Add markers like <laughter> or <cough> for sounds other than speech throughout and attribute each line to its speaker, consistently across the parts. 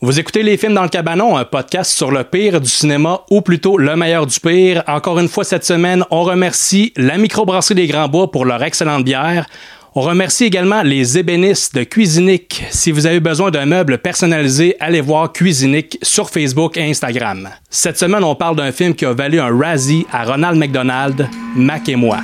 Speaker 1: Vous écoutez Les Films dans le Cabanon, un podcast sur le pire du cinéma, ou plutôt le meilleur du pire. Encore une fois cette semaine, on remercie la microbrasserie des Grands Bois pour leur excellente bière. On remercie également les ébénistes de Cuisinic. Si vous avez besoin d'un meuble personnalisé, allez voir Cuisinic sur Facebook et Instagram. Cette semaine, on parle d'un film qui a valu un Razzie à Ronald McDonald, Mac et moi.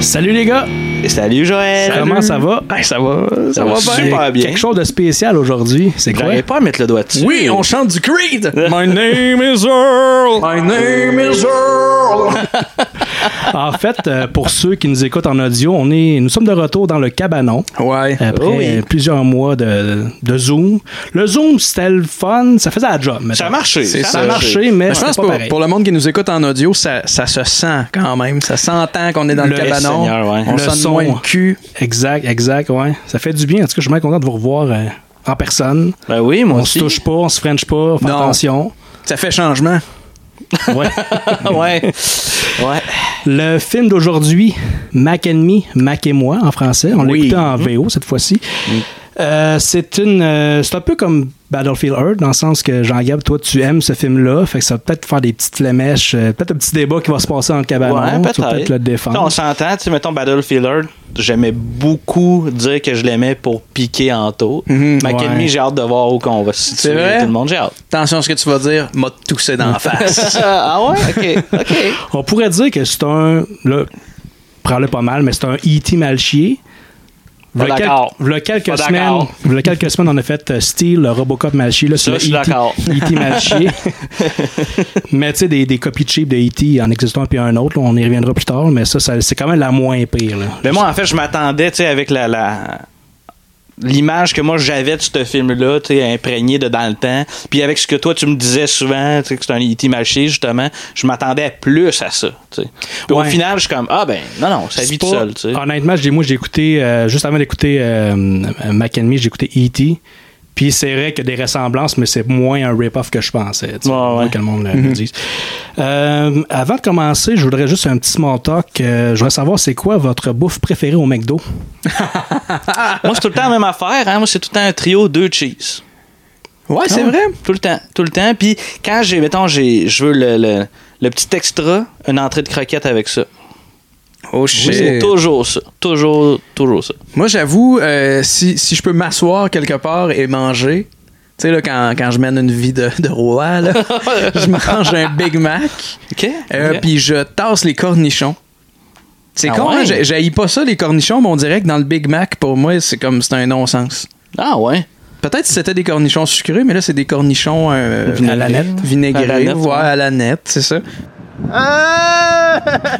Speaker 1: Salut les gars!
Speaker 2: Salut Joël!
Speaker 1: Comment ça va?
Speaker 2: Hey, ça va, ça, va,
Speaker 1: bien.
Speaker 2: super bien.
Speaker 1: Quelque chose de spécial aujourd'hui. C'est quoi?
Speaker 2: J'arrive pas à mettre le doigt dessus.
Speaker 3: Oui, on chante du Creed.
Speaker 1: My name is Earl.
Speaker 3: My name is Earl.
Speaker 1: En fait, euh, pour ceux qui nous écoutent en audio, on est, nous sommes de retour dans le cabanon
Speaker 3: Ouais.
Speaker 2: Oh
Speaker 1: après euh, plusieurs mois de, de Zoom. Le Zoom, c'était le fun, ça faisait la job. mettons.
Speaker 2: Ça a marché.
Speaker 3: C'est
Speaker 1: Ça a marché, mais
Speaker 3: Mais je
Speaker 1: c'était
Speaker 3: pense
Speaker 1: pas
Speaker 3: pour,
Speaker 1: pareil.
Speaker 3: pour le monde qui nous écoute en audio, ça, ça se sent quand même. Ça s'entend qu'on est dans le,
Speaker 1: Le
Speaker 3: cabanon.
Speaker 2: Seigneur, ouais.
Speaker 3: On
Speaker 1: Le
Speaker 3: sonne
Speaker 1: son.
Speaker 3: moins le cul.
Speaker 1: Exact, exact, ouais. Ça fait du bien. En tout cas, je suis bien content de vous revoir euh, en personne.
Speaker 2: Ben oui, moi
Speaker 1: On se
Speaker 2: aussi.
Speaker 1: touche pas, on se french pas, on fait
Speaker 2: <laughs>
Speaker 3: Non.
Speaker 1: attention.
Speaker 3: Ça fait changement.
Speaker 1: Ouais. <laughs>
Speaker 2: ouais. Ouais.
Speaker 1: Le film d'aujourd'hui, Mac and Me, Mac et moi en français. On
Speaker 3: Oui.
Speaker 1: l'écoutait en VO cette fois-ci. Euh, c'est une, euh, c'est un peu comme Battlefield Earth dans le sens que Jean-Gab, toi, tu aimes ce film-là, fait que ça va peut-être faire des petites flamèches, euh, peut-être un petit débat qui va se passer en cabanon,
Speaker 2: Ben Ouais,
Speaker 1: Ben tu vas peut-être le
Speaker 2: Tu sais, On
Speaker 1: défendre.
Speaker 2: s'entend, tu sais, mettons Battlefield Earth, j'aimais beaucoup dire que je l'aimais pour piquer en taux.
Speaker 3: Mhm.
Speaker 2: Ma
Speaker 1: Ouais.
Speaker 2: j'ai hâte de voir où qu'on va se situer.
Speaker 3: vrai?
Speaker 2: Tout le monde, j'ai hâte.
Speaker 3: Attention à ce que tu vas dire. M'a toussé d'en face.
Speaker 2: ah ouais? <laughs> OK. OK.
Speaker 1: On pourrait dire que c'est un, là, prends-le pas mal, mais c'est un E.T. mal chié.
Speaker 2: Pas
Speaker 1: V'là quel-
Speaker 2: d'accord.
Speaker 1: v'là quelques
Speaker 2: Pas
Speaker 1: semaines,
Speaker 2: d'accord.
Speaker 1: v'là quelques semaines, on a fait euh, Steel, le Robocop mal chié, là, c'est
Speaker 2: Ça,
Speaker 1: le E
Speaker 2: je suis
Speaker 1: E.T.
Speaker 2: d'accord.
Speaker 1: E.T.
Speaker 2: <laughs>
Speaker 1: mal chié. mais tu sais, des, des copies cheap de E.T. en existant puis un autre, là, on y reviendra plus tard, mais ça, ça- c'est quand même la moins pire. là.
Speaker 2: Mais moi, en fait, je m'attendais, tu sais, avec la. la- L'image que moi j'avais de ce film-là, tu sais, imprégnée de dans le temps, puis avec ce que toi tu me disais souvent, tu sais, que c'est un E.T. mâché, justement, je m'attendais à plus à ça, tu sais. Puis au
Speaker 1: Ouais.
Speaker 2: final, je suis comme, ah ben, non, non, ça
Speaker 1: C'est
Speaker 2: vit
Speaker 1: pas-
Speaker 2: tout seul, tu sais.
Speaker 1: Honnêtement, j'ai- moi, j'ai écouté, euh, juste avant d'écouter euh, Mac and Me, j'ai écouté E.T. Puis c'est vrai qu'il y a des ressemblances, mais c'est moins un rip-off que je pensais. tu sais,
Speaker 2: Ouais, ouais. Mhm.
Speaker 1: moins que le monde le- le dise. Euh, avant de commencer, je voudrais juste un petit small talk. Euh, je voudrais savoir c'est quoi votre bouffe préférée au McDo?
Speaker 2: Moi, c'est tout le temps la même affaire, hein. Moi, c'est tout le temps un trio, deux cheese.
Speaker 3: ouais, c'est
Speaker 2: Ah.
Speaker 3: vrai.
Speaker 2: Tout le temps, tout le temps. Puis quand j'ai, mettons, j'ai, je veux le, le, le petit extra, une entrée de croquette avec ça.
Speaker 3: Oh
Speaker 2: C'est
Speaker 3: shit.
Speaker 2: toujours ça. Toujours, toujours ça.
Speaker 3: Moi, j'avoue, euh, si, si je peux m'asseoir quelque part et manger, tu sais, là, quand, quand je mène une vie de, de roi, là, je mange un Big Mac.
Speaker 2: OK?
Speaker 3: Euh,
Speaker 2: OK.
Speaker 3: Puis je tasse les cornichons. C'est
Speaker 2: Ah
Speaker 3: con,
Speaker 2: ouais?
Speaker 3: hein, j'ai- j'haïs pas ça, les cornichons, mais on dirait que dans le Big Mac, pour moi, c'est comme c'est un non-sens.
Speaker 2: Ah ouais.
Speaker 3: Peut-être si c'était des cornichons sucrés, mais là, c'est des cornichons euh,
Speaker 1: Vin- à la nette.
Speaker 3: vinaigrés,
Speaker 2: À la nette,
Speaker 3: ouais,
Speaker 2: ouais. Ah!
Speaker 3: à la nette, c'est ça.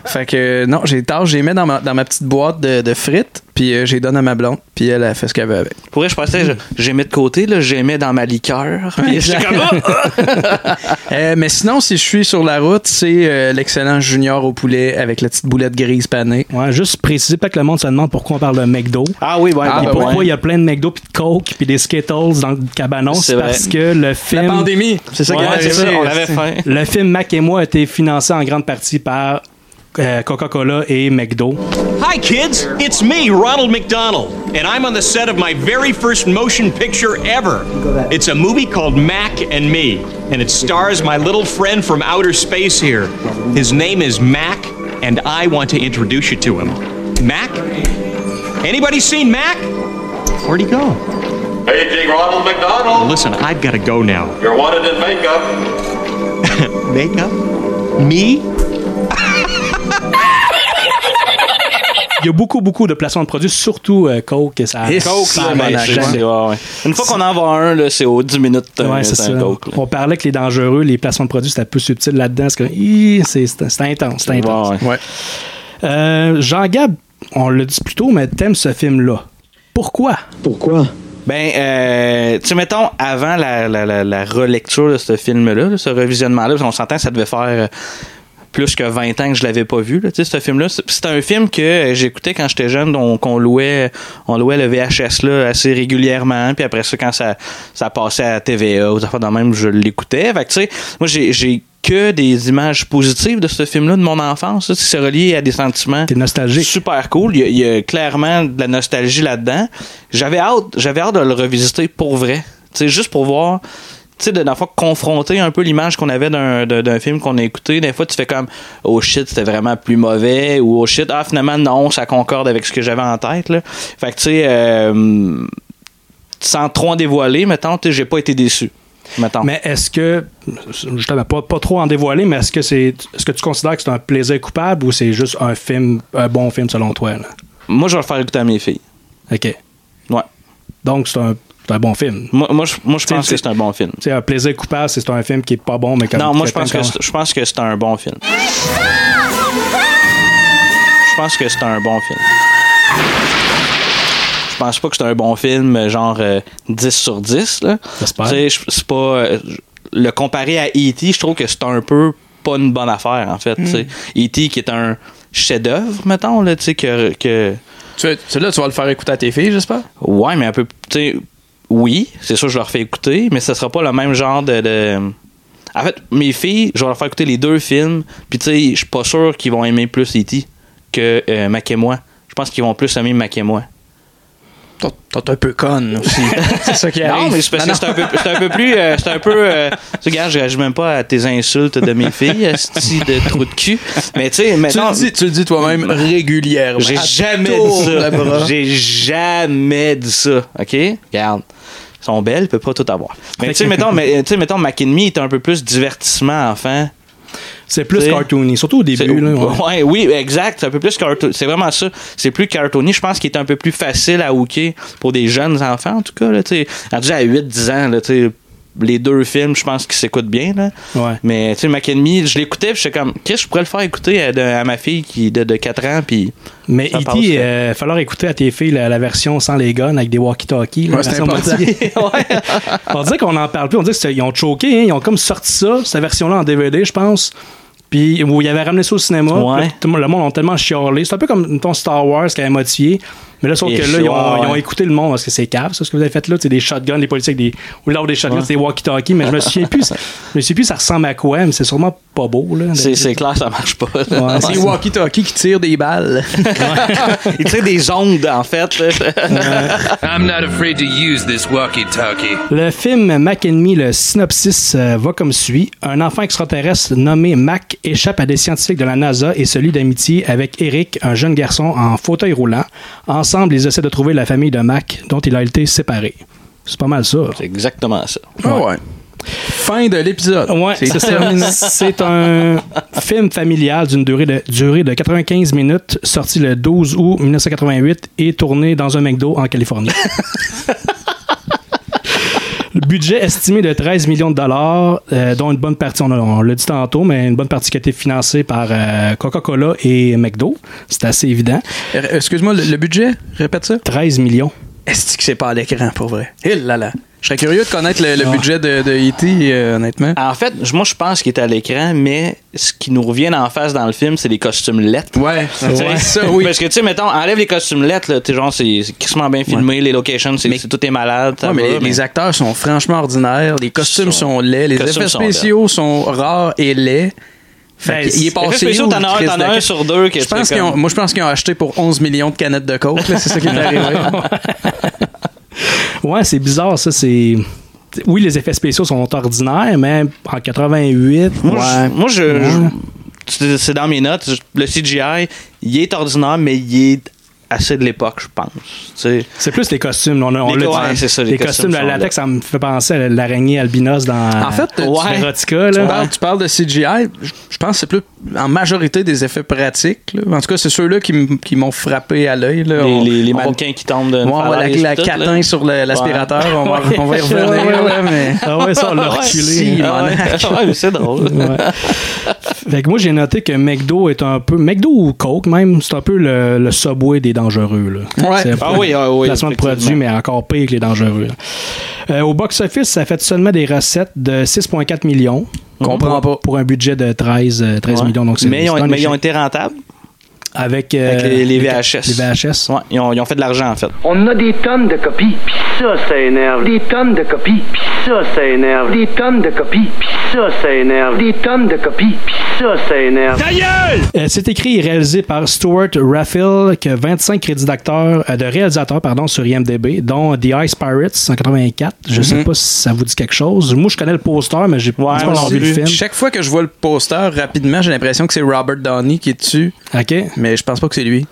Speaker 3: Fait que euh, non, j'ai tasse, j'ai mets dans ma, dans ma petite boîte de, de frites, puis euh, j'ai donne à ma blonde, puis elle a fait ce qu'elle veut avec.
Speaker 2: Pour vrai, je pensais, je- j'aimais de côté, là, j'aimais dans ma liqueur. Puis j'étais comme, Ah!
Speaker 3: Euh, mais sinon, si je suis sur la route, c'est euh, l'excellent junior au poulet avec la petite boulette grise panée.
Speaker 1: Ouais, juste préciser, pas que le monde se demande pourquoi on parle de McDo.
Speaker 2: Ah oui, ouais,
Speaker 3: Ah,
Speaker 1: Et
Speaker 2: ben
Speaker 3: bah
Speaker 1: pourquoi
Speaker 2: ouais.
Speaker 1: il y a plein de McDo, puis de Coke, puis des Skittles dans le cabanon?
Speaker 2: C'est
Speaker 1: C'est
Speaker 2: vrai.
Speaker 1: parce que le film...
Speaker 3: pandémie, c'est ça
Speaker 2: Ouais,
Speaker 3: qui est
Speaker 2: c'est
Speaker 3: arrivé.
Speaker 2: ça, on avait faim.
Speaker 1: <laughs> Le film Mac et moi a été financé en grande partie par euh, Coca-Cola et McDo.
Speaker 4: Hi, kids. It's me, Ronald McDonald, and I'm on the set of my very first motion picture ever. It's a movie called Mac and Me, and it stars my little friend from outer space here. His name is Mac, and I want to introduce you to him. Mac? Anybody seen Mac? Where'd he go?
Speaker 5: Paging Ronald McDonald.
Speaker 4: Listen, I've got to go now.
Speaker 5: You're wanted in makeup.
Speaker 4: Makeup? Me?
Speaker 1: Il y a beaucoup, beaucoup de placements de produits, surtout euh, Coke. et Ça,
Speaker 3: Et
Speaker 1: ça
Speaker 3: Coke, là,
Speaker 1: en
Speaker 3: ben,
Speaker 1: mange
Speaker 2: C'est-
Speaker 1: jamais.
Speaker 2: c'est- ouais, ouais. Une fois qu'on en voit un, là, c'est aux 10 minutes. euh,
Speaker 1: Ouais, c'est
Speaker 2: c'est un
Speaker 1: ça.
Speaker 2: coke, là.
Speaker 1: On parlait que les dangereux, les placements de produits, c'était un peu subtil là-dedans. C'est comme, Hi, C'est c'est- c'est intense, c'est intense.
Speaker 2: Ouais, ouais.
Speaker 3: Ouais.
Speaker 1: Euh, Jean-Gab, on l'a dit plus tôt, mais t'aimes ce film-là. Pourquoi?
Speaker 2: Ben, euh, tu sais, mettons, avant la, la, la, la relecture de ce film-là, là, ce revisionnement-là, parce qu'on s'entend que ça devait faire euh, plus que 20 ans que je l'avais pas vu, là, tu sais, ce film-là. C'est c'est un film que euh, j'écoutais quand j'étais jeune, donc on louait, on louait le VHS là, assez régulièrement, puis après ça, quand ça, ça passait à TVA, aux affaires de même, je l'écoutais. Fait que, tu sais, moi, j'ai- j'ai que des images positives de ce film-là, de mon enfance. là. C'est relié à des sentiments
Speaker 1: T'es nostalgique.
Speaker 2: super cool. Il y, a, il y a clairement de la nostalgie là-dedans. J'avais hâte, j'avais hâte de le revisiter pour vrai. Tu sais, juste pour voir, tu sais, de- dans le fond, confronter un peu l'image qu'on avait d'un, d'un- d'un film qu'on a écouté. Des fois, tu fais comme, oh shit, c'était vraiment plus mauvais, ou oh shit, ah finalement, non, ça concorde avec ce que j'avais en tête. Là. Fait que, tu sais, euh, sans trop en dévoiler, mettons, tu sais, j'ai pas été déçu. Mettons.
Speaker 1: Mais est-ce que, justement, pas, pas trop en dévoiler, mais est-ce que c'est, est-ce que tu considères que c'est un plaisir coupable ou c'est juste un film, un bon film selon toi? là?
Speaker 2: Moi, je vais le faire écouter à mes filles.
Speaker 1: OK.
Speaker 2: Ouais.
Speaker 1: Donc, c'est un, c'est un bon film.
Speaker 2: Moi, moi, je, moi, je
Speaker 1: Tu sais,
Speaker 2: pense que
Speaker 1: c'est-
Speaker 2: c'est un bon film.
Speaker 1: Tu sais, un plaisir coupable, c'est un film qui est pas bon, mais comme
Speaker 2: Non,
Speaker 1: tu
Speaker 2: moi,
Speaker 1: fais
Speaker 2: je pense, que
Speaker 1: comme-
Speaker 2: c'est- je pense que c'est un bon film. Je pense que c'est un bon film. Je pense pas que c'est un bon film, euh, genre euh, 10 sur 10. Là.
Speaker 1: J'espère.
Speaker 2: Tu sais, je- c'est pas. euh, je- le comparer à E.T., je trouve que c'est un peu pas une bonne affaire, en fait. tu sais. E.T. qui est un chef-d'œuvre, mettons, là, tu sais, que. que
Speaker 3: Tu- Celui-là, tu vas le faire écouter à tes filles, j'espère?
Speaker 2: Ouais, mais un peu. Tu sais, oui, c'est sûr, je leur fais écouter, mais ce sera pas le même genre de. de- En fait, mes filles, je vais leur faire écouter les deux films, puis tu sais, je suis pas sûr qu'ils vont aimer plus E.T. que euh, Mac et moi. Je pense qu'ils vont plus aimer Mac et moi.
Speaker 3: T'es t'es un peu conne aussi. <laughs> c'est ça qui arrive.
Speaker 2: Non, mais c'est parce que c'est un, peu- c'est un peu plus. euh, c'est un peu. euh, tu sais, gars, je réagis même pas à tes insultes de mes filles, esti de trou de cul. Mais tu sais,
Speaker 3: Tu
Speaker 2: maintenant.
Speaker 3: le dis, tu le dis toi-même régulièrement.
Speaker 2: J'ai
Speaker 3: À
Speaker 2: jamais
Speaker 3: tour
Speaker 2: dit ça.
Speaker 3: de bras.
Speaker 2: J'ai jamais dit ça. OK? Regarde. Ils sont belles, ils peuvent pas tout avoir. Mais tu sais, mettons, mais, tu sais, mettons, McKinney est un peu plus divertissement enfant.
Speaker 1: C'est plus
Speaker 2: C'est-
Speaker 1: cartoony, surtout au
Speaker 2: C'est-
Speaker 1: début. Là, ouais.
Speaker 2: ouais, oui, exact. C'est un peu plus cartoon. C'est vraiment ça. C'est plus cartoony. Je pense qu'il est un peu plus facile à hooker pour des jeunes enfants, en tout cas. Là, tu sais. Rendu à 8-10 ans, là, tu sais, les deux films, je pense qu'ils s'écoutent bien. Là.
Speaker 1: Ouais.
Speaker 2: Mais tu sais, McKinney, je l'écoutais, puis j'étais comme, qu'est-ce que je pourrais le faire écouter à, de- à ma fille qui de, de 4 ans, puis
Speaker 1: Mais
Speaker 2: Ça
Speaker 1: E.T.,
Speaker 2: passe,
Speaker 1: il
Speaker 2: ouais.
Speaker 1: va falloir écouter à tes filles la, la version sans les guns avec des walkie-talkies. la
Speaker 3: Ouais, c'est
Speaker 1: version
Speaker 2: <laughs>
Speaker 3: important.
Speaker 1: <laughs> modifiée. on dirait qu'on en parle plus. On dirait qu'ils ont choqué. hein. Ils ont comme sorti ça, cette version-là en DVD, je pense. Puis, où ils avaient ramené ça au cinéma.
Speaker 2: Ouais.
Speaker 1: Puis là, tout le monde- le monde a tellement chialé. C'est un peu comme ton Star Wars qui avait modifié. Mais là, sauf
Speaker 2: Et
Speaker 1: que là, ils ont,
Speaker 2: ouais.
Speaker 1: ils ont écouté le monde parce que c'est cave, ça, ce que vous avez fait là. C'est des shotguns, des policiers avec des. Ou là, des shotguns, c'est des walkie-talkies. Mais je me souviens
Speaker 2: <laughs>
Speaker 1: plus. Je me souviens plus, ça ressemble à quoi, mais c'est sûrement pas beau. Là,
Speaker 2: C'est, c'est clair, ça marche pas.
Speaker 1: Ouais,
Speaker 3: Ah, C'est walkie-talkie qui tire
Speaker 2: <laughs>
Speaker 3: des balles.
Speaker 2: Il tire des ondes, en fait. là.
Speaker 6: I'm not afraid to use this walkie talkie.
Speaker 1: Le film Mac Enemy, le synopsis euh, va comme suit. Un enfant extraterrestre nommé Mac échappe à des scientifiques de la NASA et se lie d'amitié avec Eric, un jeune garçon en fauteuil roulant. Ensemble, ils essaient de trouver la famille de Mac dont il a été séparé. C'est pas mal ça.
Speaker 2: C'est exactement ça.
Speaker 3: Ah ouais. Fin de l'épisode.
Speaker 1: Ouais, c'est ça. C'est un film familial d'une durée de, durée de 95 minutes, sorti le 12 août 1988 et tourné dans un McDo en Californie. <laughs> Le budget estimé de 13 millions de dollars, euh, dont une bonne partie, on, a- on l'a dit tantôt, mais une bonne partie qui a été financée par euh, Coca-Cola et McDo. C'est assez évident.
Speaker 3: Euh, Excuse-moi, le, le budget, répète ça.
Speaker 1: 13 millions.
Speaker 3: Est-ce que c'est pas à l'écran pour vrai? Hé là là. Je serais curieux de connaître le, le budget de, de E.T., euh, honnêtement.
Speaker 2: En fait, j- moi, je pense qu'il est à l'écran, mais ce qui nous revient en face dans le film, c'est les costumes lettres.
Speaker 3: Ouais,
Speaker 2: T'sais,
Speaker 3: c'est ça, oui.
Speaker 2: Parce que, tu sais, mettons, enlève les costumes lettres, là, tu sais, genre, c'est, c'est crissement bien filmé, les locations, c'est, c'est- tout est malade. ça
Speaker 3: Ouais, mais
Speaker 2: va,
Speaker 3: les, les acteurs sont franchement ordinaires, les costumes
Speaker 2: Sont-
Speaker 3: sont laids, les
Speaker 2: costumes
Speaker 3: effets
Speaker 2: sont
Speaker 3: spéciaux sont rares et laids. Fait
Speaker 1: Ben,
Speaker 3: qu'il- il est
Speaker 1: effets
Speaker 3: passé
Speaker 2: spéciaux,
Speaker 3: où,
Speaker 2: t'en as un-
Speaker 3: Chris
Speaker 2: t'en as un
Speaker 3: Decker?
Speaker 2: sur deux que
Speaker 3: Je
Speaker 2: tu
Speaker 3: pense
Speaker 2: fais
Speaker 3: qu'ils ont-
Speaker 2: comme-
Speaker 3: moi, je pense qu'ils ont acheté pour 11 millions de canettes de coke. là, C'est ça qui
Speaker 2: <laughs>
Speaker 3: est arrivé.
Speaker 1: <laughs> Ouais, c'est bizarre, ça. C'est. Oui, les effets spéciaux sont ordinaires, mais en 88.
Speaker 2: Moi, je-
Speaker 1: ouais.
Speaker 2: moi, je, je- c'est- c'est dans mes notes. je- Le CGI, il est ordinaire, mais il est assez de l'époque, je pense. Tu sais.
Speaker 1: C'est plus les costumes. là, On, a- on
Speaker 2: Les
Speaker 1: l'a
Speaker 2: co-
Speaker 1: dit.
Speaker 2: ouais, c'est ça, les
Speaker 1: les, costumes
Speaker 2: costumes
Speaker 1: de
Speaker 2: sont
Speaker 1: latex,
Speaker 2: là.
Speaker 1: ça me fait penser à l'araignée albinos dans
Speaker 3: En fait, tu-
Speaker 1: ouais. Erotica.
Speaker 3: Tu,
Speaker 1: Là. <laughs>
Speaker 3: parles, tu parles de CGI, je- je pense que c'est plus en majorité des effets pratiques. là. En tout cas, c'est ceux-là qui m- qui m'ont frappé à l'œil. là.
Speaker 2: Les,
Speaker 3: On-
Speaker 2: les- les
Speaker 3: on va-
Speaker 2: mannequins qui tombent de
Speaker 3: Ouais, on va la, la catin sur le- l'aspirateur, on, va, on
Speaker 2: <laughs>
Speaker 3: va y revenir, là, mais...
Speaker 1: Ah ouais, ça, on l'a reculé.
Speaker 3: si.
Speaker 1: hein.
Speaker 2: Ah ouais, <laughs> ouais, mais c'est drôle.
Speaker 1: Ouais. <laughs> Fait que moi, j'ai noté que McDo est un peu. McDo ou Coke, même, c'est un peu le, le subway des dangereux. Là.
Speaker 3: Ouais.
Speaker 1: C'est un
Speaker 2: Ah
Speaker 1: peu
Speaker 2: oui, ah oui,
Speaker 1: Placement de
Speaker 2: effectivement.
Speaker 1: produits, mais encore pire que les dangereux. là. Euh, au box-office, ça fait seulement des recettes de 6,4 millions.
Speaker 3: Comprends
Speaker 1: Pour-
Speaker 3: pas.
Speaker 1: Pour un budget de 13, euh, 13
Speaker 2: Ouais.
Speaker 1: millions. Donc c'est-
Speaker 2: mais ils
Speaker 1: c'est
Speaker 2: ont,
Speaker 1: un
Speaker 2: mais ils ont
Speaker 1: échec.
Speaker 2: été rentables.
Speaker 1: avec, euh,
Speaker 2: Avec les, les VHS.
Speaker 1: Les VHS.
Speaker 2: Ouais, ils ont, ils ont fait de l'argent, en fait.
Speaker 7: On a des tonnes de copies, puis ça, ça énerve. Des tonnes de copies, puis ça, ça énerve. Des tonnes de copies, puis ça, ça énerve. Des tonnes de copies, puis ça, ça énerve.
Speaker 1: Euh, c'est écrit et réalisé par Stuart Raffel, qui a 25 crédits d'acteur, euh, de réalisateur pardon, sur IMDb, dont The Ice Pirates en 84. Je sais pas si ça vous dit quelque chose. Moi, je connais le poster, mais j'ai pas
Speaker 2: moi
Speaker 1: encore
Speaker 2: aussi.
Speaker 1: vu le film.
Speaker 3: Chaque fois que je vois le poster rapidement, j'ai l'impression que c'est Robert Downey qui est dessus,
Speaker 1: OK?
Speaker 3: mais je pense pas que c'est lui.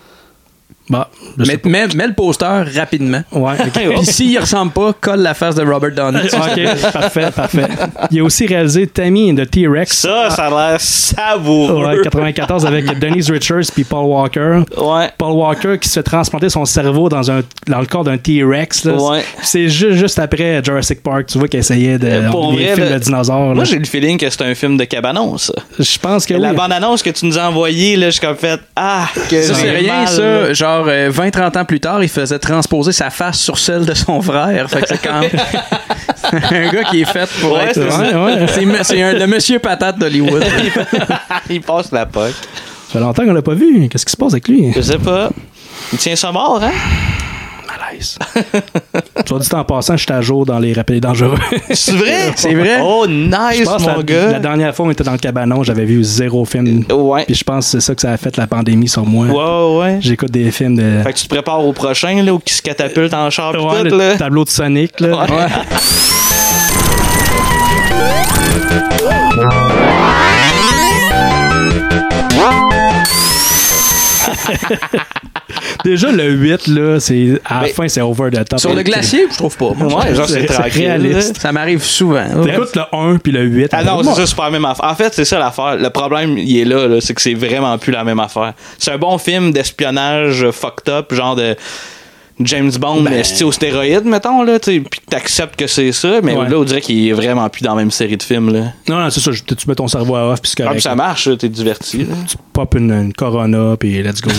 Speaker 1: Bah, je sais
Speaker 3: Mets,
Speaker 1: pas. Oh.
Speaker 3: mets- mets le poster rapidement.
Speaker 1: <laughs> Ouais, ok.
Speaker 3: Puis s'il ressemble pas, colle la face de Robert
Speaker 1: <laughs>
Speaker 3: Downey.
Speaker 1: ok, parfait, parfait. Il a aussi réalisé Tammy and the T-Rex.
Speaker 2: Ça, ça a l'air
Speaker 1: Ah. Ouais,
Speaker 2: savoureux.
Speaker 1: 94 avec Denise Richards puis Paul Walker.
Speaker 2: Ouais.
Speaker 1: Paul Walker qui se fait transplanter son cerveau dans, un, dans le corps d'un T-Rex. là.
Speaker 2: Ouais.
Speaker 1: C'est juste, juste après Jurassic Park, tu vois, qu'il essayait de.
Speaker 2: Euh, pour
Speaker 1: les
Speaker 2: vrai,
Speaker 1: films
Speaker 2: là,
Speaker 1: de dinosaures. là.
Speaker 2: Moi, j'ai le feeling que c'est un film de cabanon, ça.
Speaker 1: Je pense que
Speaker 2: La
Speaker 1: Ah oui.
Speaker 2: bande-annonce que tu nous as envoyée, là, je suis comme fait Ah, que
Speaker 3: Ça,
Speaker 2: j'ai
Speaker 3: c'est rien,
Speaker 2: mal, là.
Speaker 3: ça. Genre, 20-30 ans plus tard, il faisait transposer sa face sur celle de son frère. Fait que c'est quand même... <laughs> un gars qui est fait pour
Speaker 2: Ouais,
Speaker 3: être...
Speaker 2: c'est ça.
Speaker 1: Ouais,
Speaker 2: <laughs>
Speaker 1: ouais.
Speaker 3: C'est me- c'est un- le monsieur patate d'Hollywood.
Speaker 2: <laughs> Il passe la poque.
Speaker 1: Ça fait longtemps qu'on l'a pas vu. Qu'est-ce qui se passe avec lui?
Speaker 2: Je sais pas. Il tient ça mort, hein?
Speaker 1: Malaise. Soit dit en passant, j'étais à jour dans les rappels dangereux. <laughs>
Speaker 2: C'est vrai?
Speaker 3: C'est vrai?
Speaker 2: Oh,
Speaker 1: Je
Speaker 2: nice,
Speaker 1: pense
Speaker 2: mon
Speaker 1: la,
Speaker 2: gars. Euh,
Speaker 1: la dernière fois, on était dans le cabanon, j'avais vu zéro film.
Speaker 2: Ouais.
Speaker 1: Puis je pense que c'est ça que ça a fait la pandémie sur moi.
Speaker 2: Ouais, ouais.
Speaker 1: J'écoute des films de.
Speaker 2: Fait que tu te prépares au prochain, là, où qui se catapulte en char pis
Speaker 1: Ouais,
Speaker 2: tout,
Speaker 1: le
Speaker 2: là.
Speaker 1: tableau de Sonic, là. <laughs> Déjà, le 8, là, c'est, à la
Speaker 2: Mais-
Speaker 1: fin, c'est over the top.
Speaker 3: Sur le glacier, je trouve pas. moi.
Speaker 2: Ouais, genre,
Speaker 1: C'est-
Speaker 2: c'est
Speaker 1: c'est
Speaker 2: tranquille.
Speaker 1: réaliste.
Speaker 2: là.
Speaker 3: Ça m'arrive souvent.
Speaker 1: T'écoutes le 1 puis le 8.
Speaker 2: Ah non,
Speaker 1: Moi,
Speaker 2: c'est ça, c'est pas la même affaire. En fait, c'est ça l'affaire. Le problème, il est là, là, c'est que c'est vraiment plus la même affaire. C'est un bon film d'espionnage euh, fucked up, genre de James Bond,
Speaker 1: Ben.
Speaker 2: mais style stéroïde, mettons, là, tu sais, puis que t'acceptes que c'est ça, mais
Speaker 1: Ouais.
Speaker 2: là, on dirait qu'il est vraiment plus dans la même série de films, là.
Speaker 1: Non, non, c'est ça. je- Tu mets ton cerveau à off, puis c'est
Speaker 2: Ah, puis
Speaker 1: correct.
Speaker 2: ça marche, là, t'es
Speaker 1: <laughs>
Speaker 2: diverti, là.
Speaker 1: Tu popes une, une Corona, puis let's go.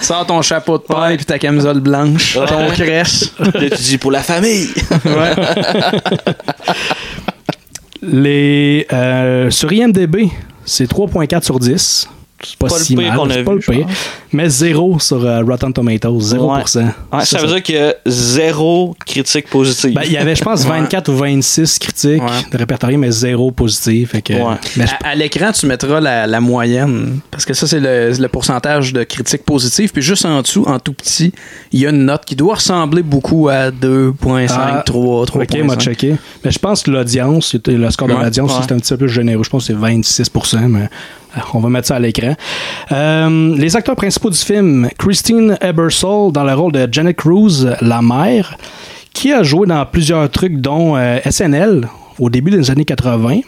Speaker 3: Sors ton chapeau de paille puis ta camisole blanche, ton crèche.
Speaker 2: Là, tu dis pour la famille.
Speaker 1: Les, euh, sur IMDB, c'est 3.4 sur 10. C'est pas,
Speaker 2: pas le
Speaker 1: si
Speaker 2: pire
Speaker 1: mal,
Speaker 2: qu'on a
Speaker 1: c'est pas
Speaker 2: vu,
Speaker 1: le pire. Mais 0 sur euh, Rotten Tomatoes, 0%.
Speaker 2: Ouais. Ouais, ça,
Speaker 1: Ça,
Speaker 2: veut
Speaker 1: ça-
Speaker 2: dire qu'il y a zéro critique positive.
Speaker 1: Ben, il y avait, je
Speaker 2: <laughs>
Speaker 1: pense, 24 ou 26 critiques
Speaker 3: Ouais.
Speaker 1: de répertoriés, mais 0 positif. Fait que,
Speaker 2: Ouais.
Speaker 1: Mais Ben, je-
Speaker 3: À, à l'écran, tu mettras la, la moyenne. Parce que ça, c'est le, le pourcentage de critiques positives. Puis juste en dessous, en tout petit, il y a une note qui doit ressembler beaucoup à 2.5,
Speaker 1: Ah,
Speaker 3: 3, 3.
Speaker 1: Ok, m'a checké. Mais je pense que l'audience, c'était- le score de
Speaker 3: Ouais,
Speaker 1: l'audience,
Speaker 3: ouais.
Speaker 1: c'est un petit peu plus généreux. Je pense que c'est 26 mais euh, on va mettre ça à l'écran. Euh, les acteurs principaux du film, Christine Ebersole dans le rôle de Janet Cruz, la mère, qui a joué dans plusieurs trucs, dont euh, SNL au début des années 80.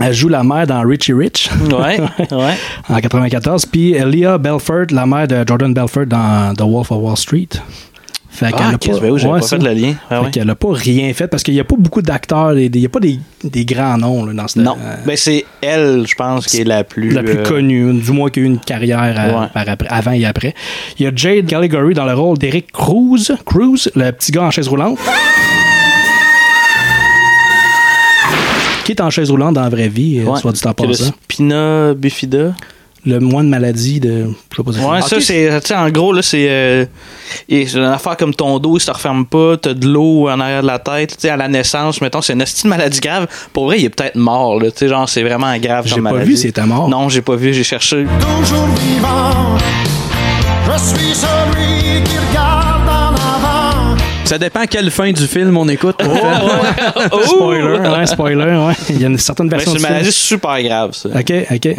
Speaker 1: Elle joue la mère dans Richie Rich <laughs>
Speaker 2: Ouais, ouais.
Speaker 1: en 94. Puis euh, Leah Belford, la mère de Jordan Belford dans The Wolf of Wall Street. Fait
Speaker 2: Ah,
Speaker 1: a
Speaker 2: Chris, ben oui, j'avais
Speaker 1: Ouais,
Speaker 2: pas
Speaker 1: ça.
Speaker 2: fait le lien. Ah, Ouais,
Speaker 1: Fait
Speaker 2: ouais.
Speaker 1: qu'elle a pas rien fait parce qu'il n'y a pas beaucoup d'acteurs, et des- il n'y a pas des, des grands noms là, dans cette.
Speaker 2: Non.
Speaker 1: euh,
Speaker 2: Ben, c'est elle, je pense, qui est la plus.
Speaker 1: la plus
Speaker 2: euh,
Speaker 1: connue, du moins qui a eu une carrière euh,
Speaker 2: Ouais.
Speaker 1: par après- avant et après. Il y a Jade Gallagher dans le rôle d'Eric Cruz, Cruz, le petit gars en chaise roulante. Qui est en chaise roulante dans la vraie vie, euh,
Speaker 2: ouais.
Speaker 1: soit dit en
Speaker 2: C'est le
Speaker 1: passant.
Speaker 2: Spina bifida.
Speaker 1: Le moine maladie de. Je sais pas si-
Speaker 2: Ouais, ça,
Speaker 1: Ok,
Speaker 2: c'est. Tu sais, en gros, là, c'est. euh, et c'est une affaire comme ton dos, ça te referme pas, t'as de l'eau en arrière de la tête. Tu sais, à la naissance, mettons, c'est une hostie de maladie grave. Pour vrai, il est peut-être mort, là. Tu sais, genre, c'est vraiment grave
Speaker 1: J'ai
Speaker 2: comme
Speaker 1: pas
Speaker 2: maladie.
Speaker 1: vu s'il était mort.
Speaker 2: Non, j'ai pas vu,
Speaker 1: <laughs>
Speaker 2: j'ai cherché.
Speaker 8: toujours vivant. Je suis celui qui regarde en avant.
Speaker 3: Ça dépend quelle fin du film on écoute. en
Speaker 2: <laughs>
Speaker 3: fait.
Speaker 1: Spoiler, ouais, spoiler, ouais. Il y a une certaine
Speaker 2: Mais c'est
Speaker 1: version
Speaker 2: une
Speaker 1: du film.
Speaker 2: maladie super grave, ça.
Speaker 1: Ok, ok.
Speaker 2: Ouais.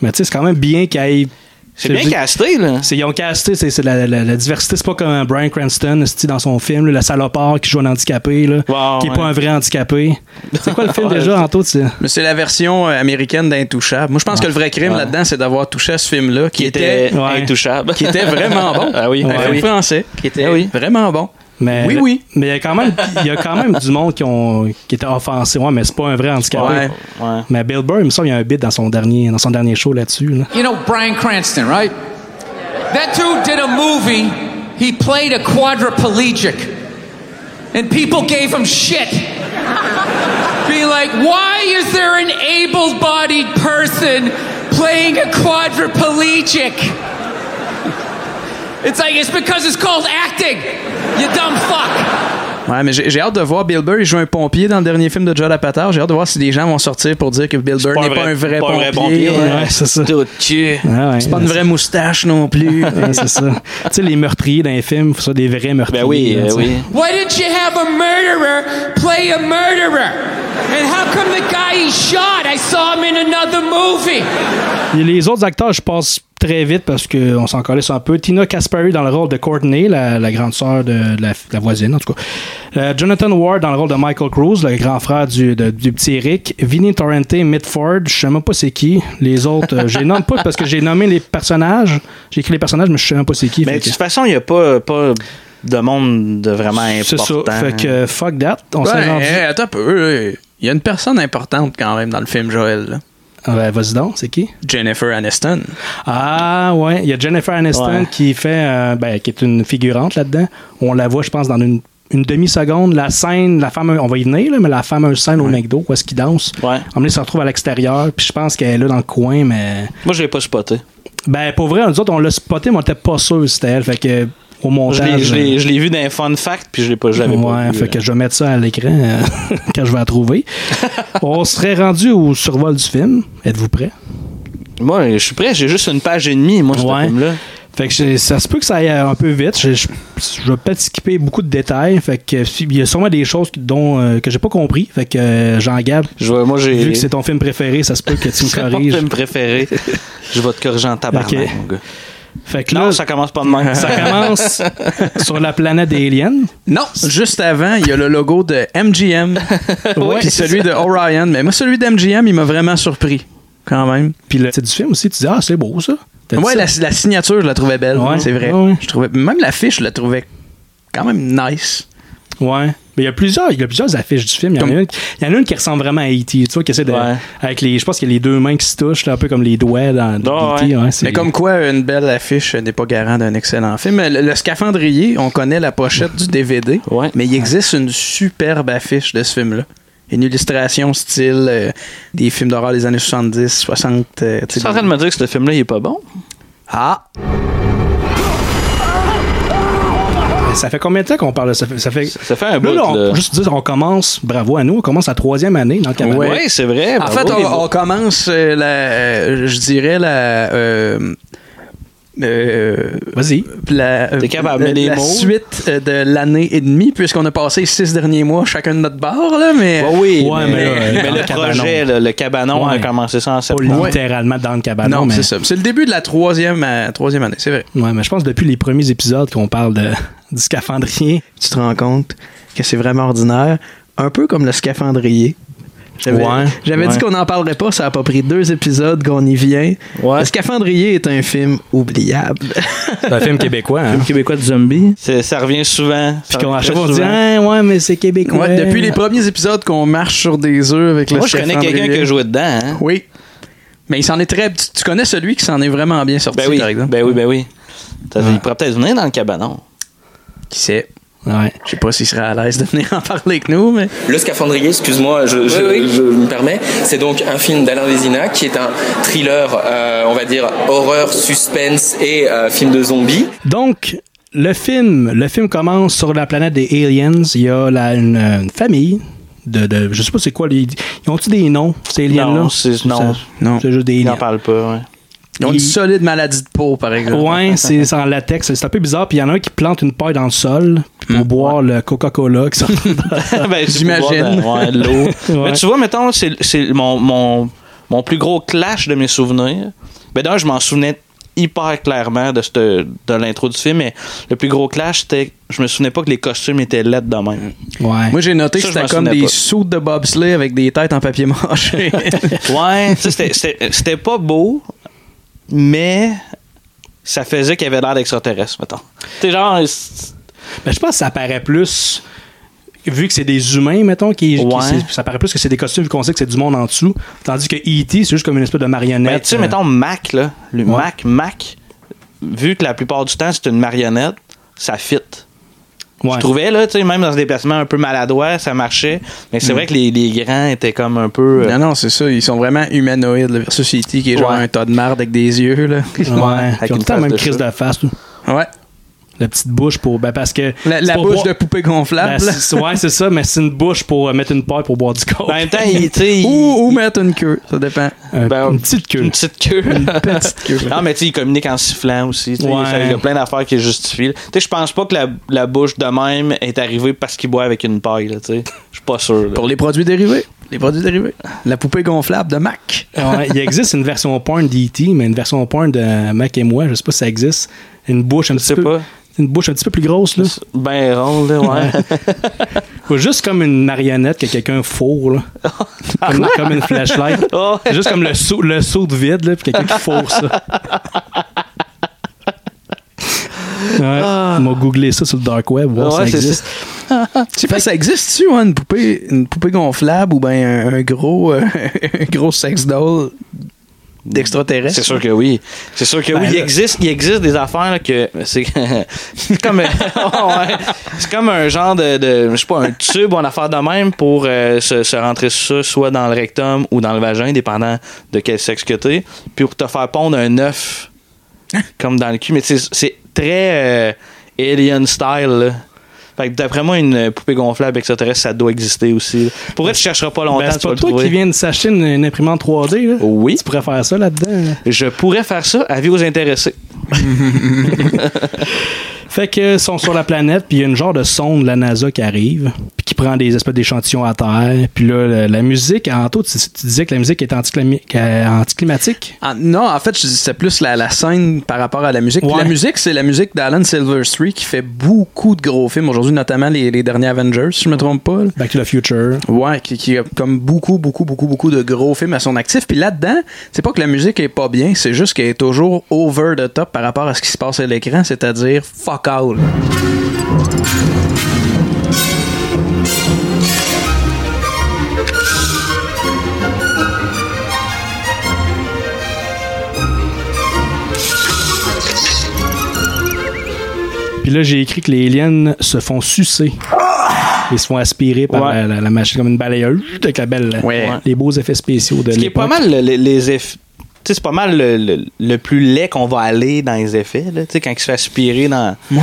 Speaker 1: Mais tu sais, c'est quand même bien qu'il y ait.
Speaker 2: C'est bien casté, là.
Speaker 1: C'est- Ils ont casté, c'est c'est la, la- la diversité. C'est pas comme Brian Cranston c'est-tu, dans son film, là, le salopard qui joue un handicapé, là,
Speaker 2: Wow,
Speaker 1: qui est
Speaker 2: ouais.
Speaker 1: pas un vrai handicapé. C'est quoi le
Speaker 2: <laughs>
Speaker 1: film déjà, Anto? tu-
Speaker 3: Mais c'est la version euh, américaine d'Intouchable. Moi, je pense que le vrai crime
Speaker 2: Ouais.
Speaker 3: là-dedans, c'est d'avoir touché à ce film-là qui,
Speaker 2: Qui
Speaker 3: était,
Speaker 2: était
Speaker 1: Ouais.
Speaker 2: intouchable.
Speaker 3: qui était vraiment bon.
Speaker 2: <laughs> Ah oui,
Speaker 3: un
Speaker 2: ah
Speaker 3: film
Speaker 2: oui.
Speaker 3: français qui était vraiment bon.
Speaker 1: Mais,
Speaker 3: Oui, oui.
Speaker 1: Mais il y a quand même, il y a quand même du monde qui, ont, qui était offensé. Ouais, mais c'est pas un vrai handicapé.
Speaker 3: Ouais.
Speaker 2: Ouais.
Speaker 1: Mais Bill Burr, il me semble, il y a un bit dans son dernier, dans son dernier show là-dessus.
Speaker 2: <laughs>
Speaker 1: là.
Speaker 9: You know Brian Cranston, right? That dude did a movie. He played a quadriplegic. And people gave him shit. Be like, why is there an able bodied person playing a quadriplegic. It's like, it's because it's called acting, you dumb fuck.
Speaker 3: Ouais, mais j'ai j'ai hâte de voir Bill Burr. Il joue un pompier dans le dernier film de Judd Apatow. J'ai hâte de voir si des gens vont sortir pour dire que Bill Burr n'est pas un vrai
Speaker 2: pas un
Speaker 3: pompier.
Speaker 2: vrai pompier,
Speaker 3: Ouais,
Speaker 2: ouais.
Speaker 1: c'est ça.
Speaker 2: Tout tu-
Speaker 1: Ah ouais,
Speaker 3: C'est pas une vraie moustache non plus.
Speaker 1: Ouais, c'est ça. Tu sais, les meurtriers dans les films, faut ça des vrais meurtriers.
Speaker 2: Ben oui,
Speaker 1: là,
Speaker 2: euh,
Speaker 1: tu sais.
Speaker 2: oui.
Speaker 9: Why didn't you have a murderer play a murderer? And how come the guy he shot, I saw him in another movie?
Speaker 1: Et les autres acteurs, je passe très vite parce qu'on s'en collait un peu. Tina Caspary dans le rôle de Courtney, la, la grande sœur de, de la, de la voisine, en tout cas. Euh, Jonathan Ward dans le rôle de Michael Cruz, le grand frère du, de- du petit Eric. Vinnie Torrente, Midford, je sais même pas c'est qui. Les autres, euh, je les nomme pas parce que j'ai nommé les personnages. J'ai écrit les personnages, mais je sais même pas c'est qui.
Speaker 2: Mais
Speaker 1: Fait
Speaker 2: Ben, de
Speaker 1: que-
Speaker 2: toute façon, il n'y a pas, pas de monde de vraiment
Speaker 1: c'est ça.
Speaker 2: important. hein.
Speaker 1: Fait que fuck that. <laughs> On s'est
Speaker 3: Ben,
Speaker 1: rendu.
Speaker 3: hey, attends un peu. là. Il y a une personne importante quand même dans le film, Joël. là.
Speaker 1: Ah, ben, vas-y donc, c'est qui?
Speaker 3: Jennifer Aniston.
Speaker 1: Ah ouais, il y a Jennifer Aniston
Speaker 2: Ouais.
Speaker 1: qui fait euh, ben, qui est une figurante là-dedans. On la voit je pense dans une, une demi-seconde la scène, la femme on va y venir là, mais la fameuse scène au McDo où est-ce qu'il danse.
Speaker 2: Ouais.
Speaker 1: Emmené se retrouve à l'extérieur, puis je pense qu'elle est là dans le coin mais
Speaker 2: Moi, je l'ai pas spoté.
Speaker 1: ben pour vrai nous autres on l'a spoté mais on était pas sûr c'était elle fait que au
Speaker 2: Je
Speaker 1: montage euh,
Speaker 2: l'ai- je l'ai je l'ai vu dans un fun fact, puis je l'ai pas, je l'avais pas
Speaker 1: Ouais,
Speaker 2: vu, euh.
Speaker 1: fait
Speaker 2: là.
Speaker 1: que je vais mettre ça à l'écran euh, <laughs> quand je vais la
Speaker 2: <laughs>
Speaker 1: trouver. on serait rendu au survol du film. Êtes-vous prêts?
Speaker 2: Moi, je suis prêt. J'ai juste une page et demie, moi, ce
Speaker 1: Ouais.
Speaker 2: film-là.
Speaker 1: Fait que j'ai- ça se peut que ça aille un peu vite. Je, je- je vais peut-être skipper beaucoup de détails. Fait que euh, si- il y a sûrement des choses que- dont euh, que j'ai pas compris. Fait que euh, jean gab
Speaker 2: Je vois- Moi, j'ai...
Speaker 1: vu que c'est ton film préféré, ça se peut que tu me
Speaker 2: <laughs> C'est mon
Speaker 1: corriges. <laughs>
Speaker 2: film préféré. je vais te corriger en tabarnak,
Speaker 1: Ok.
Speaker 2: mon gars.
Speaker 1: Fait que là,
Speaker 2: Non, ça commence pas de même.
Speaker 1: ça
Speaker 2: <laughs>
Speaker 1: commence sur la planète des aliens.
Speaker 3: Non, juste avant, il y a le logo de MGM.
Speaker 1: Ouais.
Speaker 3: Puis celui de Orion. Mais moi, celui d'MGM, il m'a vraiment surpris. Quand même.
Speaker 1: Puis le titre du film aussi, tu dis Ah, c'est beau ça. T'as dit
Speaker 3: Ouais,
Speaker 1: ça?
Speaker 3: la, la signature, je la trouvais belle.
Speaker 1: Ouais.
Speaker 3: C'est vrai.
Speaker 1: Ouais, ouais.
Speaker 3: Je trouvais, même l'affiche, je la trouvais quand même nice.
Speaker 1: Ouais. Mais il y a plusieurs, il y a plusieurs affiches du film. Il y, en a
Speaker 3: Comme-
Speaker 1: une, il y en a une qui ressemble vraiment à E.T. Tu vois, qui essaie de.
Speaker 2: Ouais.
Speaker 1: Avec les, je pense qu'il y a les deux mains qui se touchent, là, un peu comme les doigts dans dans
Speaker 2: Ah,
Speaker 1: E.T.
Speaker 2: ouais.
Speaker 1: ouais, c'est-
Speaker 3: Mais comme quoi, une belle affiche n'est pas garant d'un excellent film. Le, le scaphandrier, on connaît la pochette du DVD,
Speaker 2: Ouais.
Speaker 3: mais il existe une superbe affiche de ce film-là. Une illustration style euh, des films d'horreur des années 70, 60. euh, tu
Speaker 2: Tu
Speaker 3: sais,
Speaker 2: es en train de me dire que ce film-là, il est pas bon?
Speaker 3: Ah!
Speaker 1: Ça fait combien de temps qu'on parle de ça? Ça fait,
Speaker 2: Ça fait un
Speaker 1: Là,
Speaker 2: bout,
Speaker 1: là, on
Speaker 2: là.
Speaker 1: peut juste dire, on commence, bravo à nous, on commence la troisième année dans le Canada.
Speaker 2: Ah, Oui, c'est vrai.
Speaker 3: En
Speaker 2: bravo,
Speaker 3: fait,
Speaker 2: les
Speaker 3: on, on
Speaker 2: autres.
Speaker 3: commence euh, la, euh, je dirais la, euh, euh,
Speaker 1: Vas-y.
Speaker 3: la, euh,
Speaker 2: T'es capable de
Speaker 3: la-
Speaker 2: mettre des
Speaker 3: la
Speaker 2: mots?
Speaker 3: suite euh, de l'année et demie, puisqu'on a passé six derniers mois chacun de notre bord, là, mais.
Speaker 2: Ouais, Bah oui,
Speaker 1: Ouais,
Speaker 2: mais,
Speaker 1: mais,
Speaker 2: mais
Speaker 1: euh, dans
Speaker 2: le
Speaker 1: le cabanon.
Speaker 2: projet, là, le cabanon,
Speaker 1: Ouais.
Speaker 2: a commencé ça en
Speaker 1: Pas
Speaker 2: septembre.
Speaker 1: littéralement dans le cabanon.
Speaker 3: Ah Non,
Speaker 1: mais,
Speaker 3: c'est ça. C'est le début de la troisième, euh, troisième année, c'est vrai.
Speaker 1: Ouais, mais je pense que depuis les premiers épisodes qu'on parle de, du scaphandrier.
Speaker 3: Tu te rends compte que c'est vraiment ordinaire, un peu comme le scaphandrier. J'avais
Speaker 1: Ouais,
Speaker 3: j'avais
Speaker 1: ouais.
Speaker 3: dit qu'on n'en parlerait pas, ça a pas pris deux épisodes qu'on y vient.
Speaker 2: Ouais.
Speaker 3: Le scaphandrier est un film oubliable.
Speaker 1: C'est un film québécois, hein?
Speaker 2: québécois de zombie. Ça revient souvent.
Speaker 1: Puis
Speaker 2: Ça
Speaker 1: qu'on, à
Speaker 2: revient
Speaker 1: chaque fois, on
Speaker 2: très
Speaker 1: dit,
Speaker 2: souvent.
Speaker 1: Ah, ouais, mais c'est québécois.
Speaker 3: <laughs> Ouais, depuis les premiers épisodes qu'on marche sur des œufs avec le
Speaker 2: Moi, je connais
Speaker 3: scaphandrier.
Speaker 2: quelqu'un qui a joué dedans. hein.
Speaker 3: Oui. Mais il s'en est très. Tu, tu connais celui qui s'en est vraiment bien sorti,
Speaker 2: Ben oui,
Speaker 3: par exemple.
Speaker 2: ben oui, ben oui. T'as- Il pourrait peut-être venir dans le cabanon.
Speaker 3: Qui sait?
Speaker 1: Ouais.
Speaker 3: Je sais pas s'il serait à l'aise de venir en <laughs> parler avec nous, mais.
Speaker 10: Le Scaphandrier, excuse-moi, je, je- je me permets, c'est donc un film d'Alain Vézina qui est un thriller, euh, on va dire horreur, suspense et euh, film de zombies.
Speaker 1: Donc, le film, le film commence sur la planète des aliens. Il y a la- une, euh, une famille de, de- Je sais pas c'est quoi. les- ils ont-tu des noms, ces aliens-là?
Speaker 2: Non, c'est- non,
Speaker 1: Ça-
Speaker 3: non.
Speaker 1: C'est juste des
Speaker 2: Il
Speaker 1: aliens.
Speaker 2: n'en parle pas, ouais.
Speaker 3: Ils ont
Speaker 1: Il-
Speaker 3: une solide maladie de peau, par exemple.
Speaker 1: Ouais, c'est c'est en latex. C'est un peu bizarre. Puis il y en a un qui plante une paille dans le sol pour
Speaker 2: Hmm.
Speaker 1: boire le Coca-Cola. qui sort-
Speaker 2: <laughs> Ben, c'est
Speaker 3: J'imagine.
Speaker 2: pour boire dans- ouais, l'eau. Mais tu vois, mettons, c'est c'est mon, mon, mon plus gros clash de mes souvenirs. Ben, d'ailleurs, je m'en souvenais hyper clairement de, cette- de l'intro du film, mais le plus gros clash, c'était je me souvenais pas que les costumes étaient laides de même.
Speaker 1: ouais.
Speaker 3: Moi, j'ai noté
Speaker 2: Ça,
Speaker 3: que
Speaker 2: je m'en
Speaker 3: c'était comme
Speaker 2: souvenais
Speaker 3: des
Speaker 2: pas.
Speaker 3: soutes de bobsleigh avec des têtes en
Speaker 2: <laughs>
Speaker 3: papier mâché.
Speaker 2: Ouais, tu sais, c'était- c'était c'était pas beau, mais ça faisait qu'il y avait l'air d'extraterrestre, mettons. Tu sais, genre, c'est-
Speaker 1: Ben, je pense que ça paraît plus. Vu que c'est des humains, mettons, qui, qui-
Speaker 2: Ouais.
Speaker 1: c'est- ça paraît plus que c'est des costumes, vu qu'on sait que c'est du monde en dessous. Tandis que E.T., c'est juste comme une espèce de
Speaker 2: ben,
Speaker 1: marionnette.
Speaker 2: tu sais,
Speaker 1: euh,
Speaker 2: mettons, Mac, là, le
Speaker 1: Ouais.
Speaker 2: Mac, Mac, vu que la plupart du temps, c'est une marionnette, ça fit. Je trouvais, là, tu sais, même dans ce déplacement un peu maladroit, ça marchait. Mais c'est
Speaker 3: Mm.
Speaker 2: vrai que les, les grands étaient comme un peu. euh,
Speaker 3: Non, non, c'est ça. Ils sont vraiment humanoïdes. Le versus E.T. qui est genre
Speaker 2: Ouais.
Speaker 3: un tas de marde avec des yeux.
Speaker 2: <laughs>
Speaker 3: Là.
Speaker 1: Ouais.
Speaker 2: avec
Speaker 1: Ils ont tout
Speaker 2: une
Speaker 1: le temps la
Speaker 2: face
Speaker 1: même
Speaker 2: de
Speaker 1: crise
Speaker 2: chat.
Speaker 1: de face. là.
Speaker 3: Ouais.
Speaker 1: La petite bouche pour. Ben, parce que.
Speaker 3: La,
Speaker 1: c'est
Speaker 3: la
Speaker 1: pour
Speaker 3: bouche
Speaker 1: boire-
Speaker 3: de poupée gonflable.
Speaker 1: Ben, c'est- ouais, c'est ça, mais c'est une bouche pour euh, mettre une paille pour boire du coke.
Speaker 2: Ben, En même temps, il- tu sais, il-
Speaker 3: ou, ou mettre une queue. Ça dépend.
Speaker 1: Euh,
Speaker 2: ben,
Speaker 1: une petite queue.
Speaker 2: une petite queue.
Speaker 3: Petite
Speaker 2: <laughs>
Speaker 3: queue.
Speaker 2: Non, mais tu sais, il communique en sifflant aussi. tu sais,
Speaker 1: Ouais.
Speaker 2: ça, Il y a plein d'affaires qui justifient. Tu sais, je pense pas que la, la bouche de même est arrivée parce qu'il boit avec une paille. là, tu sais. Je suis pas sûr. là.
Speaker 3: Pour les produits dérivés. Les produits dérivés. La poupée gonflable de Mac.
Speaker 1: Ouais, il existe une version porn d'E.T., mais une version porn de Mac et moi, je sais pas si ça existe. Une bouche un petit
Speaker 2: sais
Speaker 1: peu.
Speaker 2: pas.
Speaker 1: Une bouche un petit peu plus grosse, là.
Speaker 2: Ben rond,
Speaker 1: <laughs>
Speaker 2: là, ouais.
Speaker 1: Ou juste comme une marionnette que quelqu'un fourre, là.
Speaker 2: <laughs>
Speaker 1: comme, comme une flashlight.
Speaker 2: Oh, ouais.
Speaker 1: Juste comme le saut, le saut de vide, là, puis quelqu'un qui fourre ça.
Speaker 2: <laughs>
Speaker 1: Ouais, ils m'ont googlé ça sur le dark web, voir si
Speaker 2: Ah. Ouais,
Speaker 1: ça
Speaker 2: c'est
Speaker 1: existe.
Speaker 2: Ah,
Speaker 3: Tu fais, ça existe-tu, hein, une poupée, une poupée gonflable ou ben un, un gros, euh, <laughs> un gros sex doll d'extraterrestre?
Speaker 2: C'est sûr que oui. C'est sûr que oui. Il
Speaker 1: là-
Speaker 2: existe, il existe des affaires là, que c'est <laughs> c'est comme euh, <laughs> ouais. c'est comme un genre de, de- je sais pas un tube ou une affaire de même pour euh, se, se rentrer ça soit dans le rectum ou dans le vagin dépendant de quel sexe que t'es puis pour te faire pondre
Speaker 1: <laughs>
Speaker 2: un œuf comme dans le cul mais tu sais, c'est très euh, alien style. là. Fait que d'après moi une poupée gonflable extraterrestre ça doit exister aussi. Pour vrai tu chercheras pas longtemps
Speaker 1: Ben, c'est
Speaker 2: tu vas
Speaker 1: pas
Speaker 2: le
Speaker 1: toi
Speaker 2: trouver.
Speaker 1: qui viens de s'acheter une, une imprimante 3D, là.
Speaker 2: Oui.
Speaker 1: Tu pourrais faire ça là-dedans. là.
Speaker 2: Je pourrais faire ça, avis aux intéressés.
Speaker 1: Fait que ils sont sur la planète, puis il y a une genre de sonde de la NASA qui arrive, puis qui prend des espèces d'échantillons à terre. Puis là, la, la musique, en tout, tu, tu disais que la musique est anticlami- euh, anticlimatique.
Speaker 3: Ah, non, en fait, je- c'est plus la, la scène par rapport à la musique. Puis
Speaker 1: Ouais.
Speaker 3: La musique, c'est la musique d'Alan Silverstreet qui fait beaucoup de gros films aujourd'hui, notamment les, les derniers Avengers, si je me trompe pas. là.
Speaker 1: Back to the Future.
Speaker 3: Ouais, qui, qui a comme beaucoup, beaucoup, beaucoup, beaucoup de gros films à son actif. Puis là-dedans, c'est pas que la musique est pas bien, c'est juste qu'elle est toujours over the top par rapport à ce qui se passe à l'écran, c'est-à-dire fuck all.
Speaker 1: Puis là, j'ai écrit que les aliens se font sucer. Ils se font aspirer par
Speaker 2: Ouais.
Speaker 1: la, la- la machine comme une balayeuse avec la belle,
Speaker 3: Ouais.
Speaker 1: les beaux effets spéciaux de
Speaker 2: Ce qui est pas
Speaker 1: l'époque.
Speaker 2: mal le- le- les eff- tu sais, c'est pas mal le, le- le plus laid qu'on va aller dans les effets, là, tu sais, quand il se fait aspirer dans.
Speaker 3: Ouais.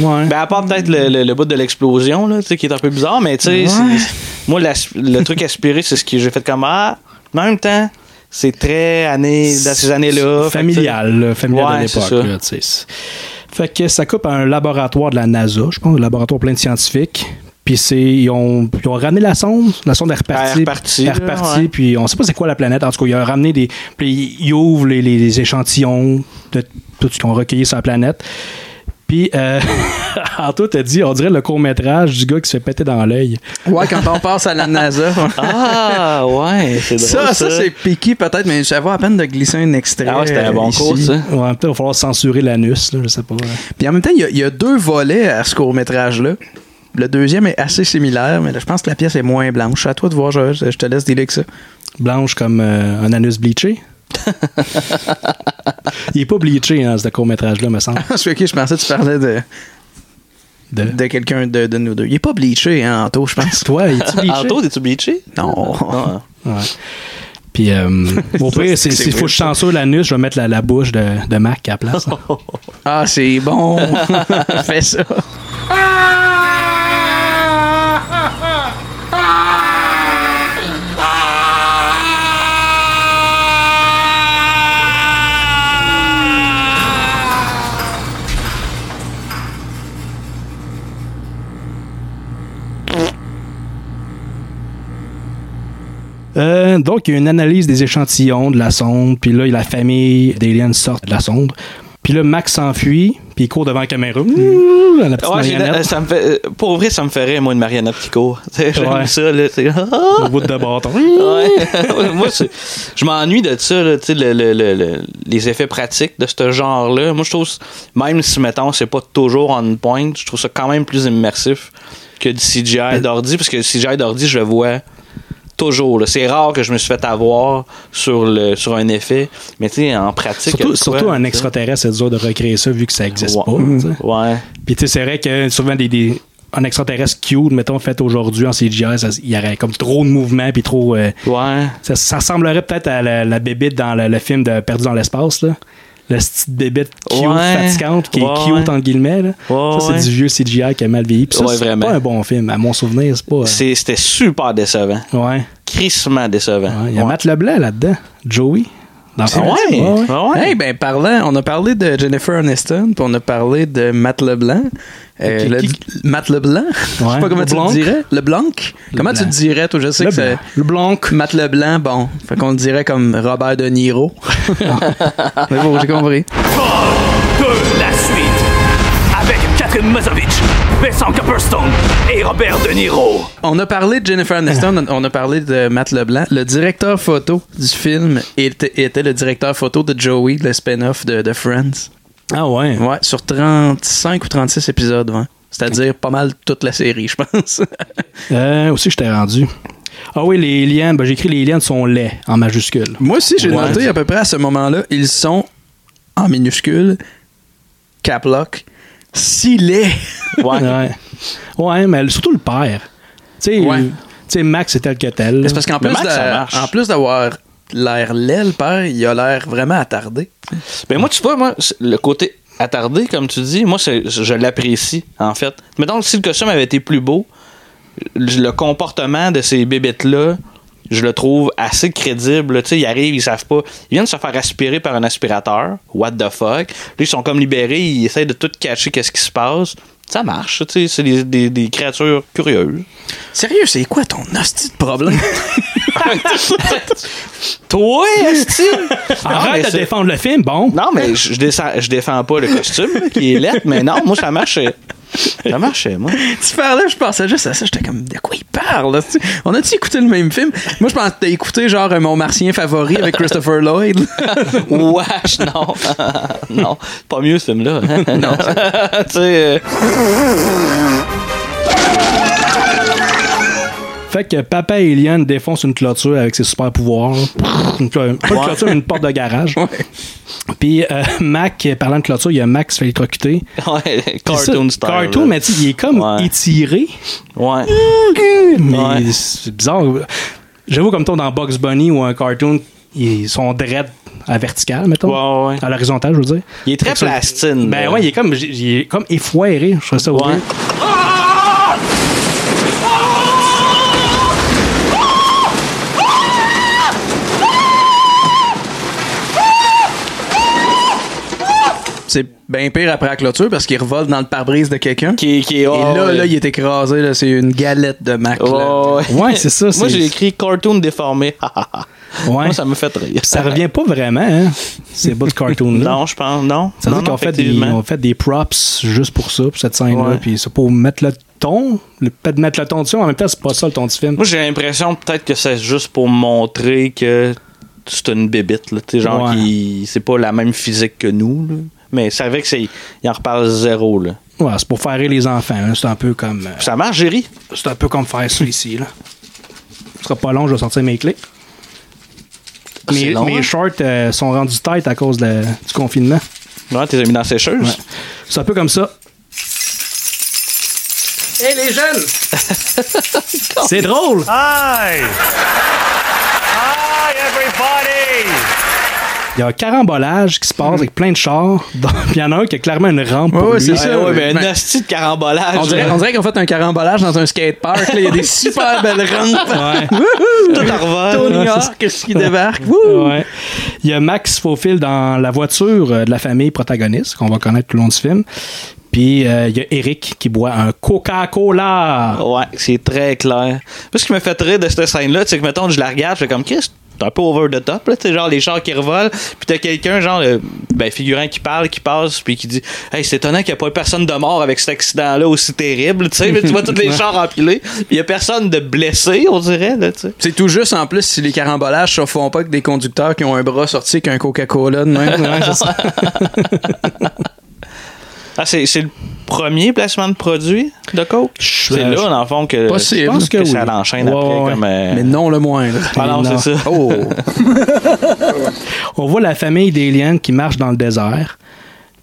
Speaker 1: Ouais.
Speaker 2: Ben, à part peut-être le, le- le bout de l'explosion, là, tu sais, qui est un peu bizarre, mais tu sais,
Speaker 3: Ouais.
Speaker 2: c'est- moi, l'as- le truc aspiré, c'est ce que j'ai fait comme Ah, mais en même temps, c'est très année, dans ces années-là. fait que, tu sais,
Speaker 1: Familial, là, familial
Speaker 2: Ouais,
Speaker 1: de
Speaker 2: c'est ça.
Speaker 1: l'époque. là, tu sais, c'est- Fait que ça coupe à un laboratoire de la NASA, je pense, un laboratoire plein de scientifiques. Puis c'est, ils, ont, ils ont ramené la sonde. La sonde est repartie.
Speaker 2: Elle est repartie,
Speaker 1: elle est
Speaker 2: là,
Speaker 1: repartie,
Speaker 2: ouais.
Speaker 1: Puis on sait pas c'est quoi la planète. En tout cas, ils ont ramené des. Puis ils ouvrent les, les- les échantillons de tout ce qu'ils ont recueilli sur la planète. Puis, euh, <laughs> Anto t'a dit, on dirait le court-métrage du gars qui se fait péter dans l'œil.
Speaker 3: Ouais, quand on passe à la <laughs> NASA.
Speaker 2: Ah, ouais, c'est drôle.
Speaker 3: Ça, ça, c'est piqué peut-être, mais j'avais à peine de glisser un extrait.
Speaker 2: Ah ouais, c'était un
Speaker 3: euh,
Speaker 2: bon
Speaker 3: ici.
Speaker 2: cours, ça.
Speaker 1: Ouais, peut-être il va falloir censurer l'anus, là, je sais pas.
Speaker 3: Puis en même temps, il y a- il y, a deux volets à ce court-métrage-là. Le deuxième est assez similaire, mais là, je pense que la pièce est moins blanche. À toi de voir, Joël, je je te laisse délire que ça. <laughs>
Speaker 1: Blanche comme euh, un anus bleaché. Il est pas bleaché, hein, ce court-métrage-là, me semble.
Speaker 3: Parce que, ok, je pensais que tu parlais de,
Speaker 1: De...
Speaker 3: de quelqu'un de, de nous deux. Il est pas bleaché, hein, Anto, je pense.
Speaker 1: Toi, il est <laughs> bleaché?
Speaker 2: Anto, t'es-tu bleaché?
Speaker 3: Non.
Speaker 2: Non.
Speaker 1: Ouais. Puis, euh, au pire,
Speaker 3: c'est-
Speaker 1: s'il
Speaker 3: c'est
Speaker 1: faut que je censure l'anus, je vais mettre la, la bouche de, de Mac à la place.
Speaker 3: Ah, c'est bon. Fais ça.
Speaker 1: Euh, donc, il y a une analyse des échantillons de la sonde, puis là, la famille d'aliens sort de la sonde. Puis là, Mac s'enfuit, puis il court devant la caméra. Ouh, la petite
Speaker 2: Ouais, j'ai-
Speaker 1: marionnette.
Speaker 2: euh, ça me fait, euh, pour vrai, ça me ferait, moi, une marionnette qui court. Tu sais, Ah, J'aime
Speaker 1: Ouais.
Speaker 2: ça, là. c'est-
Speaker 1: au bout de bâton.
Speaker 2: Ouais. <laughs> Moi, c'est- je m'ennuie de ça, là, tu sais, le- le- le- le- les effets pratiques de ce genre-là. Moi, je trouve, même si, mettons, c'est pas toujours on point, je trouve ça quand même plus immersif que du
Speaker 1: Ben.
Speaker 2: CGI d'ordi, parce que le CGI d'ordi, je le vois toujours. là. C'est rare que je me suis fait avoir sur, le, sur un effet, mais tu sais, en pratique.
Speaker 1: Surtout,
Speaker 2: il y a de quoi,
Speaker 1: surtout un
Speaker 2: tu sais.
Speaker 1: extraterrestre, c'est dur de recréer ça vu que ça n'existe
Speaker 2: Ouais.
Speaker 1: pas. tu sais.
Speaker 2: Ouais.
Speaker 1: Puis tu sais, c'est vrai que souvent des, des- un extraterrestre cute, mettons, fait aujourd'hui en CGI, ça- il y aurait comme trop de mouvement puis trop. euh,
Speaker 2: Ouais.
Speaker 1: ça, ça ressemblerait peut-être à la, la bébite dans le, le film de Perdu dans l'espace, là. La petite bébite cute,
Speaker 2: Ouais.
Speaker 1: fatigante, qui est
Speaker 2: Ouais,
Speaker 1: cute,
Speaker 2: ouais.
Speaker 1: entre guillemets. là. ça,
Speaker 2: Ouais,
Speaker 1: c'est
Speaker 2: ouais.
Speaker 1: du vieux CGI qui a mal vieilli. Puis ça,
Speaker 2: Ouais,
Speaker 1: c'est
Speaker 2: vraiment.
Speaker 1: pas un bon film. À mon souvenir, c'est pas. euh,
Speaker 2: C'est- C'était super décevant.
Speaker 1: Ouais.
Speaker 2: Crissement décevant.
Speaker 1: Ouais, Il y a
Speaker 2: Ouais.
Speaker 1: Matt Leblanc là-dedans. Joey. Dans
Speaker 2: Ah ouais?
Speaker 1: Ouais, ouais.
Speaker 2: Ah ouais?
Speaker 3: Hey, ben parlant, on a parlé de Jennifer Aniston, puis on a parlé de Matt LeBlanc. Euh,
Speaker 1: Qui-
Speaker 3: le-
Speaker 1: qui-
Speaker 3: Matt LeBlanc? <laughs> je sais
Speaker 1: Ouais.
Speaker 3: pas comment tu
Speaker 1: Leblanc.
Speaker 3: le dirais. LeBlanc? Comment tu le dirais, toi? Je sais que c'est...
Speaker 1: Leblanc. Leblanc.
Speaker 3: Matt LeBlanc, bon. Fait qu'on le dirait comme Robert De Niro. <laughs> Mais bon, j'ai compris.
Speaker 11: de la suite avec Catherine Mazovic, Vincent Copperstone et Robert De Niro.
Speaker 3: On a parlé de Jennifer <laughs> Aniston, on a parlé de Matt LeBlanc. Le directeur photo du film était, était le directeur photo de Joey, le spin-off de, de Friends.
Speaker 1: Ah ouais.
Speaker 3: Ouais, sur 35 ou 36 épisodes, ouais. C'est-à-dire pas mal toute la série, je pense. <laughs>
Speaker 1: Euh, aussi, je t'ai rendu. Ah oui, les liens. Ben, j'ai écrit les liens sont laids en majuscule.
Speaker 3: Moi aussi, j'ai
Speaker 1: Ouais.
Speaker 3: noté à peu près à ce moment-là, ils sont en minuscule, cap lock, s'il est.
Speaker 2: Ouais.
Speaker 1: Ouais. Ouais, mais surtout le père. Tu sais,
Speaker 3: Ouais.
Speaker 1: tu sais, Max est tel que tel.
Speaker 3: C'est parce qu'en plus,
Speaker 2: Max,
Speaker 3: de-
Speaker 2: ça marche.
Speaker 3: en plus d'avoir l'air laid, le père, il a l'air vraiment attardé.
Speaker 2: Ben moi, tu vois, moi, c'est- le côté attardé, comme tu dis, moi, c'est- je l'apprécie, en fait. Mettons, si le costume avait été plus beau, le le comportement de ces bébêtes-là, je le trouve assez crédible. Tu sais, ils arrivent, ils savent pas. Ils viennent se faire aspirer par un aspirateur. What the fuck? Là, ils sont comme libérés, ils essaient de tout cacher qu'est-ce qui se passe. Ça marche, tu sais, c'est des, des- des créatures curieuses.
Speaker 3: Sérieux, c'est quoi ton hostie de problème?
Speaker 2: Toi, Esti! Non, mais
Speaker 1: Arrête de
Speaker 2: c'est-
Speaker 1: défendre le film, bon.
Speaker 2: Non, mais je, je descends- je défends pas le costume qui est laid, mais non, moi, ça marchait. Ça marchait, moi.
Speaker 3: <laughs> tu parlais, je pensais juste à ça. J'étais comme, de quoi il parle? là? On a-tu écouté le même film? Moi, je pense que t'as écouté genre euh, Mon Martien favori avec Christopher <laughs> Lloyd.
Speaker 2: Wesh, non. <laughs> non, pas mieux ce
Speaker 1: <laughs>
Speaker 2: film-là. non. <laughs> tu sais, euh,
Speaker 1: Fait que Papa et Eliane défoncent une clôture avec ses super pouvoirs. Une clo- pas une clôture, mais une porte de garage. Puis euh, Mac, parlant de clôture, il y a Max fait électrocuter.
Speaker 2: ouais,
Speaker 1: Puis ça,
Speaker 2: cartoon style.
Speaker 1: Cartoon,
Speaker 2: là.
Speaker 1: mais tu sais, il est comme
Speaker 2: Ouais.
Speaker 1: étiré.
Speaker 2: Ouais.
Speaker 1: Mais
Speaker 2: Ouais.
Speaker 1: c'est bizarre. J'avoue, comme ton dans Box Bunny ou un cartoon, ils sont dreads à vertical, mettons.
Speaker 2: Ouais, ouais, ouais.
Speaker 1: À l'horizontale, je veux dire.
Speaker 2: Il est très
Speaker 1: Fait que ça-
Speaker 2: plastine.
Speaker 1: Ben
Speaker 2: là.
Speaker 1: ouais, il est comme, il est comme effoiré, je trouve ça
Speaker 2: Ouais.
Speaker 1: weird.
Speaker 3: c'est bien pire après la clôture parce qu'il revole dans le pare-brise de quelqu'un.
Speaker 2: Qui, qui,
Speaker 3: Et
Speaker 2: oh,
Speaker 3: là,
Speaker 2: ouais.
Speaker 3: là, il est écrasé. là, C'est une galette de Mac. là.
Speaker 2: Oh, ouais.
Speaker 1: Ouais, c'est ça,
Speaker 2: Moi,
Speaker 1: c'est-
Speaker 2: j'ai écrit cartoon déformé. <laughs>
Speaker 1: Ouais.
Speaker 2: Moi, ça me fait rire.
Speaker 1: Ça revient pas vraiment, hein, ces bouts de cartoon-là.
Speaker 2: Non, je pense, non.
Speaker 1: Ça veut
Speaker 2: non,
Speaker 1: dire
Speaker 2: non,
Speaker 1: qu'on fait, des-
Speaker 2: effectivement.
Speaker 1: on fait des props juste pour ça, pour cette scène-là.
Speaker 2: Ouais.
Speaker 1: Puis c'est pour mettre le ton, le, peut-être mettre le ton dessus. En même temps, c'est pas ça le ton du film.
Speaker 2: Moi, j'ai l'impression peut-être que c'est juste pour montrer que c'est une bébite, là. Tu sais, genre,
Speaker 1: Ouais.
Speaker 2: qui, c'est pas la même physique que nous, là. Mais c'est vrai que c'est. Il en reparle zéro, là.
Speaker 1: Ouais, c'est pour faire rire les enfants. hein. C'est un peu comme. euh,
Speaker 2: Puis ça marche, j'ai ri.
Speaker 1: c'est un peu comme faire ça ici, là. Ce sera pas long, je vais sortir mes clés. Mes,
Speaker 2: C'est long,
Speaker 1: mes
Speaker 2: hein?
Speaker 1: shorts euh, sont rendus têtes à cause de- du confinement.
Speaker 2: Ouais, t'es mis dans la sécheuse.
Speaker 1: Ouais. C'est un peu comme ça.
Speaker 9: Hey, les jeunes!
Speaker 1: C'est drôle!
Speaker 2: Ah,
Speaker 11: Hi! Hi, everybody!
Speaker 1: Il y a un carambolage qui se passe avec plein de chars. <laughs> Donc, il y en a un qui a clairement une rampe.
Speaker 3: Mhm. Ouais,
Speaker 1: pour
Speaker 3: ouais,
Speaker 1: lui.
Speaker 3: c'est
Speaker 2: Ouais,
Speaker 3: ça.
Speaker 2: ouais, mais
Speaker 3: Ben,
Speaker 2: un hostie de carambolage.
Speaker 3: On dirait,
Speaker 2: là.
Speaker 3: on dirait qu'on fait un carambolage dans un skatepark. là. Il y
Speaker 2: <laughs>
Speaker 3: a des super belles rampes.
Speaker 2: tout en revol.
Speaker 3: Tony
Speaker 2: Ouais,
Speaker 3: Hawk qu'est-ce
Speaker 2: <laughs>
Speaker 3: qui débarque. Wouh!
Speaker 1: Ouais. Il y a Max Faufil dans la voiture euh, de la famille protagoniste, qu'on va connaître tout le long du film. Puis euh, il y a Eric qui boit un Coca-Cola.
Speaker 2: Ouais, c'est très clair. Puis ce qui me fait rire de cette scène-là, c'est que, mettons, je la regarde, je fais comme, Chris, c'est un peu over the top, là, tu sais, genre les chars qui revolent, puis t'as quelqu'un, genre, le- ben, figurant qui parle, qui passe, puis qui dit, hey, c'est étonnant qu'il n'y a pas personne de mort avec cet accident-là aussi terrible, tu sais, mais tu vois tous les chars empilés, puis il n'y a personne de blessé, on dirait, là, tu sais.
Speaker 3: C'est tout juste en plus si les carambolages se font pas que des conducteurs qui ont un bras sorti qu'un Coca-Cola de même.
Speaker 2: <laughs> Ah, c'est c'est le premier placement de produit de Coke? C'est
Speaker 1: ben,
Speaker 2: là,
Speaker 1: je-
Speaker 2: dans le fond, que,
Speaker 3: Possible.
Speaker 2: je pense que,
Speaker 1: Que
Speaker 2: ça
Speaker 1: oui.
Speaker 2: l'enchaîne
Speaker 1: Ouais,
Speaker 2: après,
Speaker 1: ouais.
Speaker 2: comme. euh,
Speaker 3: Mais non le moindre.
Speaker 2: Ah non, c'est ça. <laughs>
Speaker 3: Oh.
Speaker 1: On voit la famille d'Alien qui marche dans le désert.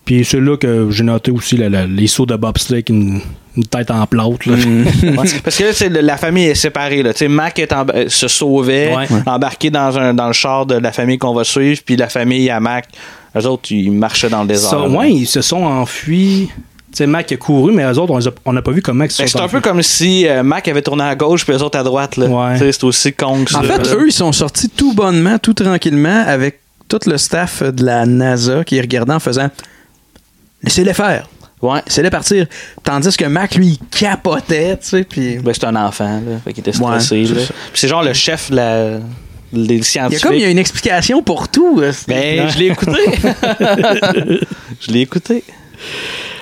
Speaker 1: Puis c'est là que j'ai noté aussi la- la- les sauts de bobsleigh, avec une, une tête en plâtre. là. <laughs>
Speaker 2: Ouais. Parce que là, c'est le- la famille est séparée. Là. Tu sais, Mac est en- euh, se sauvait,
Speaker 1: Ouais.
Speaker 2: embarqué dans, un, dans le char de la famille qu'on va suivre, puis la famille à Mac, eux autres, ils marchaient dans le désert.
Speaker 1: Ça,
Speaker 2: là.
Speaker 1: ouais, ils se sont enfuis. Tu sais, Mac a couru, mais eux autres, on les a- on n'a pas vu comment ils se
Speaker 2: Mais
Speaker 1: sont
Speaker 2: Ben, c'est un peu
Speaker 1: enfuis.
Speaker 2: comme si euh, Mac avait tourné à gauche, puis eux autres à droite. là. Tu sais, C'est aussi con que ça.
Speaker 3: En
Speaker 2: là.
Speaker 3: fait, eux, ils sont sortis tout bonnement, tout tranquillement, avec tout le staff de la NASA qui regardait en faisant Laissez-les faire.
Speaker 2: Ouais.
Speaker 3: Laissez-les partir. Tandis que Mac, lui, il capotait, tu sais, puis.
Speaker 2: Ben, c'est un enfant, là. Fait qu'il était
Speaker 3: Ouais,
Speaker 2: stressé,
Speaker 3: c'est
Speaker 2: là.
Speaker 3: ça.
Speaker 2: Puis c'est genre le chef de la- des
Speaker 3: Il y a
Speaker 2: scientifiques.
Speaker 3: comme il y a une explication pour tout. euh, c'est-
Speaker 2: Ben,
Speaker 3: Ouais.
Speaker 2: je l'ai écouté. je l'ai écouté.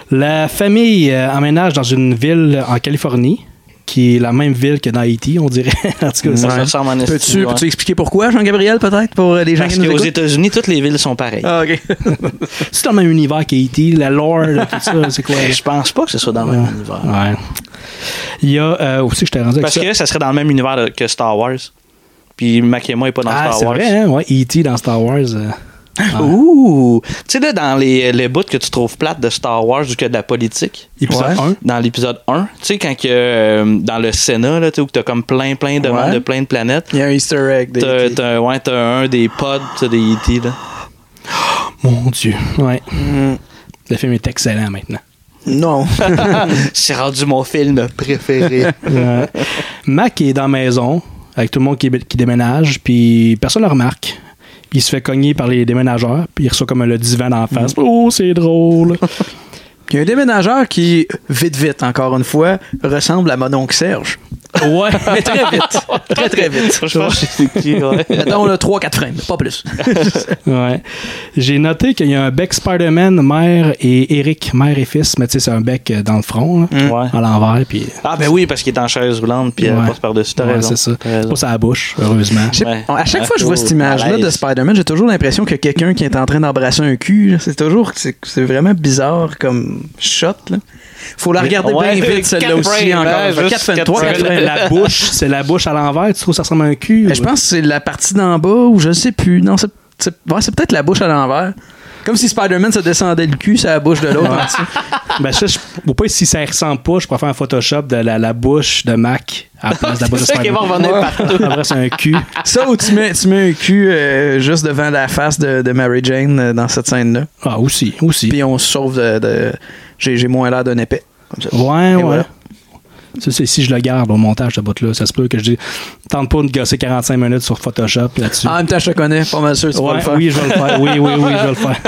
Speaker 1: La famille euh, emménage dans une ville euh, en Californie, qui est la même ville que dans Haïti, on dirait. <laughs> en tout cas,
Speaker 2: Ça
Speaker 1: ça-
Speaker 2: ressemble en esti,
Speaker 3: <laughs> Peux-tu
Speaker 2: ouais.
Speaker 3: peux-tu expliquer pourquoi, Jean-Gabriel, peut-être, pour euh, les gens
Speaker 2: Parce
Speaker 3: qui nous
Speaker 2: qu'aux
Speaker 3: écoutent?
Speaker 2: États-Unis, toutes les villes sont pareilles.
Speaker 3: Ah, OK.
Speaker 1: c'est dans le même univers qu'Haïti, la lore, là, tout ça, c'est quoi?
Speaker 2: Ben, Je pense pas que ce soit dans le même univers. <laughs>
Speaker 1: Ouais. Il y a euh, aussi, je t'ai rendu avec
Speaker 2: Parce
Speaker 1: ça.
Speaker 2: que ça serait dans le même univers de- que Star Wars. Puis Mac et moi est pas dans
Speaker 1: ah,
Speaker 2: Star
Speaker 1: c'est
Speaker 2: Wars. Ah.
Speaker 1: vrai, hein? Ouais, E.T. dans Star Wars. euh,
Speaker 2: Ouh! Tu sais, là, dans les, les bouts que tu trouves plates de Star Wars ou que de la politique,
Speaker 1: épisode
Speaker 3: Ouais.
Speaker 1: 1.
Speaker 2: dans l'épisode 1, tu sais, quand que, euh, dans le Sénat, là, tu sais, où tu as comme plein, plein de
Speaker 3: Ouais.
Speaker 2: monde de plein de planètes,
Speaker 3: Il y a un Easter egg. des-
Speaker 1: E
Speaker 2: t'as
Speaker 3: des-
Speaker 2: t'as- ouais, t'as un des pods t'as des E.T. là.
Speaker 1: Mon Dieu. Ouais.
Speaker 2: Mm.
Speaker 1: Le film est excellent maintenant.
Speaker 2: <laughs>
Speaker 3: Non.
Speaker 2: C'est rendu mon film préféré.
Speaker 1: Ouais. <laughs> Mac est dans la maison, avec tout le monde qui, qui déménage, puis personne ne le remarque. Puis il se fait cogner par les déménageurs, puis il reçoit comme le divan d'en face.
Speaker 2: Mm.
Speaker 1: Oh, c'est
Speaker 2: <laughs>
Speaker 1: drôle!
Speaker 3: Il y a un déménageur qui, vite, vite, encore une fois, ressemble à mon oncle Serge.
Speaker 1: ouais!
Speaker 3: <laughs> Mais très vite. très, très vite.
Speaker 2: Je pense que c'est qui, ouais.
Speaker 3: <laughs> Mettons, là, 3-4 frames, pas plus.
Speaker 1: ouais. J'ai noté qu'il y a un bec Spider-Man, mère et Eric, mère et fils, mais tu sais, c'est un bec euh, dans le front, là,
Speaker 2: Ouais.
Speaker 1: à l'envers, puis.
Speaker 2: <laughs> Ah, ben oui, parce qu'il est en chaise roulante Mm. puis
Speaker 1: Ouais.
Speaker 2: elle passe par-dessus. T'as
Speaker 1: Ouais,
Speaker 2: raison.
Speaker 1: c'est ça.
Speaker 2: T'as raison.
Speaker 1: Pas sa bouche, heureusement.
Speaker 3: Je sais-
Speaker 2: Ouais.
Speaker 3: À chaque
Speaker 2: Ah,
Speaker 3: fois que je vois
Speaker 2: cool.
Speaker 3: cette image-là
Speaker 2: À l'aise.
Speaker 3: de Spider-Man, j'ai toujours l'impression que quelqu'un qui est en train d'embrasser un cul, là, c'est toujours c'est c'est vraiment bizarre comme shot. Là. Faut la regarder
Speaker 2: Ouais,
Speaker 3: bien vite celle-là
Speaker 2: quatre
Speaker 3: aussi
Speaker 2: frames,
Speaker 3: encore.
Speaker 2: hein, juste
Speaker 3: 4 frames,
Speaker 2: quatre
Speaker 3: 3
Speaker 2: frames.
Speaker 1: Ouais, la bouche, c'est la bouche à l'envers, tu trouves que ça ressemble à un cul?
Speaker 2: Eh,
Speaker 3: Je pense que c'est la partie d'en bas ou je sais plus. Non, c'est c'est- ouais, c'est peut-être la bouche à l'envers. Comme si Spider-Man se descendait le cul sur la bouche de l'autre en dessous.
Speaker 1: Ben ça, je, ou pas si ça ressemble pas, je pourrais faire un Photoshop de la, la bouche de Mac à la place de la bouche de
Speaker 2: C'est ça qui va
Speaker 1: Spider-Man.
Speaker 2: revenir partout.
Speaker 1: Après, c'est un cul.
Speaker 3: Ça où tu mets, tu mets un cul euh, juste devant la face de, de Mary Jane euh, dans cette scène-là.
Speaker 1: Ah, aussi, aussi.
Speaker 3: Puis on se sauve de. de- j'ai j'ai moins l'air d'un épais. Comme ça.
Speaker 1: ouais, ouais.
Speaker 3: voilà.
Speaker 1: Ça, c'est si je le garde au montage, ce bout-là. Ça se peut que je dis, tente pas de gosser 45 minutes sur Photoshop là-dessus.
Speaker 2: Ah,
Speaker 3: Ah, En même temps, je te connais, pas mal sûr, que tu vas
Speaker 1: Ouais,
Speaker 3: le faire.
Speaker 1: oui, je vais le faire. Oui, oui, oui, je vais le
Speaker 2: <laughs>
Speaker 1: faire.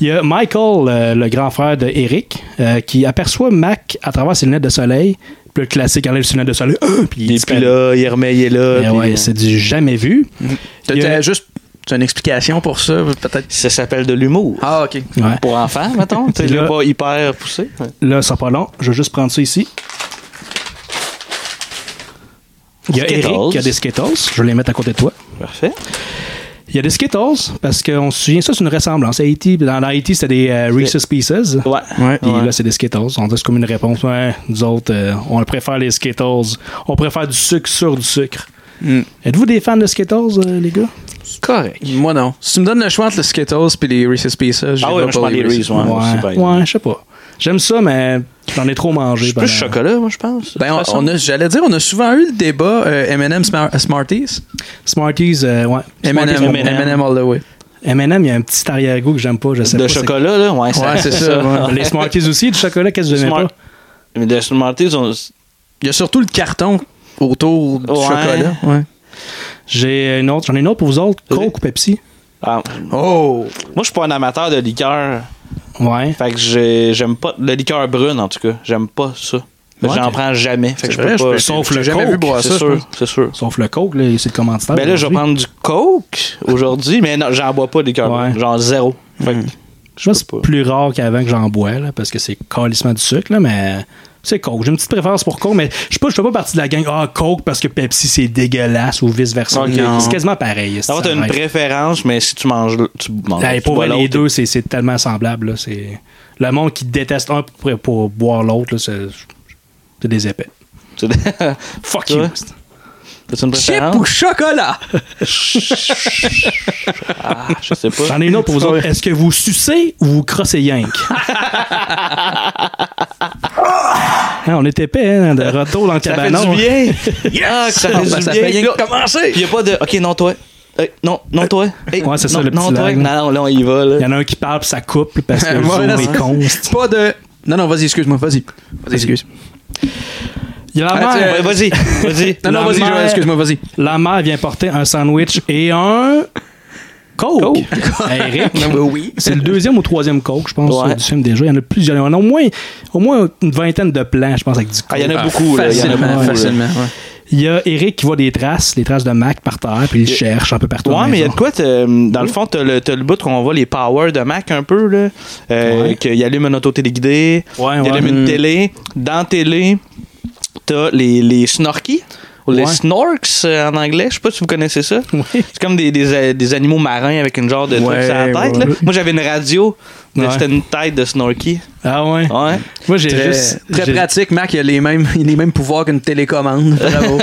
Speaker 1: Il y a Michael, euh, le grand frère de Eric, euh, qui aperçoit Mac à travers ses lunettes de soleil. Puis le classique, enlève ses lunettes de soleil. <gasps> puis
Speaker 2: Il est plus
Speaker 1: disparaît.
Speaker 2: là, il remet, il est là.
Speaker 1: Ben
Speaker 2: Euh, puis- Mm-hmm.
Speaker 1: ouais, c'est du jamais vu.
Speaker 3: T'as-
Speaker 1: Il y a-
Speaker 3: t'as juste t'as une explication pour ça, peut-être.
Speaker 2: Ça s'appelle de l'humour.
Speaker 3: Ah, ok.
Speaker 1: Ouais.
Speaker 2: Pour enfants, mettons. Tu sais,
Speaker 1: Puis
Speaker 2: il est
Speaker 1: là-
Speaker 2: pas hyper poussé.
Speaker 1: Là, ça sera pas long. Je vais juste prendre ça ici. Il y a
Speaker 2: Skittles.
Speaker 1: Eric qui a des Skittles. Je vais les mettre à côté de toi.
Speaker 2: Parfait.
Speaker 1: Il y a des Skittles parce qu'on se souvient, ça, c'est une ressemblance. Haïti, dans Haïti, c'était des euh, Reese's Pieces.
Speaker 2: Ouais.
Speaker 3: Ouais.
Speaker 1: Puis
Speaker 2: Ouais.
Speaker 1: là, c'est des Skittles. On dit c'est comme une réponse. Ouais, nous autres, euh, on préfère les Skittles. On préfère du sucre sur du sucre.
Speaker 2: Mm.
Speaker 1: Êtes-vous des fans de Skittles, euh, les gars?
Speaker 2: Correct.
Speaker 3: Moi, non. Si tu me donnes le choix entre le Skittles et les Reese's Pieces, j'irai
Speaker 2: Ah ouais, moi, je
Speaker 3: pas
Speaker 2: prends
Speaker 3: les
Speaker 2: les Reese's.
Speaker 3: Reese's.
Speaker 2: Ouais, c'est
Speaker 1: ouais,
Speaker 2: bien.
Speaker 1: Ouais, je sais pas. J'aime ça, mais j'en ai trop mangé.
Speaker 2: C'est
Speaker 1: pendant-
Speaker 2: plus chocolat, moi, je pense.
Speaker 3: Ben,
Speaker 2: De
Speaker 3: on,
Speaker 2: toute façon.
Speaker 3: on a, j'allais dire, on a souvent eu le débat euh, M&M Smar- Smarties.
Speaker 1: Smarties, euh, ouais.
Speaker 3: M&M,
Speaker 1: Smarties,
Speaker 3: M&M M&M all the way.
Speaker 1: M&M, il y a un petit arrière-goût que j'aime pas, je sais
Speaker 2: De
Speaker 1: pas.
Speaker 2: chocolat, là, ouais,
Speaker 3: Ouais, c'est ça. ouais.
Speaker 1: Les
Speaker 2: <laughs>
Speaker 1: Smarties aussi, du chocolat, qu'est-ce que vous aimez
Speaker 2: Smart-
Speaker 1: pas?
Speaker 2: Mais de Smarties, on...
Speaker 3: Il y a surtout le carton autour du
Speaker 2: Ouais.
Speaker 3: chocolat. Ouais.
Speaker 1: J'ai une autre, j'en ai une autre pour vous autres, Coke ou Pepsi?
Speaker 2: Ah,
Speaker 3: Oh!
Speaker 2: moi, je suis pas un amateur de liqueur.
Speaker 1: Ouais.
Speaker 2: Fait que j'ai- j'aime pas. De liqueur brune, en tout cas. J'aime pas ça. Fait que
Speaker 1: Ouais,
Speaker 2: J'en
Speaker 1: ok.
Speaker 2: prends jamais. Fait que je
Speaker 3: vrai,
Speaker 2: peux
Speaker 3: je
Speaker 2: pas.
Speaker 3: peux-
Speaker 1: Sauf
Speaker 3: j'ai
Speaker 1: le
Speaker 3: jamais
Speaker 1: Coke, Ah,
Speaker 3: vu boire
Speaker 2: c'est
Speaker 3: ça, je
Speaker 2: sûr,
Speaker 3: pense.
Speaker 2: c'est sûr.
Speaker 1: Sauf le Coke, là, c'est le commentaire.
Speaker 2: Ben là, je vais
Speaker 1: aujourd'hui.
Speaker 2: prendre du Coke aujourd'hui, mais non, j'en bois pas de liqueur
Speaker 1: Ouais. Hmm.
Speaker 2: brune. Genre zéro. Fait que
Speaker 1: Je pense que
Speaker 2: peux
Speaker 1: c'est plus rare qu'avant que j'en bois, là, parce que c'est calissement du sucre, là, mais c'est Coke. J'ai une petite préférence pour Coke, mais je sais pas, je fais pas partie de la gang. Ah, Coke parce que Pepsi, c'est dégueulasse ou vice-versa.
Speaker 2: Ok.
Speaker 1: C'est quasiment pareil.
Speaker 2: Alors, t'as une
Speaker 1: arrête.
Speaker 2: préférence, mais si tu manges. le- Tu, manges
Speaker 1: Hey,
Speaker 2: Ah, tu
Speaker 1: pour
Speaker 2: bois
Speaker 1: vrai, les
Speaker 2: l'autre,
Speaker 1: deux, c'est- c'est tellement semblable. là, c'est- Le monde qui déteste un pour, pour boire l'autre, là, c'est c'est des épais.
Speaker 2: tu- <laughs>
Speaker 1: Fuck
Speaker 2: Ouais.
Speaker 1: you.
Speaker 2: T'as-tu une
Speaker 3: Chip
Speaker 2: préférence?
Speaker 3: ou chocolat?
Speaker 2: Ah, je sais pas.
Speaker 1: J'en ai une autre pour
Speaker 2: Ah
Speaker 1: vous autres. Est-ce que vous sucez ou vous crossez
Speaker 2: <laughs>
Speaker 1: yank? Hein, on était épais, hein, de retour dans le
Speaker 2: Ça fait
Speaker 1: cabanon.
Speaker 2: du bien!
Speaker 3: <laughs>
Speaker 2: Ah, que ça fait
Speaker 3: Ah,
Speaker 2: du
Speaker 3: ben, ça
Speaker 2: bien.
Speaker 3: fait rien
Speaker 2: Là,
Speaker 3: que commencer!
Speaker 2: Puis y a pas de. Ok, non, toi. Eh, non, non, toi. Eh,
Speaker 1: Euh, Ouais, c'est ça,
Speaker 2: non,
Speaker 1: le petit
Speaker 2: Non, toi.
Speaker 1: lag.
Speaker 2: Non, non, là, on y va. Là.
Speaker 1: Il y en a un qui parle puis ça coupe parce
Speaker 2: <laughs>
Speaker 1: que le
Speaker 3: Ouais, là,
Speaker 1: zoom
Speaker 3: c'est-
Speaker 1: est con. c'est-
Speaker 3: Pas de. Non, non, vas-y, excuse-moi, vas-y. Vas-y, excuse.
Speaker 1: Il y a la
Speaker 3: Ah,
Speaker 1: mère.
Speaker 2: Ouais, <laughs> Vas-y, vas-y.
Speaker 3: Non, non,
Speaker 1: La
Speaker 3: vas-y,
Speaker 1: mère-
Speaker 3: Joël, excuse-moi, vas-y.
Speaker 1: La mère vient porter un sandwich et un coke. <laughs> Hey, Eric.
Speaker 3: oui.
Speaker 1: C'est le deuxième ou troisième coke, je pense,
Speaker 2: Ouais.
Speaker 1: euh, du film déjà. Il y en a plusieurs. Il y en a au moins, au moins une vingtaine de plans, je pense, avec du coke.
Speaker 2: Ah, il y en a beaucoup. là, il y en a
Speaker 3: Facilement,
Speaker 2: beaucoup, là.
Speaker 3: facilement. ouais.
Speaker 1: Il y a Eric qui voit des traces, les traces de Mac par terre, puis il cherche un peu partout. dans
Speaker 2: Ouais,
Speaker 1: la
Speaker 2: mais il y a de
Speaker 1: maison.
Speaker 2: quoi, t'as- dans le fond, t'as le, t'as le bout qu'on voit les powers de Mac un peu, là. Euh,
Speaker 1: Ouais.
Speaker 2: Qu'il allume un auto téléguidé,
Speaker 1: Ouais,
Speaker 2: il
Speaker 1: ouais.
Speaker 2: allume une
Speaker 1: Mm.
Speaker 2: télé. Dans télé, t'as les, les snorkies, ou les
Speaker 1: Ouais.
Speaker 2: snorks euh, en anglais, je sais pas si vous connaissez ça.
Speaker 1: <laughs> Oui.
Speaker 2: C'est comme des, des, euh, des animaux marins avec une genre de truc
Speaker 1: Ouais,
Speaker 2: sur la tête,
Speaker 1: ouais.
Speaker 2: là. Moi, j'avais une radio, mais
Speaker 1: Ouais.
Speaker 2: c'était une tête de snorky.
Speaker 1: Ah ouais.
Speaker 2: Ouais.
Speaker 1: Moi, j'ai
Speaker 3: Très,
Speaker 1: juste.
Speaker 3: très
Speaker 1: j'ai-
Speaker 3: pratique, Mac, il a les mêmes, il a les mêmes pouvoirs qu'une télécommande. Bravo.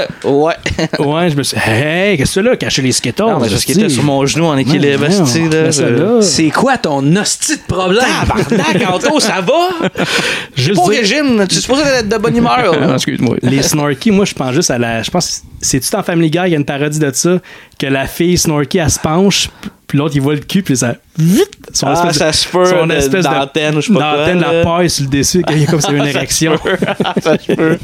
Speaker 2: Ouais. <laughs>
Speaker 1: Ouais, je me suis. Hey, qu'est-ce que c'est là, cacher les skittles?
Speaker 2: Non, Ah, mais parce qu'il était sur mon genou
Speaker 1: ben,
Speaker 2: en équilibre,
Speaker 1: Man,
Speaker 2: esti,
Speaker 1: man,
Speaker 2: là.
Speaker 1: laisse-le
Speaker 2: je-
Speaker 1: là.
Speaker 3: C'est quoi ton hostie de problème?
Speaker 2: Tabarnak, Anto, ça va?
Speaker 1: Juste
Speaker 2: Pas au
Speaker 1: dire-
Speaker 2: régime, tu es supposé être de bonne humeur.
Speaker 1: <laughs>
Speaker 2: là.
Speaker 3: Excuse-moi.
Speaker 1: Les Snorky, moi, je pense juste à la. Je pense. C'est-tu dans Family Guy, il y a une parodie de ça, que la fille Snorky, elle se penche, puis l'autre, il voit le cul, puis ça. Vite! Son
Speaker 2: Ah, ça se peut,
Speaker 1: son
Speaker 2: de-
Speaker 1: espèce de-
Speaker 2: d'antenne ou je sais pas quoi,
Speaker 1: D'antenne,
Speaker 2: là.
Speaker 1: la paille sur le dessus, qu'il y a comme ça
Speaker 2: <laughs>
Speaker 1: une érection.
Speaker 2: ça, je peux.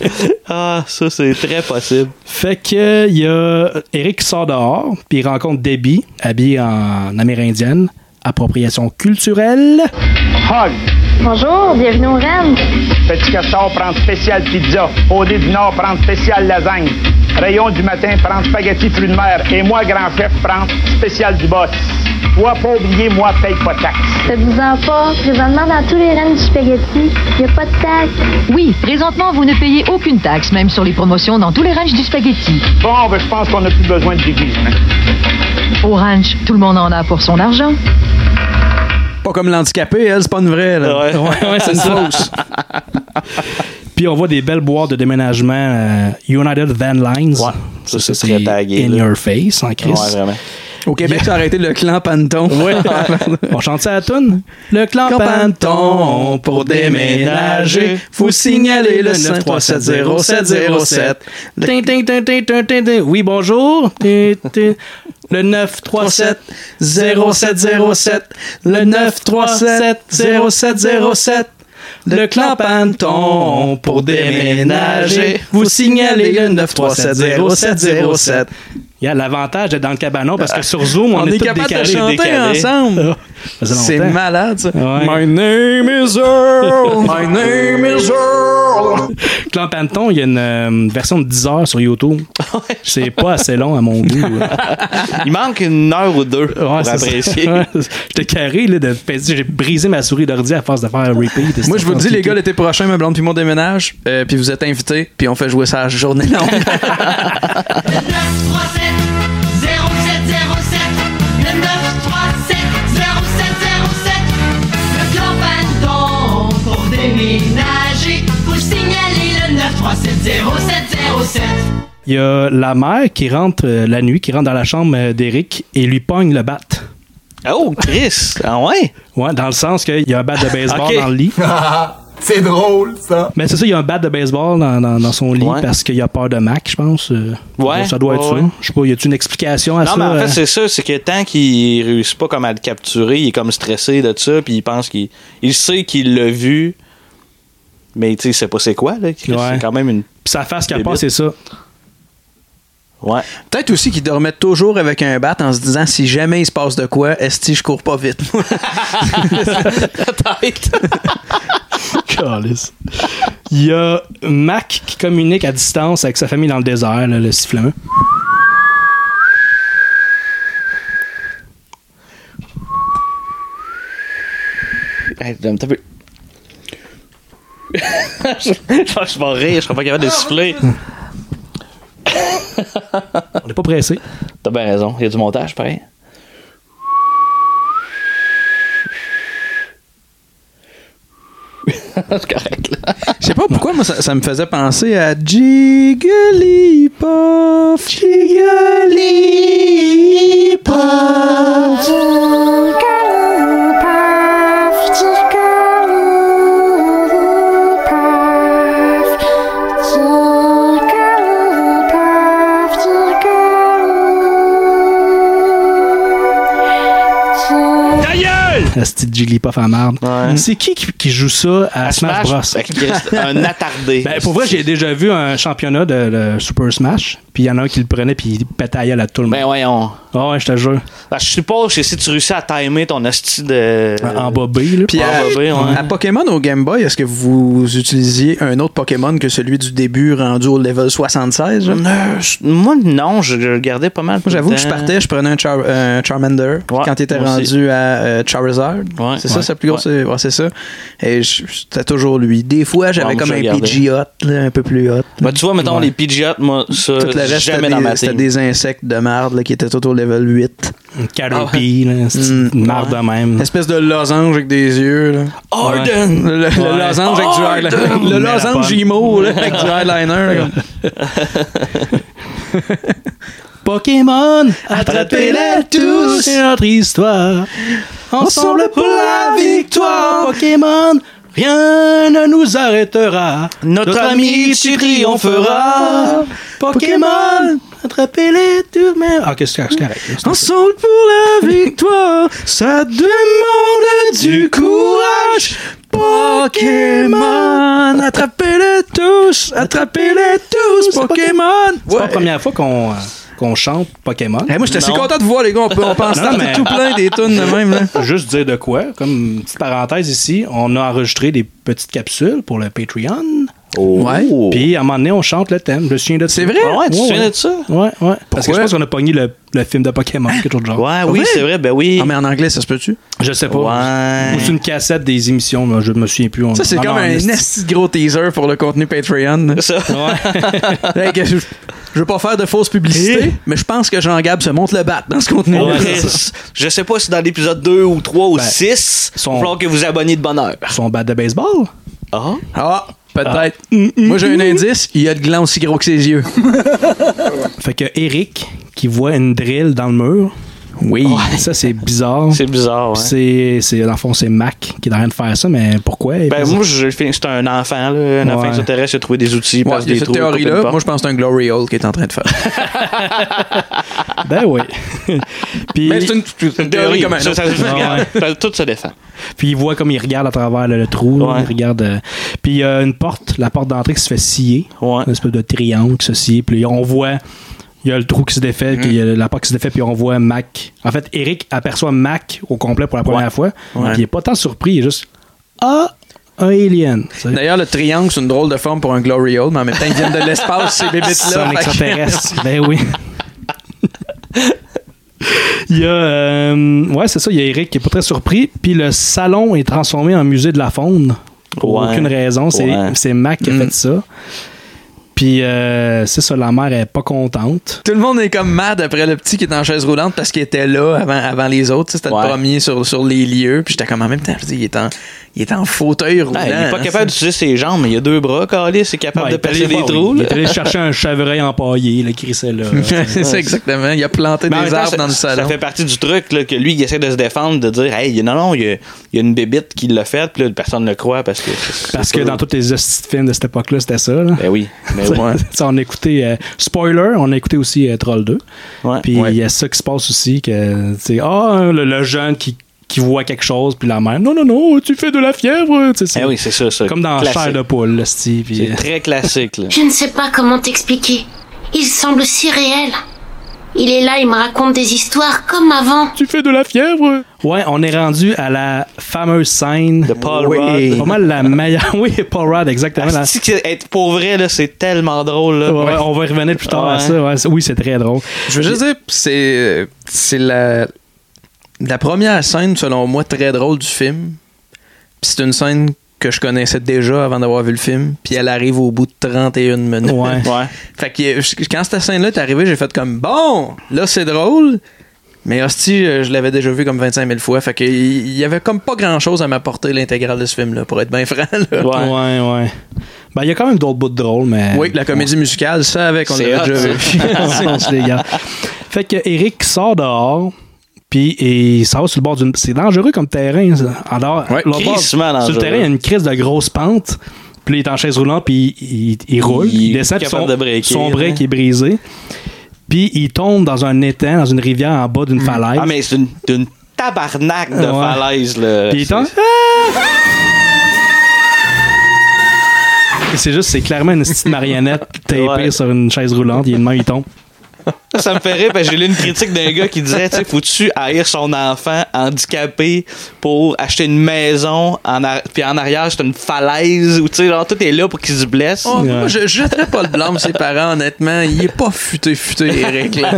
Speaker 2: Ah, ça, c'est très possible.
Speaker 1: Fait que, il y a Eric qui sort dehors, puis il rencontre Debbie, habillée en amérindienne. Appropriation culturelle.
Speaker 11: Hog,
Speaker 12: Bonjour, bienvenue au REM.
Speaker 11: petit castor, prendre spécial pizza. Odé du Nord, prendre spécial lasagne. Rayon du matin, prendre spaghetti fruits de mer. Et moi, grand chef, prendre spécial du boss. Toi, pas oublier, moi, paye pas de taxe.
Speaker 12: Faites-vous-en pas. Présentement, dans tous les REM du spaghetti, il n'y a pas de taxe.
Speaker 13: Oui, présentement, vous ne payez aucune taxe, même sur les promotions dans tous les ranchs du spaghetti.
Speaker 11: Bon, ben, je pense qu'on n'a plus besoin de déguisement.
Speaker 13: Au ranch, tout le monde en a pour son argent.
Speaker 3: Pas comme l'handicapé, elle, c'est pas une vraie. Là.
Speaker 2: Ouais.
Speaker 1: Ouais, ouais, c'est ça. <laughs> Puis on voit des belles boîtes de déménagement euh, United Van Lines.
Speaker 2: Ouais, ça, c'est très tagué,
Speaker 1: In
Speaker 2: là.
Speaker 1: your face, en Chris.
Speaker 2: Ouais, vraiment.
Speaker 3: Au Québec, ça a arrêté le clan Panton. <laughs>
Speaker 1: Ouais. on chante ça à la toune. Le clan
Speaker 3: Clan
Speaker 1: Panton
Speaker 3: Panton, pour déménager, faut signaler le 9370707.
Speaker 1: Tin, tin, tin, tin, tin, tin, tin. Oui, bonjour. Tin, tin. Le 937 0707. Le 937 0707. Le clan Panton pour déménager. Vous signalez le 9370707. Il y a l'avantage d'être dans le cabanon parce que sur Zoom, on,
Speaker 3: On
Speaker 1: est,
Speaker 3: est
Speaker 1: tous
Speaker 3: capable de
Speaker 1: décalés,
Speaker 3: chanter
Speaker 1: décalés. Ah,
Speaker 3: ensemble.
Speaker 1: Ça faisait
Speaker 3: C'est
Speaker 1: longtemps.
Speaker 3: malade, ça.
Speaker 1: Ouais.
Speaker 3: My name is Earl. <laughs> My name is Earl.
Speaker 1: Clan Panton, il y a une euh, version de 10 heures sur
Speaker 3: <laughs>
Speaker 1: YouTube. C'est pas assez long à mon goût. Ouais,
Speaker 2: Il manque une heure ou deux pour
Speaker 1: c'est ça.
Speaker 2: apprécier.
Speaker 1: Ouais, J'étais carré là, de peser. J'ai brisé ma souris d'ordi à force de faire un repeat.
Speaker 3: Moi, je vous le dis, les gars, l'été prochain, ma blonde puis mon déménage, euh, puis vous êtes invités, puis on fait jouer ça à la journée longue. <laughs>
Speaker 14: 937-0707 pour déménager, vous signaler le 937-0707.
Speaker 1: Il y a la mère qui rentre euh, la nuit, qui rentre dans la chambre euh, d'Eric et lui pogne le bat.
Speaker 2: Oh, Chris! Ah ouais?
Speaker 1: Ouais, dans le sens qu'il y a un bat de baseball
Speaker 2: Ok.
Speaker 1: dans le lit.
Speaker 8: C'est drôle, ça.
Speaker 1: Mais c'est ça, il y a un bat de baseball dans, dans- dans son lit
Speaker 2: Ouais.
Speaker 1: parce qu'il a peur de Mac, je pense. Euh,
Speaker 2: Ouais,
Speaker 1: Ça doit être
Speaker 2: ouais,
Speaker 1: ça.
Speaker 2: ouais.
Speaker 1: Je sais pas, y a-tu une explication à
Speaker 2: Non,
Speaker 1: ça?
Speaker 2: mais en
Speaker 1: euh?
Speaker 2: fait, c'est ça. C'est que tant qu'il réussit pas comme à le capturer, il est comme stressé de ça, puis il pense qu'il il sait qu'il l'a vu, mais tu sais, il sait pas c'est quoi, là. Chris.
Speaker 1: Ouais.
Speaker 2: C'est quand même une...
Speaker 1: Puis sa face qu'elle
Speaker 2: Débile.
Speaker 1: passe, c'est
Speaker 2: <laughs>
Speaker 1: ça.
Speaker 2: Ouais.
Speaker 3: Peut-être aussi qu'il dormait toujours avec un bat en se disant si jamais il se passe de quoi, esti, je cours pas vite. <laughs>
Speaker 1: Câlisse. Il y a Mac qui communique à distance avec sa famille dans le désert, là, le sifflement.
Speaker 2: Hey, donne-moi un peu. <laughs> je pense que je vais rire, je serais pas capable de souffler.
Speaker 1: On n'est pas pressé. <laughs>
Speaker 2: T'as bien raison, il y a du montage, pareil. C'est correct, là.
Speaker 3: Je sais pas pourquoi, moi, ça, ça me faisait penser à Jigglypuff. Jigglypuff.
Speaker 1: Asti de Jigglypuff à marde. C'est qui, qui qui joue ça à, Smash,
Speaker 2: Fait que Chris,
Speaker 1: Bros?
Speaker 3: <laughs>
Speaker 2: un attardé.
Speaker 1: Ben, pour vrai, j'ai déjà vu un championnat de le Super Smash, puis il y en a un qui le prenait, puis il pétait à la gueule à tout le monde.
Speaker 2: Ben voyons.
Speaker 1: Ah ouais, je te jure.
Speaker 2: Ben, je suppose que si tu réussis à timer ton asti de.
Speaker 3: Ah,
Speaker 1: En bobé, là.
Speaker 3: Puis à,
Speaker 2: bobé, Ah, ben, ouais.
Speaker 3: à Pokémon au Game Boy, est-ce que vous utilisiez un autre Pokémon que celui du début rendu au level 76? genre?
Speaker 2: Euh, je- Moi, non, je je regardais pas mal. tout
Speaker 3: Moi, j'avoue
Speaker 2: le
Speaker 3: que je
Speaker 2: temps.
Speaker 3: partais, je prenais un, Char- un Charmander puis
Speaker 2: Ouais,
Speaker 3: quand t'étais
Speaker 2: moi aussi.
Speaker 3: rendu à euh, Charizard.
Speaker 2: Ouais,
Speaker 3: c'est
Speaker 2: ouais,
Speaker 3: ça, c'est la plus grosse. Ouais, c'est ça. Et je- c'était toujours lui. Des fois, j'avais
Speaker 2: Ouais, moi,
Speaker 3: comme
Speaker 2: je
Speaker 3: un
Speaker 2: regardais.
Speaker 3: Pidgeot, là, un peu plus hot.
Speaker 2: Ben, tu vois, mettons, les Pidgeot, moi, ça,
Speaker 3: Tout le reste,
Speaker 2: euh, jamais
Speaker 3: c'était
Speaker 2: dans ma
Speaker 3: des,
Speaker 2: team.
Speaker 3: c'était des insectes de merde là, qui étaient tout au level 8.
Speaker 1: Une
Speaker 2: Ah
Speaker 1: Caterpie, là, c'est
Speaker 2: Hmm.
Speaker 1: une marde de même.
Speaker 3: Espèce de losange avec des yeux. Là.
Speaker 2: Arden!
Speaker 3: Le, le- le
Speaker 1: Ouais.
Speaker 3: losange avec du eyeliner. Le
Speaker 1: Mais la
Speaker 3: losange
Speaker 1: pomme.
Speaker 3: Imo là, avec du eyeliner. là, comme-
Speaker 1: Pokémon,
Speaker 3: attrapez-les tous.
Speaker 1: c'est notre histoire. Ensemble pour la victoire, Pokémon, rien ne nous arrêtera.
Speaker 2: Notre amitié triomphera.
Speaker 1: Pokémon, attrapez-les tous. Mais... Ah, qu'est-ce que c'est correct, là, c'est
Speaker 3: Ensemble pour la victoire, ça demande du courage. Pokémon, attrapez-les tous, attrapez-les tous, Pokémon.
Speaker 1: C'est pas la
Speaker 3: Ouais.
Speaker 1: première fois qu'on euh, qu'on chante Pokémon.
Speaker 3: Eh, moi, j'étais si
Speaker 2: Non.
Speaker 3: content de voir, les gars, on, peut- on pense
Speaker 1: Non, mais-
Speaker 3: tout plein des tonnes de même. Là.
Speaker 1: <laughs> Juste dire de quoi, comme une petite parenthèse ici, on a enregistré des petites capsules pour le Patreon.
Speaker 3: Ouais.
Speaker 1: Puis à un moment donné, on chante le thème. Je me souviens de ça.
Speaker 3: C'est vrai?
Speaker 2: Oh. Ah ouais, tu te souviens de ça?
Speaker 1: Ouais, ouais. Parce que je
Speaker 3: Pourquoi?
Speaker 1: pense qu'on a pogné le, le film de Pokémon, quelque chose de genre.
Speaker 2: Ouais, oui,
Speaker 3: Ouais.
Speaker 2: c'est vrai, ben oui.
Speaker 3: Ah, mais en anglais, ça se peut-tu?
Speaker 1: Je sais pas.
Speaker 2: Ouais.
Speaker 1: Ou c'est une cassette des émissions, mais je me souviens plus. On-
Speaker 3: Ça, c'est
Speaker 1: on
Speaker 3: comme
Speaker 1: en
Speaker 3: un
Speaker 1: est-
Speaker 3: nasty gros teaser pour le contenu Patreon.
Speaker 2: Ça. <laughs>
Speaker 3: Hey, que je, je veux pas faire de fausses publicités, mais je pense que Jean-Gab se monte le bat dans ce contenu.
Speaker 2: Ouais, c'est- <laughs> Je sais pas si dans l'épisode 2 ou 3 ou
Speaker 1: Ben,
Speaker 2: 6,
Speaker 1: son-
Speaker 2: il va falloir que vous abonniez de bonne heure.
Speaker 1: Son bat de baseball?
Speaker 2: Ah?
Speaker 3: Ah, peut-être. Moi, j'ai un indice, il a de gland aussi gros que ses yeux.
Speaker 1: Fait que Eric, qui voit une drill dans le mur. Oui. Ça, c'est bizarre.
Speaker 2: C'est bizarre, ouais.
Speaker 1: C'est, c'est- dans le fond, c'est Mac qui est en train de faire ça, mais pourquoi? il fait
Speaker 2: Ben
Speaker 1: ça?
Speaker 2: moi, je le fais- c'est un enfant, là, un enfant
Speaker 1: Ouais.
Speaker 2: extraterrestre, il a trouvé des outils,
Speaker 3: Ouais,
Speaker 2: passe
Speaker 3: il y a
Speaker 2: des
Speaker 3: cette
Speaker 2: trous, coupe une
Speaker 3: théorie-là,
Speaker 2: porte.
Speaker 3: moi, je pense que c'est un glory hole qui est en train de faire.
Speaker 2: <laughs>
Speaker 1: Ben oui. puis,
Speaker 2: Ben,
Speaker 3: Mais c'est une, c'est une théorie comme un
Speaker 2: Ça,
Speaker 3: autre.
Speaker 2: ça se
Speaker 1: Ouais.
Speaker 2: fait. Tout se défend.
Speaker 1: puis il voit comme il regarde à travers le, le trou. là,
Speaker 2: Ouais.
Speaker 1: il regarde. euh, puis il y a une porte, la porte d'entrée qui se fait scier.
Speaker 2: Ouais.
Speaker 1: Une espèce de triangle qui se scie. Puis on voit. Il y a le trou qui se défait,
Speaker 2: Mm.
Speaker 1: puis il y a la porte qui se défait, puis on voit Mac. En fait, Eric aperçoit Mac au complet pour la première fois. Puis il est pas tant surpris, il est juste Ah, un alien. Tu sais.
Speaker 3: D'ailleurs, le triangle, c'est une drôle de forme pour un glory hole, mais en même temps, ils viennent de l'espace, ces
Speaker 1: C'est un
Speaker 3: bébites-là. Fait
Speaker 2: <laughs>
Speaker 3: que-
Speaker 1: extraterrestre. Ah, ben oui. Il y a. euh, ouais, c'est ça, il y a Eric qui est pas très surpris. Puis le salon est transformé en musée de la faune. Pour
Speaker 2: Ouais.
Speaker 1: aucune raison. C'est
Speaker 2: Ouais. Mm.
Speaker 1: c'est Mac qui a fait ça. Puis euh, c'est ça, la mère est pas contente.
Speaker 3: <laughs> Tout le monde est comme mad après le petit qui est en chaise roulante parce qu'il était là avant, avant les autres. tu sais, C'était
Speaker 2: Ouais.
Speaker 3: le premier sur, sur les lieux. Puis j'étais comme en même temps, je dis, il est en, il est en fauteuil roulant.
Speaker 2: Ben, il est pas
Speaker 3: hein,
Speaker 2: capable d'utiliser ses jambes, mais il a deux bras, calé, c'est capable
Speaker 1: Ouais,
Speaker 2: de
Speaker 1: il est allé
Speaker 2: percer des
Speaker 1: voir,
Speaker 2: trous.
Speaker 1: oui. Il
Speaker 2: là.
Speaker 1: est allé chercher un chevreuil empaillé, le crissait
Speaker 2: <laughs>
Speaker 1: là.
Speaker 3: <laughs> c'est- c'est ça, exactement. Il a planté
Speaker 2: Mais en même
Speaker 3: des
Speaker 2: temps,
Speaker 3: arbres
Speaker 2: ça-
Speaker 3: dans le salon.
Speaker 2: Ça fait partie du truc là, que lui, il essaie de se défendre, de dire Hey, non, non, il y a, il y a une bébite qui l'a faite, puis là, personne ne le croit parce que.
Speaker 1: Parce que dans tous les hosties de films de cette époque-là, c'était ça. là.
Speaker 2: Ben oui, mais <laughs> ouais.
Speaker 1: <laughs> Ça, on a écouté euh, spoiler, on a écouté aussi euh, Troll 2.
Speaker 2: Ouais,
Speaker 1: puis il
Speaker 2: ouais.
Speaker 1: y a ça qui se passe aussi que c'est ah le, le jeune qui, qui voit quelque chose puis la mère non non non tu fais de la fièvre tu sais
Speaker 2: Eh oui, c'est ça, ça.
Speaker 1: comme dans
Speaker 2: Classique.
Speaker 1: chair de poule le style puis euh,
Speaker 2: C'est très classique, <laughs> là.
Speaker 15: Je ne sais pas comment t'expliquer. Il semble si réel. Il est là, il me raconte des histoires comme avant.
Speaker 1: tu fais de la fièvre ouais on est rendu à la fameuse scène de
Speaker 2: Paul
Speaker 1: oui.
Speaker 2: Rudd.
Speaker 1: pas mal la meilleure <laughs> oui Paul Rudd exactement la-
Speaker 2: Asti que c'est- être pour vrai, là, c'est tellement drôle, là.
Speaker 1: Ouais, ouais, on va y revenir plus tard à
Speaker 2: Ouais.
Speaker 1: ça ouais, c'est- oui c'est très drôle
Speaker 3: Je veux juste dire, c'est, c'est la, la première scène, selon moi, très drôle du film. Puis c'est une scène que je connaissais déjà avant d'avoir vu le film. Puis elle arrive au bout de 31 minutes. <laughs>
Speaker 1: Ouais.
Speaker 2: Ouais.
Speaker 3: Fait que euh, quand cette scène-là est arrivée, j'ai fait comme bon, là c'est drôle. Mais Hostie, euh, je l'avais déjà vu comme 25 000 fois. Fait qu'il il y avait comme pas grand chose à m'apporter l'intégrale de ce film-là, pour être bien franc. là.
Speaker 1: Ouais, ouais, ouais. Ben, il y a quand même d'autres bouts de drôle, mais.
Speaker 3: Oui, la comédie musicale, ça avec,
Speaker 2: <laughs>
Speaker 3: on
Speaker 2: C'est
Speaker 3: l'avait
Speaker 2: hot,
Speaker 3: déjà vu.
Speaker 1: C'est- on se les garde. Fait que Eric sort dehors, puis il s'en va sur le bord d'une. C'est dangereux comme terrain. ça. Alors,
Speaker 2: Ouais,
Speaker 1: le bord- sur
Speaker 2: crissement
Speaker 1: le
Speaker 2: dangereux.
Speaker 1: terrain, il y a une crise de grosse pente. Puis là, il est en chaise roulante, puis il, il- il roule,
Speaker 2: Il
Speaker 1: il,
Speaker 2: est
Speaker 1: descend, puis
Speaker 2: capable
Speaker 1: son,
Speaker 2: de breaker,
Speaker 1: son break
Speaker 2: ouais.
Speaker 1: est brisé. Puis il tombe dans un étang, dans une rivière en bas d'une falaise.
Speaker 2: Ah, mais c'est une, d'une tabarnak de
Speaker 1: Ouais.
Speaker 2: falaise, là.
Speaker 1: Puis il est en- Ah! C'est juste, c'est clairement une petite
Speaker 2: <laughs>
Speaker 1: marionnette tapée sur une chaise roulante. Il est de même, il tombe.
Speaker 2: Ça me fait rire, parce que j'ai lu une critique d'un gars qui disait, tu sais, faut-tu haïr son enfant handicapé pour acheter une maison, en ar- puis en arrière, c'est une falaise, ou tu sais, genre, tout est là pour qu'il se blesse.
Speaker 3: Oh, Moi, je jetterais pas le blâme ses parents, honnêtement. Il est pas futé, futé, Eric. là.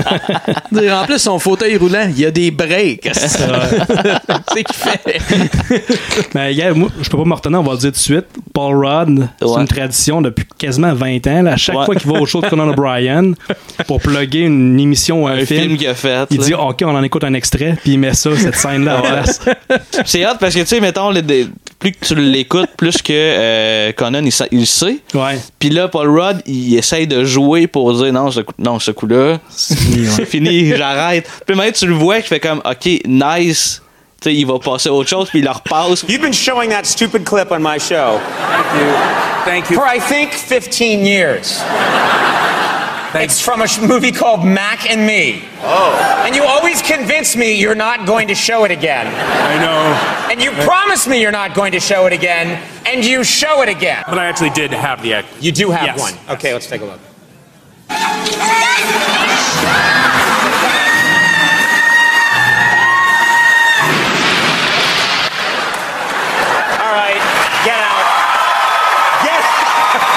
Speaker 3: Dire, en plus, son fauteuil roulant, il y a des breaks. <laughs> C'est qu'il fait.
Speaker 1: Mais gars, moi, je peux pas me retenir, on va le dire tout de suite. Paul Rudd, c'est
Speaker 2: Ouais.
Speaker 1: une tradition depuis quasiment 20 ans. là. à chaque
Speaker 2: Ouais.
Speaker 1: fois qu'il va au show de
Speaker 2: <laughs>
Speaker 1: Conan O'Brien pour plugger une émission ou un,
Speaker 2: Un
Speaker 1: film,
Speaker 2: film qu'il a fait.
Speaker 1: il
Speaker 2: là.
Speaker 1: dit OK, on en écoute un extrait, puis il met ça, cette scène-là en place. oh.
Speaker 2: C'est hot parce que, tu sais, mettons, les- des- plus que tu l'écoutes, plus que euh, Conan, il, sa- il le sait.
Speaker 1: Ouais.
Speaker 2: Puis là, Paul Rudd, il essaye de jouer pour dire non, ce coup, non, ce coup-là, c'est
Speaker 1: fini, ouais.
Speaker 2: fini, <laughs> j'arrête. Puis maintenant, tu le vois qui fait comme, OK, nice. Tu sais, il va passer à autre chose, puis il leur <laughs> passe.
Speaker 16: You've been showing that stupid clip on my show. Thank you. Thank you. For I think 15 years. it's from a sh- movie called Mac and Me. Oh. And you always convince me you're not going to show it again. I know. And you promise me you're not going to show it again, and you show it again. But I actually did have the act. You do have one. Okay, let's take a look. All right, get out. Get out.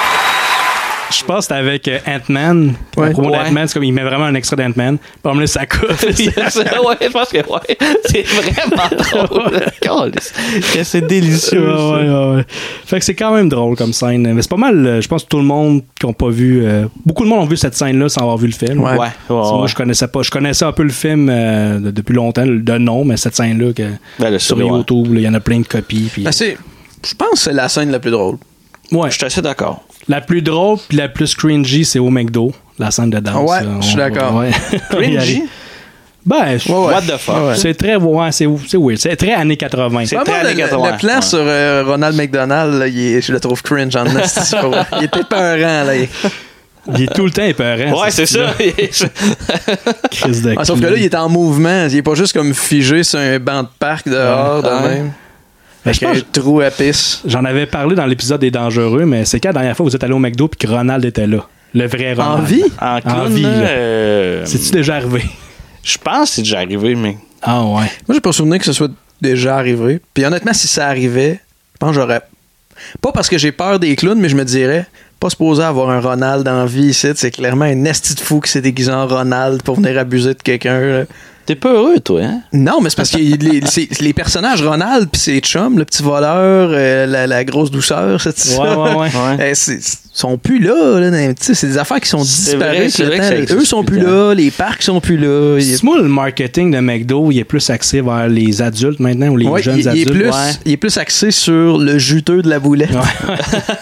Speaker 1: Je pense que c'était avec euh, Ant-Man.
Speaker 3: Ouais.
Speaker 1: Le promo
Speaker 2: Ouais.
Speaker 1: d'Ant-man, c'est comme il met vraiment un extrait d'Ant-man. Puis on me laisse sa coupe.
Speaker 2: <laughs>
Speaker 1: <laughs>
Speaker 2: C'est ça, ouais, je pense que ouais. C'est vraiment drôle. Câlisse. Que C'est <laughs> délicieux.
Speaker 1: Ouais,
Speaker 2: ça.
Speaker 1: ouais, ouais, ouais. Fait que c'est quand même drôle comme scène. Mais c'est pas mal, euh, je pense que tout le monde qui n'a pas vu. euh, beaucoup de monde ont vu cette scène-là sans avoir vu le film.
Speaker 3: Ouais.
Speaker 2: Ouais, ouais,
Speaker 1: Tu sais,
Speaker 2: ouais.
Speaker 1: Moi, je connaissais pas. Je connaissais un peu le film euh, de- depuis longtemps, le- de nom, mais cette scène-là que
Speaker 2: Ben, le
Speaker 1: sur
Speaker 2: sourire, ouais.
Speaker 1: YouTube, là, il y en a plein de copies. puis-
Speaker 3: Ben, c'est- je pense que c'est la scène la plus drôle.
Speaker 1: ouais.
Speaker 2: Je suis assez d'accord.
Speaker 1: La plus drôle puis la plus cringy, c'est au McDo, la scène de danse.
Speaker 3: Ouais,
Speaker 1: Euh, on-
Speaker 3: je suis d'accord. <laughs>
Speaker 1: ouais.
Speaker 2: Cringy?
Speaker 1: Ben, je-
Speaker 3: Ouais, ouais.
Speaker 2: What the fuck?
Speaker 3: Ouais, ouais.
Speaker 1: c'est très ouais, c'est c'est weird. C'est très années 80.
Speaker 2: C'est
Speaker 3: Vraiment,
Speaker 2: très
Speaker 3: le,
Speaker 2: années
Speaker 3: le-
Speaker 2: 80,
Speaker 3: le plan
Speaker 2: ouais.
Speaker 3: sur euh, Ronald McDonald, là, il est- je le trouve cringe en esti, pour vrai. Il était peurant. Là. Il-
Speaker 1: Il est tout le temps épeurant.
Speaker 2: Ouais,
Speaker 1: ce
Speaker 2: c'est ça.
Speaker 1: Chris de
Speaker 3: Ah, sauf que là, il est en mouvement. Il est pas juste comme figé sur un banc de parc dehors, de
Speaker 2: Ouais.
Speaker 3: même.
Speaker 1: Ben,
Speaker 3: Avec
Speaker 1: je
Speaker 3: un
Speaker 1: pense-
Speaker 3: trou à pisse.
Speaker 1: J'en avais parlé dans l'épisode des dangereux, mais c'est quand la dernière fois vous êtes allé au McDo puis que Ronald était là. Le vrai Ronald.
Speaker 3: En vie?
Speaker 2: <laughs> En clown,
Speaker 1: vie,
Speaker 2: là,
Speaker 1: là.
Speaker 2: euh,
Speaker 1: C'est-tu déjà arrivé?
Speaker 2: je pense que c'est déjà arrivé, mais.
Speaker 1: Ah ouais.
Speaker 3: Moi, j'ai pas souvenir que ce soit déjà arrivé. Puis honnêtement, si ça arrivait, je pense que j'aurais. Pas parce que j'ai peur des clowns, mais je me dirais, pas supposé avoir un Ronald dans la vie ici. C'est clairement un esti de fou qui s'est déguisé en Ronald pour venir abuser de quelqu'un. là.
Speaker 2: T'es pas heureux, toi, hein?
Speaker 3: Non, mais c'est parce que les, c'est- les personnages Ronald puis ses chums, le petit voleur, euh, la, la grosse douceur, cette
Speaker 1: Ouais,
Speaker 2: <laughs>
Speaker 1: ouais, ouais.
Speaker 3: Euh, c'est- sont plus là, là dans- tu sais, c'est des affaires qui sont
Speaker 2: C'est vrai,
Speaker 3: disparues. avec
Speaker 2: c'est
Speaker 3: le
Speaker 2: vrai que
Speaker 3: temps.
Speaker 2: ça
Speaker 3: Les-
Speaker 2: existe
Speaker 3: Eux sont
Speaker 2: plus
Speaker 3: plus
Speaker 2: tant.
Speaker 3: là, les parcs sont plus là. Il-
Speaker 1: C'est moi, le marketing de McDo, il est plus axé vers les adultes maintenant ou les
Speaker 3: Ouais,
Speaker 1: jeunes
Speaker 3: il, il est
Speaker 1: adultes.
Speaker 3: plus,
Speaker 1: Ouais.
Speaker 3: il est plus axé sur le juteux de la boulette. <laughs>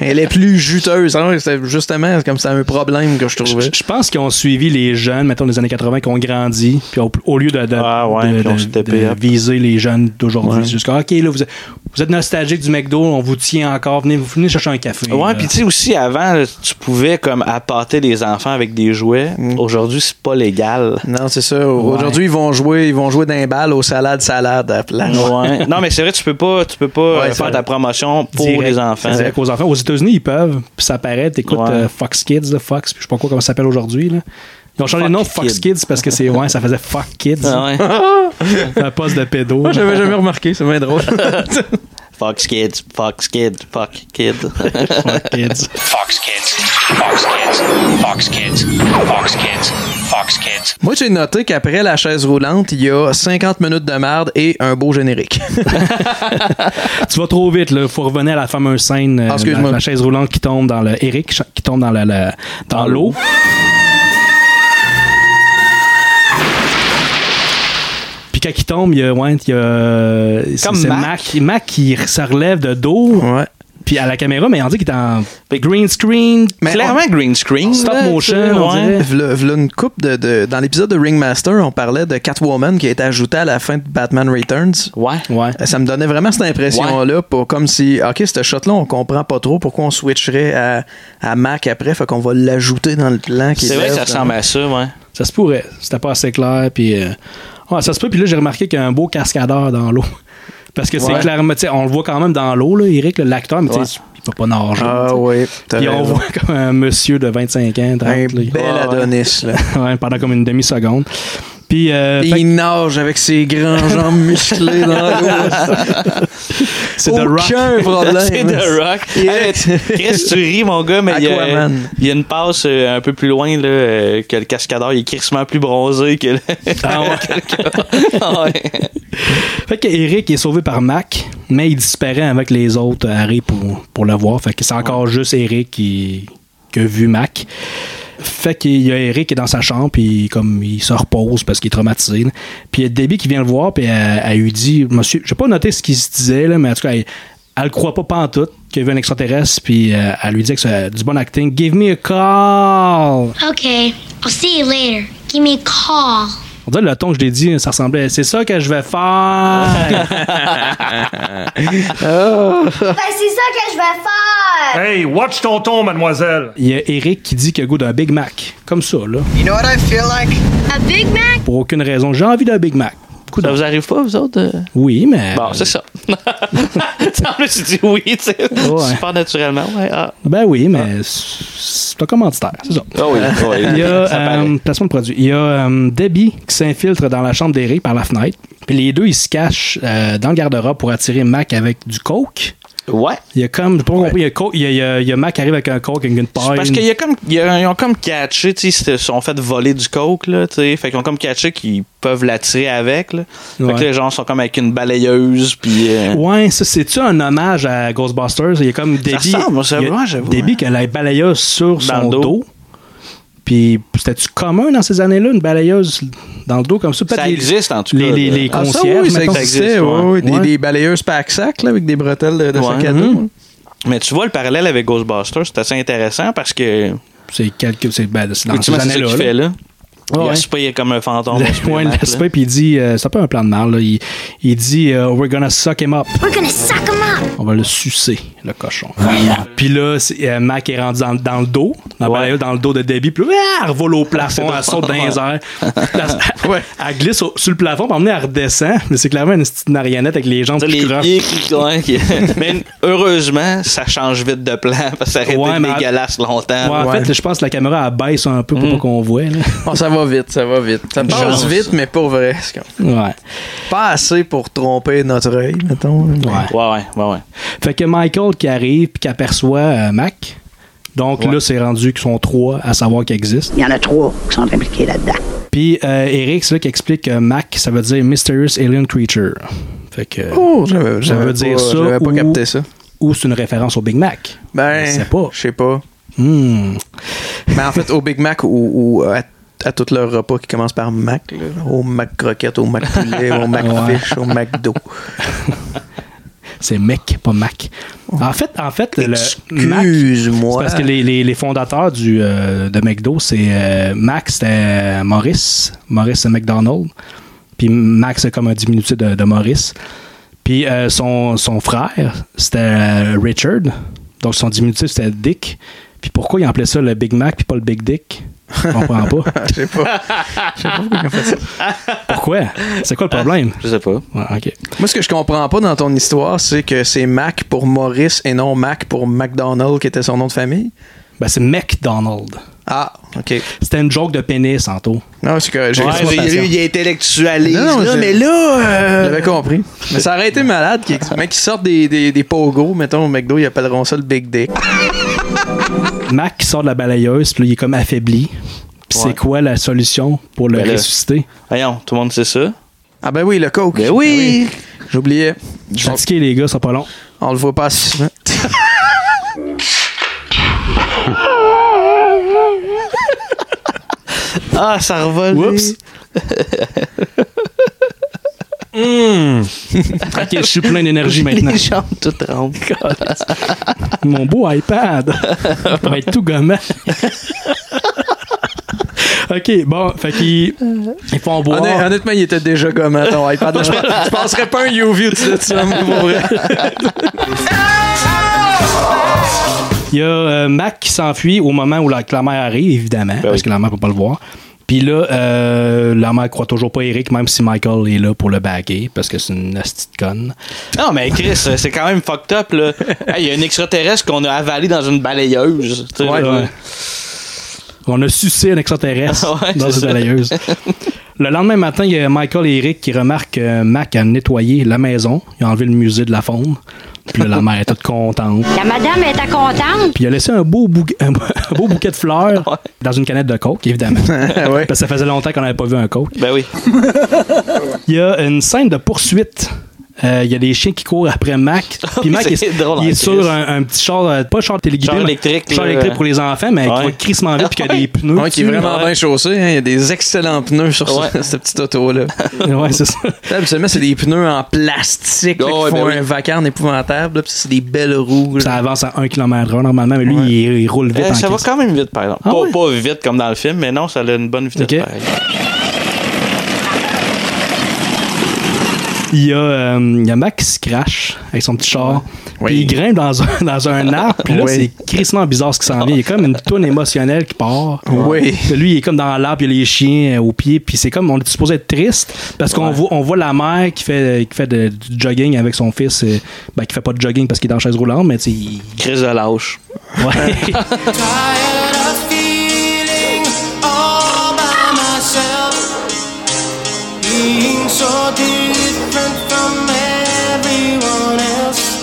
Speaker 3: Elle est plus juteuse. hein. C'est justement comme c'est un problème que je trouvais.
Speaker 1: Je je pense qu'ils ont suivi les jeunes, mettons des années 80, qui ont grandi, puis au, au lieu de, de-
Speaker 2: Ah ouais,
Speaker 1: de-
Speaker 2: puis on
Speaker 1: de-
Speaker 2: s'est tapé,
Speaker 1: de
Speaker 2: hein.
Speaker 1: viser les jeunes d'aujourd'hui, c'est juste comme, OK, là, vous êtes, vous êtes nostalgique du McDo, on vous tient encore, venez, vous venez chercher un café.
Speaker 2: Ouais,
Speaker 1: là.
Speaker 2: puis tu sais aussi avant, là, tu pouvais comme appâter les enfants avec des jouets. Aujourd'hui, c'est pas légal.
Speaker 3: Non, c'est ça. Aujourd'hui, ils vont jouer, ils vont jouer d'un bal aux salades salades à la place.
Speaker 2: Ouais. non, mais c'est vrai, tu peux pas, tu peux pas
Speaker 3: Ouais,
Speaker 2: euh,
Speaker 3: c'est
Speaker 2: faire
Speaker 3: vrai.
Speaker 2: ta promotion pour
Speaker 1: Direct-
Speaker 2: les enfants.
Speaker 1: direct aux enfants. Aux États-Unis, ils peuvent, puis ça paraît, t'écoutes
Speaker 2: Ouais.
Speaker 1: euh, Fox Kids, là, Fox, puis je sais pas quoi comment ça s'appelle aujourd'hui, là. Ils ont changé le nom
Speaker 2: Fuck
Speaker 1: Fox
Speaker 2: Kid.
Speaker 1: Kids parce que c'est ouais, ça faisait Fuck Kids.
Speaker 2: Ah ouais.
Speaker 1: <laughs>
Speaker 2: <laughs>
Speaker 1: Un poste de pédo.
Speaker 3: Moi, j'avais jamais remarqué, c'est bien drôle.
Speaker 2: Fox Kids, Fox Kids, fuck Kids.
Speaker 1: Fuck Kids.
Speaker 17: Fox Kids, Fox Kids, Fox Kids, Fox Kids, Fox Kids.
Speaker 3: <laughs> Moi, j'ai noté qu'après la chaise roulante, il y a 50 minutes de merde et un beau <laughs> générique.
Speaker 1: Tu vas trop vite, là. Faut revenir à la fameuse scène, euh,
Speaker 3: Ah, excuse-moi.
Speaker 1: la, la chaise roulante qui tombe dans le Eric, cha- qui tombe dans la, la- dans l'eau. quand il tombe, il y a. Ouais, il y a c'est-
Speaker 2: Comme
Speaker 1: c'est
Speaker 2: Mac.
Speaker 1: Mac. Mac qui se relève de dos. Puis à la caméra, mais on dit qu'il est en green screen.
Speaker 2: Clairement, green screen.
Speaker 1: Stop
Speaker 2: là,
Speaker 1: motion,
Speaker 2: tu sais,
Speaker 1: on dirait.
Speaker 3: V'là- v'là une coupe de, de- Dans l'épisode de Ringmaster, on parlait de Catwoman qui a été ajoutée à la fin de Batman Returns.
Speaker 2: Ouais.
Speaker 1: ouais.
Speaker 3: Ça me donnait vraiment cette impression-là, pour comme si, OK, ce shot-là, on comprend pas trop pourquoi on switcherait à, à Mac après, fait qu'on va l'ajouter dans le plan. qui
Speaker 2: C'est
Speaker 3: est
Speaker 2: vrai que
Speaker 3: là,
Speaker 2: ça ressemble à ça, ouais.
Speaker 1: Ça se pourrait. C'était pas assez clair. Puis. euh, ouais, ça se peut. Puis là, j'ai remarqué qu'il y a un beau cascadeur dans l'eau. <laughs> Parce que c'est
Speaker 3: Ouais.
Speaker 1: clairement. tu sais, On le voit quand même dans l'eau, là, Eric, là, l'acteur, mais tu sais,
Speaker 3: Ouais.
Speaker 1: il peut pas nager. tu
Speaker 3: Ah
Speaker 1: sais.
Speaker 3: oui. t'as
Speaker 1: Puis on
Speaker 3: raison.
Speaker 1: voit comme un monsieur de 25 ans, 30,
Speaker 3: Un
Speaker 1: là. Ah,
Speaker 3: bel Adonis, là.
Speaker 1: Ouais, pendant comme une demi-seconde. Puis, euh,
Speaker 3: Et
Speaker 1: fait-
Speaker 3: il nage avec ses
Speaker 1: <laughs>
Speaker 3: grands jambes musclées dans l'eau.
Speaker 1: C'est The Rock. <laughs>
Speaker 3: Aucun problème.
Speaker 2: C'est The Rock.
Speaker 3: Yeah.
Speaker 2: Hey,
Speaker 3: <laughs>
Speaker 2: Chris, tu ris, mon gars, mais il y, a,
Speaker 3: Aquaman.
Speaker 2: il y a une passe euh, un peu plus loin là, euh, que le cascadeur. Il est crissement plus bronzé <laughs> que le.
Speaker 1: Ah ouais.
Speaker 2: Ah ouais.
Speaker 1: fait que Eric est sauvé par Mac, mais il disparaît avec les autres euh, Harry pour, pour le voir. Fait que c'est encore juste Eric qui, qui a vu Mac. Fait qu'il y a Eric qui est dans sa chambre, puis comme il se repose parce qu'il est traumatisé. là. Puis il y a Debbie qui vient le voir, puis elle, elle lui dit Monsieur, j'ai pas noté ce qu'il se disait, là, mais en tout cas, elle, elle le croit pas pantoute qu'il y avait un extraterrestre, puis euh, elle lui dit que c'est du bon acting Give me a call
Speaker 12: Okay, I'll see you later. Give me a call.
Speaker 1: On dirait le ton que je l'ai dit, ça ressemblait. C'est ça que je vais <laughs> faire.
Speaker 12: Ben, c'est ça que je vais faire!
Speaker 18: Hey, watch tonton, mademoiselle.
Speaker 1: Il y a Eric qui dit qu'il a goût d'un Big Mac. Comme ça, là.
Speaker 12: You know what I feel like? A Big Mac?
Speaker 1: Pour aucune raison. J'ai envie d'un Big Mac.
Speaker 2: Ça vous arrive pas, vous autres? euh?
Speaker 1: Oui, mais.
Speaker 2: Bon, c'est ça. <laughs> en plus, tu dis oui, tu sais. Super naturellement, ouais. Ah.
Speaker 1: Ben oui, mais c'est c'est un commanditaire, c'est ça.
Speaker 2: Ah oui, oui.
Speaker 1: <laughs> Il y a
Speaker 2: Ça paraît.
Speaker 1: euh, placement de produit. Il y a euh, Debbie qui s'infiltre dans la chambre d'Eric par la fenêtre. Puis les deux, ils se cachent euh, dans le garde-robe pour attirer Mac avec du coke.
Speaker 2: Ouais.
Speaker 1: Il y a comme, j'ai pas compris, il y a, coke- il y a- il y a- il y a Mac qui arrive avec un coke, avec une paille.
Speaker 2: Parce qu'ils comme, il y a- ils ont comme catché, tu sais, ils se sont fait voler du coke, là, tu sais. Fait qu'ils ont comme catché qu'ils peuvent l'attirer avec, là. Fait
Speaker 1: Ouais.
Speaker 2: que les gens sont comme avec une balayeuse, puis. euh,
Speaker 1: Ouais, ça, c'est-tu un hommage à Ghostbusters? Il y a comme Debbie.
Speaker 2: ressemble, ça,
Speaker 1: il y a
Speaker 2: ouais, j'avoue,
Speaker 1: Debbie qui a la balayeuse sur
Speaker 2: Dans
Speaker 1: son
Speaker 2: le
Speaker 1: dos.
Speaker 2: dos.
Speaker 1: Puis, c'était-tu commun dans ces années-là, une balayeuse dans le dos comme ça? Peut-être
Speaker 2: Ça
Speaker 1: les-
Speaker 2: existe, en tout cas,
Speaker 1: Les, les,
Speaker 2: là.
Speaker 1: les
Speaker 3: Ah, ça,
Speaker 1: concierges,
Speaker 3: oui, ça
Speaker 1: mettons.
Speaker 3: existait. ouais, ouais, Des, des balayeuses pack-sac là, avec des bretelles de, de
Speaker 2: Ouais.
Speaker 3: sac à dos.
Speaker 2: Mhm. Mais tu vois le parallèle avec Ghostbusters, c'est assez intéressant parce que.
Speaker 1: C'est quelques- c'est- ben, c'est dans ces
Speaker 2: Ultimement, c'est ça
Speaker 1: années-là.
Speaker 2: qu'il
Speaker 1: là.
Speaker 2: fait, là.
Speaker 1: Ouais.
Speaker 2: Il aspire comme un fantôme.
Speaker 1: Le
Speaker 2: il aspire
Speaker 1: point de
Speaker 2: Mac, là.
Speaker 1: l'aspect, puis il dit, euh, c'est un peu un plan de mal, là. Il, il dit, euh, we're gonna suck him up.
Speaker 12: We're gonna suck 'em up!
Speaker 1: On va le sucer, le cochon. Puis là, c'est- euh, Mac est rendu dans, dans le dos, dans, la balayeuse, dans le dos de Debbie. Puis ah, elle revole au plafond, elle saute dans les airs. Elle, elle glisse au- sur le plafond, puis à un moment donné, elle redescend. Mais c'est clairement une petite marionnette avec les jambes
Speaker 2: Tu sais,
Speaker 1: plus
Speaker 2: les
Speaker 1: croches.
Speaker 2: pics, ouais, qui- <laughs> mais heureusement, ça change vite de plan parce que ça aurait
Speaker 1: Ouais,
Speaker 2: été
Speaker 1: mais-
Speaker 2: dégueulasse longtemps.
Speaker 1: Ouais, en
Speaker 2: Ouais.
Speaker 1: fait, je pense que la caméra elle baisse un peu pour pas qu'on voit. là.
Speaker 3: Bon, Ah, ça va vite, ça va vite. Ça passe
Speaker 1: chance.
Speaker 3: vite, mais pour vrai. c'est comme-
Speaker 1: Ouais.
Speaker 3: Pas assez pour tromper notre œil, mettons. mais-
Speaker 2: Ouais, ouais, ouais, ouais.
Speaker 1: Fait que Michael qui arrive puis qui aperçoit euh, Mac. Donc là, c'est rendu qu'ils sont trois à savoir qu'il existe.
Speaker 19: Il y en a trois qui sont impliqués là-dedans.
Speaker 1: Puis euh, Eric, c'est là qui explique que Mac, ça veut dire Mysterious Alien Creature. Fait que
Speaker 3: Oh, j'avais,
Speaker 1: ça
Speaker 3: j'avais
Speaker 1: veut
Speaker 3: pas,
Speaker 1: dire ça.
Speaker 3: J'avais pas
Speaker 1: ou-
Speaker 3: capté ça.
Speaker 1: Ou c'est une référence au Big Mac.
Speaker 3: Ben,
Speaker 1: Je sais pas.
Speaker 3: Je sais pas.
Speaker 1: Hmm.
Speaker 3: Mais en fait, au Big Mac ou, ou à, à tout leur repas qui commence par Mac, là, au Mac Croquette, au Mac Poulet, au Mac
Speaker 1: <laughs> Ouais.
Speaker 3: Fish, au McDo.
Speaker 1: C'est Mec, pas Mac. En fait, en fait, le Mac,
Speaker 3: Oh. Excuse-moi.
Speaker 1: c'est parce que les, les- les fondateurs du, euh, de McDo, c'est euh, Mac, c'était Maurice, Maurice McDonald. Puis Mac, c'est comme un diminutif de, de Maurice. Puis euh, son, son frère, c'était euh, Richard. Donc son diminutif, c'était Dick. Puis pourquoi il appelait ça le Big Mac puis pas le Big Dick? Je comprends pas.
Speaker 3: <laughs> Je sais pas.
Speaker 1: Pourquoi? C'est quoi le problème?
Speaker 2: Je sais pas.
Speaker 1: Ouais, ok.
Speaker 3: Moi, ce que je comprends pas dans ton histoire, c'est que c'est Mac pour Maurice et non Mac pour McDonald qui était son nom de famille.
Speaker 1: Ben, c'est McDonald.
Speaker 3: Ah, OK.
Speaker 1: C'était une joke de pénis, Anto.
Speaker 3: Non, c'est que j'ai
Speaker 1: Ouais,
Speaker 3: j'ai-
Speaker 1: j'ai lu,
Speaker 2: il intellectualise,
Speaker 3: Non, non,
Speaker 2: là,
Speaker 3: je-
Speaker 2: mais là... euh,
Speaker 3: J'avais compris. Mais ça aurait été malade qu'ils mais qu'ils sortent des, des, des pogos, mettons, au McDo, ils appelleront ça le Big Dick.
Speaker 1: Mac qui sort de la balayeuse, puis là, il est comme affaibli. Puis
Speaker 2: Ouais.
Speaker 1: c'est quoi la solution pour le
Speaker 2: Ben là.
Speaker 1: ressusciter?
Speaker 2: Voyons, tout le monde sait ça.
Speaker 3: Ah ben oui, le Coke.
Speaker 2: Ben oui!
Speaker 3: J'oubliais.
Speaker 1: Fatigué, les gars, ça pas long.
Speaker 3: On le voit pas
Speaker 2: <laughs>
Speaker 3: assez souvent.
Speaker 2: Ah, ça revole. <laughs>
Speaker 1: Oups! Hum! ok, je suis plein d'énergie maintenant.
Speaker 2: Les jambes toutes trempent.
Speaker 1: <laughs> Mon beau iPad. Ça va être tout
Speaker 2: <laughs>
Speaker 1: gommant. OK, bon, fait qu'ils ils font boire.
Speaker 3: Honnêt- Honnêtement, il était déjà comme à ton iPad.
Speaker 2: <laughs>
Speaker 3: Je pense- tu passerais pas un UV au-dessus de ça, moi, pour vrai.
Speaker 1: Il y a euh, Mac qui s'enfuit au moment où la, que la mère arrive, évidemment, parce que la mère peut pas le voir. Puis là, euh, la mère croit toujours pas Eric, même si Michael est là pour le baguer, parce que c'est une astite conne.
Speaker 2: <laughs> Non, mais Chris, euh, c'est quand même fucked up, là. Hey, Il y a un extraterrestre qu'on a avalé dans une balayeuse. tu sais.
Speaker 1: Ouais, ouais. On a sucé un extraterrestre
Speaker 2: <laughs> Ouais,
Speaker 1: dans
Speaker 2: c'est
Speaker 1: une
Speaker 2: ça.
Speaker 1: balayeuse. Le lendemain matin, il y a Michael et Eric qui remarquent que Mac a nettoyé la maison. Il a enlevé le musée de la faune. Puis là, la mère est toute contente.
Speaker 20: La madame est à contente.
Speaker 1: Puis il a laissé un beau, bou- un beau- un beau bouquet de
Speaker 2: <laughs>
Speaker 1: fleurs dans une canette de coke, évidemment. Parce que ça faisait longtemps qu'on n'avait pas vu un coke.
Speaker 2: Ben oui.
Speaker 1: Il y a une scène de poursuite. Euh, il y a des chiens qui courent après
Speaker 2: <laughs>
Speaker 1: Mac. Puis Mac
Speaker 2: Ah C'est
Speaker 1: est,
Speaker 2: drôle,
Speaker 1: il est
Speaker 2: hein, Chris.
Speaker 1: sur un, un petit char, euh, pas char téléguidé.
Speaker 2: Char
Speaker 1: mais-
Speaker 2: électrique,
Speaker 1: Char
Speaker 2: là. euh.
Speaker 1: électrique pour les enfants, mais qui
Speaker 2: Ouais.
Speaker 1: va crissement vite puis qui a des pneus.
Speaker 3: Ouais, qui est
Speaker 1: dessus.
Speaker 3: vraiment bien chaussé. hein. Il y a des excellents pneus sur ce-
Speaker 2: Ouais.
Speaker 3: <laughs> cette petite auto-là.
Speaker 1: <laughs> Ouais, c'est ça.
Speaker 3: Là, Habituellement, c'est des pneus en plastique là,
Speaker 2: Oh,
Speaker 3: qui
Speaker 2: ouais,
Speaker 3: font
Speaker 2: ben oui.
Speaker 3: un vacarne épouvantable. là, Puis c'est des belles roues.
Speaker 1: Ça avance à 1 km/h normalement, mais lui, il, il roule vite
Speaker 2: Eh,
Speaker 1: en
Speaker 2: ça va
Speaker 1: crise.
Speaker 2: quand même vite, par exemple.
Speaker 1: Ah
Speaker 2: pas,
Speaker 1: ouais?
Speaker 2: pas vite comme dans le film, mais non, ça a une bonne
Speaker 1: Ok.
Speaker 2: vitesse. pareil.
Speaker 1: Il y, a, euh, il y a Mac qui se crache avec son petit char. Puis il grimpe dans un, dans un arbre. Puis là,
Speaker 3: Oui.
Speaker 1: c'est crissement bizarre ce qui s'en vient. Il y a comme une toune émotionnelle qui part.
Speaker 3: Oui.
Speaker 1: Puis lui, il est comme dans l'arbre, il y a les chiens euh, aux pieds. Puis c'est comme, on est supposé être triste parce qu'on voit, on voit la mère qui fait, qui fait de- du jogging avec son fils. euh, ben, qui fait pas de jogging parce qu'il est en chaise roulante, mais tu sais, il-
Speaker 2: Crise de lâche.
Speaker 1: Ouais.
Speaker 8: Tired of feeling all by myself, being so different from everyone else.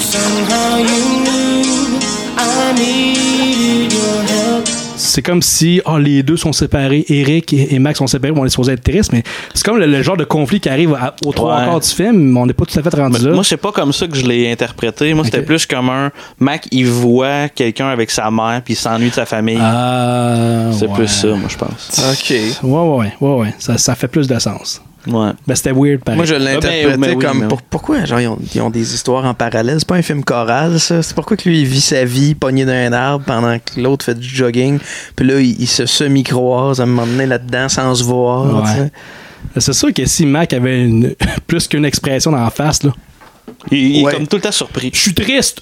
Speaker 8: Somehow you knew I needed your help.
Speaker 1: c'est comme si ah, les deux sont séparés, Eric et, et Max sont séparés, on est supposé être tristes, mais c'est comme le, le genre de conflit qui arrive à- aux trois
Speaker 2: Ouais.
Speaker 1: quarts du film, mais on n'est pas tout à fait rendu là.
Speaker 2: Moi, c'est pas comme ça que je l'ai interprété. Moi, c'était plus comme un Mac, il voit quelqu'un avec sa mère, puis il s'ennuie de sa famille.
Speaker 1: Ah,
Speaker 2: c'est
Speaker 1: ouais.
Speaker 2: plus ça, moi, je pense.
Speaker 3: OK.
Speaker 1: Ouais, ouais, ouais, ouais, ouais. Ça, ça fait plus de sens.
Speaker 2: Ouais.
Speaker 1: Ben, c'était weird, pareil.
Speaker 3: Moi, je l'ai
Speaker 2: Ah, ben,
Speaker 3: interprété
Speaker 2: ben oui,
Speaker 3: comme
Speaker 2: ben oui.
Speaker 3: pour- pourquoi genre, ils, ont, ils ont des histoires en parallèle. C'est pas un film choral, ça. C'est pourquoi que lui, il vit sa vie pogné dans un arbre pendant que l'autre fait du jogging. Puis là, il, il se semi-croise à un moment donné là-dedans sans se voir.
Speaker 1: Ouais.
Speaker 3: tu sais.
Speaker 1: Ben, C'est sûr que si Mac avait une- <laughs> plus qu'une expression dans la face, là,
Speaker 2: Il, il
Speaker 3: Ouais.
Speaker 2: est comme tout le
Speaker 1: <laughs>
Speaker 2: temps surpris.
Speaker 1: je suis triste.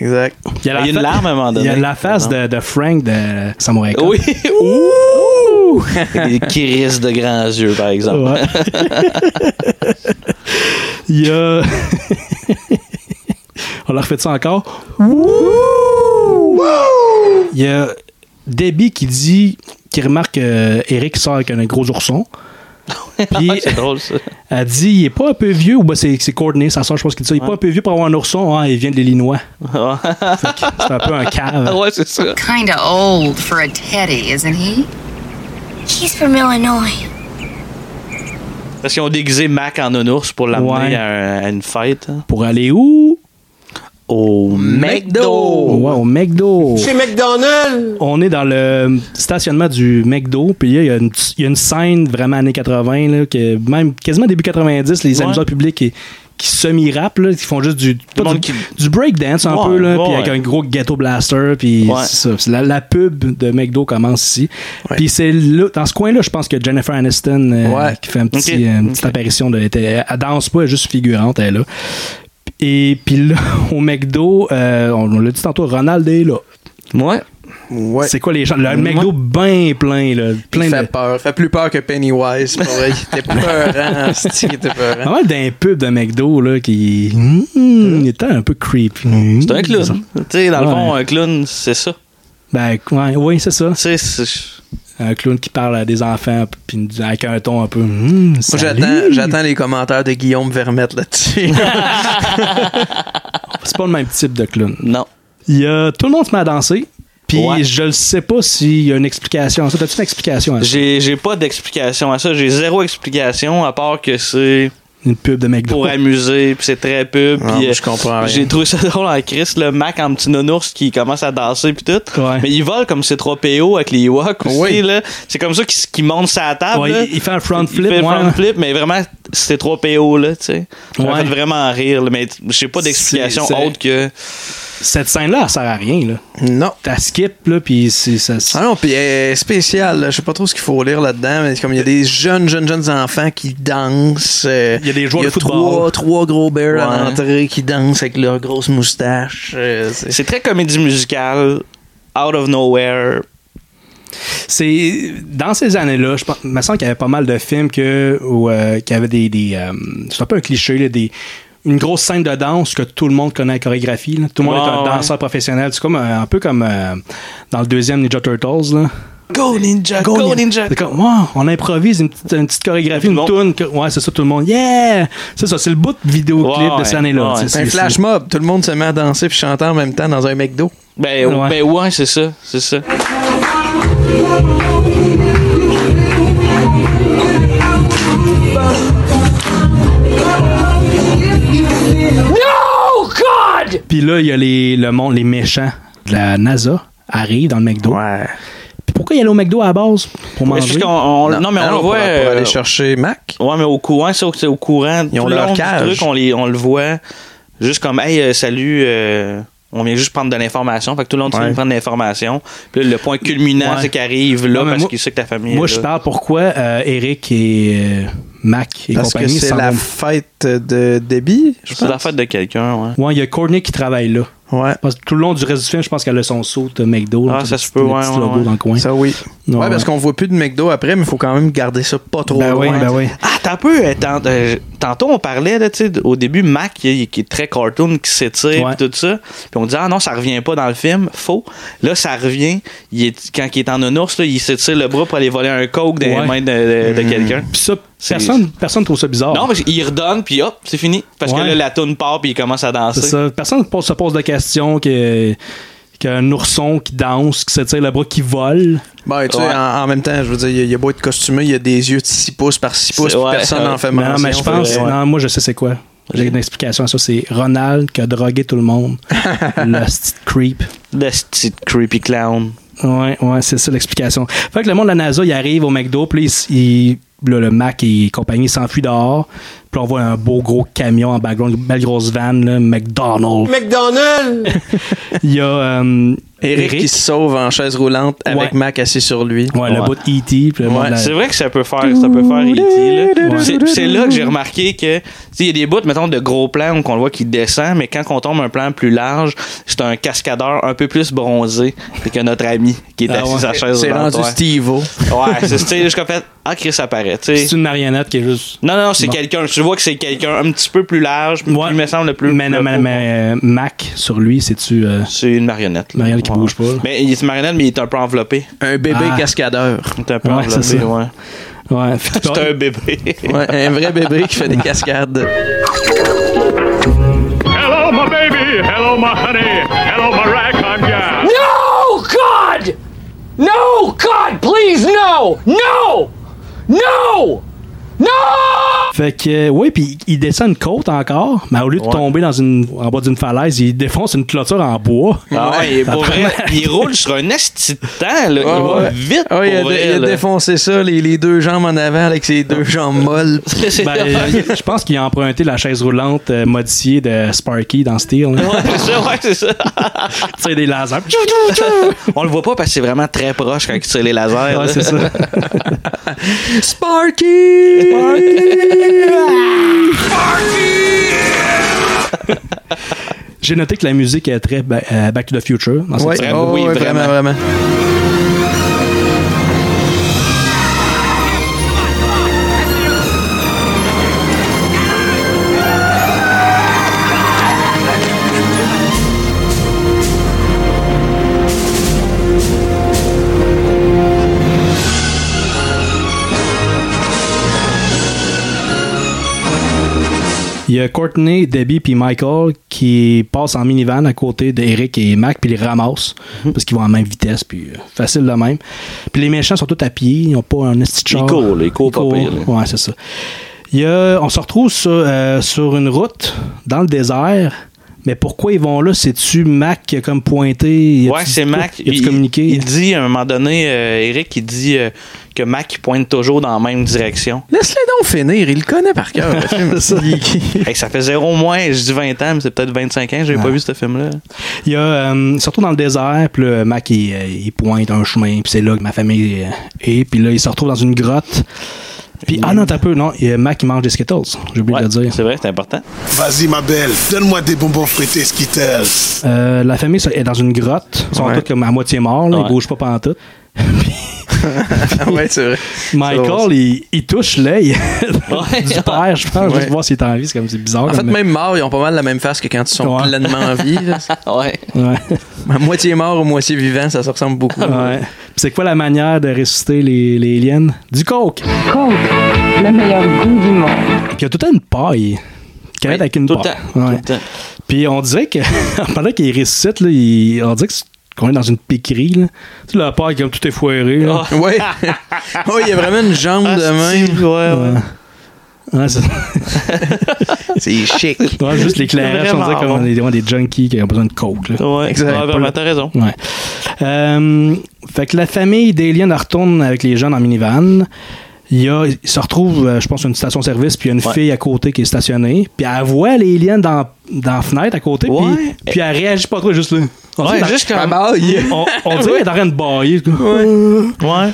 Speaker 3: Exact.
Speaker 1: Il y a,
Speaker 2: Il y a une
Speaker 1: fa-
Speaker 2: larme à un moment
Speaker 1: Il y a
Speaker 2: donné.
Speaker 1: la face de, de Frank de Samurai Cop.
Speaker 2: Oui. <laughs> Des crises de grands yeux, par exemple.
Speaker 1: Ouais.
Speaker 2: <laughs>
Speaker 1: Il y a. On leur refait ça encore. Il y a Debbie qui dit, qui remarque que Eric sort avec un gros
Speaker 2: <laughs>
Speaker 1: ourson. Puis
Speaker 2: Ouais, c'est drôle, ça.
Speaker 1: elle dit, il est pas un peu vieux, ou ben c'est c'est coordonné, ça sort, je pense qu'il dit ça. Il est pas un peu vieux pour avoir un ourson, Ah, il vient de
Speaker 2: <laughs>
Speaker 1: l'Illinois. Fait que c'est un peu un cave.
Speaker 2: ouais, c'est ça.
Speaker 21: Kinda old for a teddy, isn't he?
Speaker 12: He's from Illinois.
Speaker 2: Parce qu'ils ont déguisé Mac en nounours pour l'amener
Speaker 1: Ouais.
Speaker 2: à, un- à une fête. hein.
Speaker 1: Pour aller où?
Speaker 2: Au McDo!
Speaker 1: Ouais, au McDo.
Speaker 11: McDonald's!
Speaker 1: On est dans le stationnement du McDo, puis là, il y a une, il y a une scène vraiment années 80, là, que même quasiment début 90, les
Speaker 2: Ouais.
Speaker 1: amuseurs publics qui, qui semi-rappent, là, qui font juste du, pas
Speaker 2: monde
Speaker 1: du,
Speaker 2: qui-
Speaker 1: du breakdance un
Speaker 2: Ouais,
Speaker 1: peu, là,
Speaker 2: ouais,
Speaker 1: puis avec
Speaker 2: ouais.
Speaker 1: un gros ghetto blaster, puis
Speaker 2: Ouais.
Speaker 1: c'est ça. C'est La, la pub de McDo commence ici.
Speaker 3: Ouais.
Speaker 1: Puis c'est là, dans ce coin-là, je pense que Jennifer Aniston euh,
Speaker 3: Ouais.
Speaker 1: qui fait un petit,
Speaker 2: Ok.
Speaker 1: euh, une petite apparition. De, elle, était- elle danse pas, elle est juste figurante, elle est là. Et puis là, <laughs> au McDo, euh, on, on l'a dit tantôt, Ronald est là.
Speaker 2: Ouais.
Speaker 3: Ouais.
Speaker 1: C'est quoi les gens? Le McDo bien plein, là. Plein
Speaker 3: il fait
Speaker 1: de.
Speaker 3: peur. Il fait plus peur que Pennywise. pour vrai.
Speaker 1: <laughs>
Speaker 3: Il était peurant. c'ti, il était
Speaker 1: Pas
Speaker 3: peurant.
Speaker 1: mal d'un pub de McDo, là, qui. Hmm, il était un peu creepy. Hmm.
Speaker 2: C'est un clown. Tu sais, dans le fond,
Speaker 1: Ouais.
Speaker 2: un clown, c'est ça. Tu
Speaker 1: Ben, ouais, oui, c'est ça.
Speaker 2: sais, c'est-
Speaker 1: Un clown qui parle à des enfants, puis avec un ton un peu. Hmm,
Speaker 3: Moi,
Speaker 1: salut.
Speaker 3: j'attends, j'attends les commentaires de Guillaume
Speaker 1: <laughs>
Speaker 3: Vermette là-dessus.
Speaker 1: C'est pas le même type de clown.
Speaker 2: Non.
Speaker 1: Il y a. Tout le monde se met à danser. Puis
Speaker 2: Ouais.
Speaker 1: je le sais pas s'il y a une explication à ça. T'as-tu une explication à ça?
Speaker 2: J'ai j'ai pas d'explication à ça. J'ai zéro explication à part que c'est
Speaker 1: Une pub de McDo.
Speaker 2: pour amuser, puis c'est très pub.
Speaker 1: Ah,
Speaker 3: Non,
Speaker 2: puis,
Speaker 3: moi,
Speaker 2: euh,
Speaker 3: je comprends rien.
Speaker 2: J'ai trouvé ça <laughs> drôle en Christ, le Mac en petit nounours qui commence à danser, puis tout.
Speaker 1: Ouais.
Speaker 2: Mais il vole comme ces 3 PO avec les Ewoks aussi,
Speaker 1: Oui.
Speaker 2: là. C'est comme ça qu'il s- qu'il monte sa table.
Speaker 1: Ouais,
Speaker 2: là.
Speaker 1: il- il fait un front
Speaker 2: Il
Speaker 1: flip,
Speaker 2: fait un
Speaker 1: ouais.
Speaker 2: front flip, mais vraiment, ces 3 PO, là, tu sais. Ça m'a
Speaker 1: Ouais.
Speaker 2: fait vraiment rire, là, mais j'ai pas d'explication
Speaker 1: C'est- c'est-
Speaker 2: autre que.
Speaker 1: Cette scène-là, elle sert à rien, là.
Speaker 3: Non.
Speaker 1: T'as skip, là, puis c'est- ça.
Speaker 3: Ah
Speaker 2: Hein?
Speaker 3: non, puis elle est spéciale. là. Je sais pas trop ce qu'il faut lire là-dedans, mais c'est comme il y a des jeunes, jeunes, jeunes enfants qui dansent. euh,
Speaker 1: Il y a des joueurs
Speaker 3: il y a
Speaker 1: de football.
Speaker 3: Trois, trois gros bears à
Speaker 2: Ouais.
Speaker 3: l'entrée qui dansent avec leurs grosses moustaches. euh, c'est-
Speaker 2: C'est très comédie musicale, out of nowhere.
Speaker 1: C'est dans ces années-là, je pense, il me semble qu'il y avait pas mal de films que où, euh, qu'il y avait des, des euh, c'est un peu un cliché là, des une grosse scène de danse que tout le monde connaît la chorégraphie. là. Tout le monde
Speaker 2: Ouais,
Speaker 1: est un
Speaker 2: ouais.
Speaker 1: danseur professionnel. C'est comme euh, un peu comme euh, dans le deuxième Ninja Turtles là.
Speaker 2: Go Ninja, go, Ninja!
Speaker 1: C'est comme, wow, on improvise une petite, une petite chorégraphie, une tune. que- Ouais, c'est ça, tout le monde. Yeah! C'est ça, c'est le bout de vidéoclip
Speaker 2: Ouais,
Speaker 1: de cette année-là.
Speaker 2: ouais.
Speaker 1: tu sais,
Speaker 3: un
Speaker 1: c'est-
Speaker 3: flash mob. Tout le monde se met à danser puis chanter en même temps dans un McDo.
Speaker 2: Ben
Speaker 1: Ouais.
Speaker 2: ouais, ben ouais c'est ça, c'est ça.
Speaker 1: Puis là, il y a les, le monde, les méchants de la NASA arrivent dans le McDo.
Speaker 3: Ouais.
Speaker 1: Puis pourquoi il y a le McDo à la base? Pour
Speaker 2: Mais
Speaker 1: manger.
Speaker 2: c'est juste qu'on- on- non, mais on le
Speaker 3: Ah pour-
Speaker 2: voit.
Speaker 3: Pour,
Speaker 2: euh,
Speaker 3: aller chercher Mac.
Speaker 2: Ouais, mais au courant, c'est au, c'est au courant.
Speaker 3: Ils ont
Speaker 2: tout le
Speaker 3: leur
Speaker 2: long du
Speaker 3: cage.
Speaker 2: Truc, on, les, on le voit juste comme, hey, euh, salut, euh, on vient juste prendre de l'information. Fait que tout le long, tu viens
Speaker 3: Ouais.
Speaker 2: de prendre de l'information. Puis là, le point culminant,
Speaker 1: Ouais.
Speaker 2: c'est qu'il arrive
Speaker 1: Ouais,
Speaker 2: là
Speaker 1: mais
Speaker 2: parce
Speaker 1: moi-
Speaker 2: qu'il sait que ta famille.
Speaker 1: Moi,
Speaker 2: est
Speaker 1: je
Speaker 2: là.
Speaker 1: parle pourquoi euh, Eric et euh, Mac et
Speaker 3: Parce que
Speaker 1: compagnie
Speaker 3: c'est
Speaker 1: s'en
Speaker 3: la
Speaker 1: vont.
Speaker 3: fête de Debbie, je
Speaker 2: C'est la
Speaker 3: pense.
Speaker 2: fête de quelqu'un, ouais.
Speaker 1: Ouais, il y a Courtney qui travaille là.
Speaker 3: Ouais.
Speaker 1: Parce que tout le long du reste du film, je pense qu'elle a son saut de McDo.
Speaker 2: Ah,
Speaker 1: là,
Speaker 2: ça
Speaker 1: le
Speaker 2: se
Speaker 1: petit-
Speaker 2: peut,
Speaker 1: le
Speaker 2: ouais,
Speaker 1: petit
Speaker 2: ouais,
Speaker 1: logo
Speaker 2: ouais.
Speaker 1: dans le coin.
Speaker 3: Ça, oui.
Speaker 1: Non,
Speaker 3: ouais, parce
Speaker 1: ouais.
Speaker 3: qu'on voit plus de McDo après, mais il faut quand même garder ça pas trop
Speaker 1: Ben oui,
Speaker 3: loin.
Speaker 1: ben oui.
Speaker 2: Ah, t'as un peu. euh, tant- euh, tantôt, on parlait, là, tu sais, au début, Mac, il- il- qui est très cartoon, qui s'étire,
Speaker 1: Ouais.
Speaker 2: pis tout ça. Puis on dit, ah non, ça revient pas dans le film. Faux. Là, ça revient. Il est, quand il est en nounours, là, il s'étire le bras pour aller voler un coke dans
Speaker 1: Ouais.
Speaker 2: les mains de, de- de quelqu'un.
Speaker 1: Puis ça,
Speaker 2: C'est-
Speaker 1: personne, personne trouve ça bizarre.
Speaker 2: Non, mais il redonne, puis hop, c'est fini. Parce
Speaker 1: Ouais.
Speaker 2: que là, la toune part, puis il commence à danser.
Speaker 1: C'est ça. Personne ne pose- se pose de question que qu'un ourson qui danse, qui s'étire le bras, qui vole.
Speaker 3: Ben, tu sais,
Speaker 2: Ouais.
Speaker 3: en, en même temps, je veux dire, il y a- il y a beau être costumé, il y a des yeux de 6 pouces par 6 pouces,
Speaker 2: C'est-
Speaker 3: puis
Speaker 2: ouais,
Speaker 3: personne
Speaker 2: ouais.
Speaker 1: <laughs>
Speaker 3: n'en fait
Speaker 1: Mais non,
Speaker 3: mention.
Speaker 1: mais je pense,
Speaker 2: vrai, ouais.
Speaker 1: non, moi je sais c'est quoi. J'ai une explication à ça. C'est Ronald qui a drogué tout le
Speaker 2: <laughs>
Speaker 1: monde. le petit creep.
Speaker 2: Le petit creepy clown.
Speaker 1: Ouais, ouais, c'est ça l'explication. Fait que le monde de la NASA, il arrive au McDo, puis là, il- il- là, le Mac et compagnie s'enfuient dehors. Puis on voit un beau gros camion en background, une belle grosse van, là,
Speaker 2: <laughs>
Speaker 1: McDonald's.
Speaker 16: McDonald's!
Speaker 1: Il y a euh,
Speaker 3: Eric, qui se sauve en chaise roulante avec
Speaker 1: Ouais.
Speaker 3: Mac assis sur lui.
Speaker 1: Ouais, le
Speaker 2: Ouais.
Speaker 1: bout de E.T. puis le monde de la-
Speaker 2: C'est vrai que ça peut faire, ça peut faire E.T. là. C'est- C'est là que j'ai remarqué que tu sais, il y a des bouts, mettons, de gros plans où qu'on le voit qui descend, mais quand on tombe un plan plus large, c'est un cascadeur un peu plus bronzé que notre ami qui est
Speaker 1: Ah
Speaker 2: assis
Speaker 1: ouais.
Speaker 2: à la chaise.
Speaker 3: C'est
Speaker 2: devant
Speaker 3: rendu
Speaker 2: toi.
Speaker 3: Steve-O.
Speaker 2: Ouais, c'est tu sais, jusqu'à fait, ah Chris apparaît. tu sais.
Speaker 1: C'est une marionnette qui est juste.
Speaker 2: Non, non, c'est
Speaker 1: Bon.
Speaker 2: quelqu'un. Tu vois que c'est quelqu'un un petit peu plus large, plus,
Speaker 1: Ouais.
Speaker 2: me semble, le plus.
Speaker 1: Mais,
Speaker 2: le
Speaker 1: non, mais,
Speaker 2: plus-
Speaker 1: mais, euh, Mac, sur lui, c'est-tu. euh,
Speaker 2: C'est une marionnette. là.
Speaker 1: Marionnette qui
Speaker 2: Ouais.
Speaker 1: bouge pas, là.
Speaker 2: Mais il est une marionnette, mais il est un peu enveloppé.
Speaker 3: Un bébé
Speaker 1: Ah.
Speaker 3: cascadeur.
Speaker 2: Il est un peu
Speaker 1: Ouais,
Speaker 2: enveloppé,
Speaker 1: c'est ça.
Speaker 2: ouais.
Speaker 1: Ouais. Fait que-
Speaker 2: <laughs> C'est un bébé.
Speaker 3: Ouais, un vrai bébé qui fait des cascades.
Speaker 18: Hello, my baby. Hello, my honey. Hello, my ragtime gal.
Speaker 16: No, God! No, God, please, no! No! No! No!
Speaker 1: Fait que, euh, oui, puis il descend une côte encore, mais au lieu de
Speaker 2: Ouais.
Speaker 1: tomber dans une, en bas d'une falaise, il défonce une clôture en bois.
Speaker 2: Ah ouais, il est pour vrai. Il roule sur un esti de temps, là. Il va
Speaker 3: Ah, Ouais.
Speaker 2: vite.
Speaker 3: Ouais, il a,
Speaker 2: pour
Speaker 3: dé-
Speaker 2: vrai,
Speaker 3: il a
Speaker 2: là.
Speaker 3: défoncé ça, les, les deux jambes en avant avec ses deux jambes molles.
Speaker 2: <laughs> C'est-
Speaker 1: Ben,
Speaker 2: <laughs>
Speaker 1: je pense qu'il a emprunté la chaise roulante euh, modifiée de Sparky dans Steel. là.
Speaker 2: Ouais, c'est ça, ouais, c'est ça.
Speaker 1: tu sais, des lasers.
Speaker 2: <laughs> On le voit pas parce que c'est vraiment très proche quand il tire les lasers. là.
Speaker 1: Ouais, c'est
Speaker 2: <laughs>
Speaker 1: ça.
Speaker 3: Sparky!
Speaker 1: J'ai noté que la musique est très ba- euh, Back to the Future. Dans cette
Speaker 3: Ouais,
Speaker 1: scène.
Speaker 2: Vraiment,
Speaker 3: oh,
Speaker 2: oui,
Speaker 3: ouais, vraiment,
Speaker 2: vraiment.
Speaker 3: vraiment.
Speaker 1: Il y a Courtney, Debbie puis Michael qui passent en minivan à côté d'Eric et Mac puis les ramassent
Speaker 2: Mhm.
Speaker 1: parce qu'ils vont à la même vitesse puis euh, facile de même. Puis les méchants sont tous à pied, ils n'ont pas un esti de char.
Speaker 2: Ils courent, là, ils courent pas pire, là.
Speaker 1: Ouais, c'est ça. Il y a- on se retrouve sur, euh, sur une route dans le désert. Mais pourquoi ils vont là? C'est-tu Mac qui a comme pointé? Y a-tu
Speaker 2: Ouais,
Speaker 1: dit
Speaker 2: c'est
Speaker 1: quoi?
Speaker 2: Mac.
Speaker 1: Y a-tu
Speaker 2: Il,
Speaker 1: communiqué?
Speaker 2: il dit à un moment donné, euh, Eric, il dit euh, que Mac pointe toujours dans la
Speaker 1: <laughs>
Speaker 2: même direction.
Speaker 3: Laisse-les donc finir, il le connaît par cœur. <laughs> le film.
Speaker 2: Hey, ça fait zéro moins, je dis 20 ans, mais c'est peut-être 25 ans, j'ai pas vu ce film-là.
Speaker 1: Il y a, euh, surtout dans le désert, puis là, Mac, il, euh, il pointe un chemin, puis c'est là que ma famille euh, est, puis là, il se retrouve dans une grotte. Puis, ah non, t'as peu, non, il y a Mac, il mange des Skittles, j'ai oublié de le dire.
Speaker 2: C'est vrai, c'est important.
Speaker 20: Vas-y, ma belle, donne-moi des bonbons frittés Skittles.
Speaker 1: Euh, la famille ça, est dans une grotte, ils sont
Speaker 20: Ouais.
Speaker 1: tous comme à moitié morts, là,
Speaker 20: Ouais.
Speaker 1: ils bougent pas pendant tout.
Speaker 3: Ah, ouais, c'est vrai.
Speaker 1: Michael, il, il touche l'œil <laughs> du père, je pense,
Speaker 3: Ouais.
Speaker 1: juste voir s'il est en vie, c'est comme c'est bizarre.
Speaker 3: En fait,
Speaker 1: comme-
Speaker 3: même morts, ils ont pas mal la même face que quand ils sont
Speaker 1: Ouais.
Speaker 3: pleinement en vie.
Speaker 2: <laughs>
Speaker 3: là.
Speaker 2: ouais.
Speaker 3: À Moitié mort ou moitié vivant, ça se ressemble beaucoup.
Speaker 1: Ouais. Puis c'est quoi la manière de ressusciter les, les aliens? Du coke!
Speaker 22: Coke, le meilleur goût du monde.
Speaker 1: Puis il y a tout le temps une paille. Canette avec une
Speaker 2: tout le
Speaker 1: paille.
Speaker 2: temps,
Speaker 1: Ouais. Puis on dirait que <laughs> pendant qu'il ressuscite, là, il- on dirait que c'est- qu'on est dans une piquerie. Là. Tu sais, la paille comme tout est foiré. là.
Speaker 3: Ouais. <laughs> Ouais, il y a vraiment une jambe Ah, de même.
Speaker 2: Ah, Ouais,
Speaker 1: Ah. Ouais, c'est-
Speaker 2: <laughs>
Speaker 3: C'est chic.
Speaker 1: Ouais, juste l'éclairage, on dirait qu'on est ouais, des junkies qui ont besoin de coke. Là.
Speaker 2: Ouais,
Speaker 1: Exact.
Speaker 2: ouais, vraiment, t'as raison.
Speaker 1: Ouais. Euh, fait que la famille d'Alien elle retourne avec les jeunes en minivan. Il, y a, il se retrouve, euh, je pense, à une station-service, puis il y a une
Speaker 2: Ouais.
Speaker 1: fille à côté qui est stationnée. Puis elle voit les aliens dans, dans la fenêtre à côté, puis-
Speaker 2: Ouais.
Speaker 1: puis, elle réagit pas trop, juste là. On
Speaker 2: Ouais,
Speaker 1: dirait-
Speaker 2: juste comme-
Speaker 1: On, on dirait qu'elle est en train de bailler.
Speaker 2: Ouais.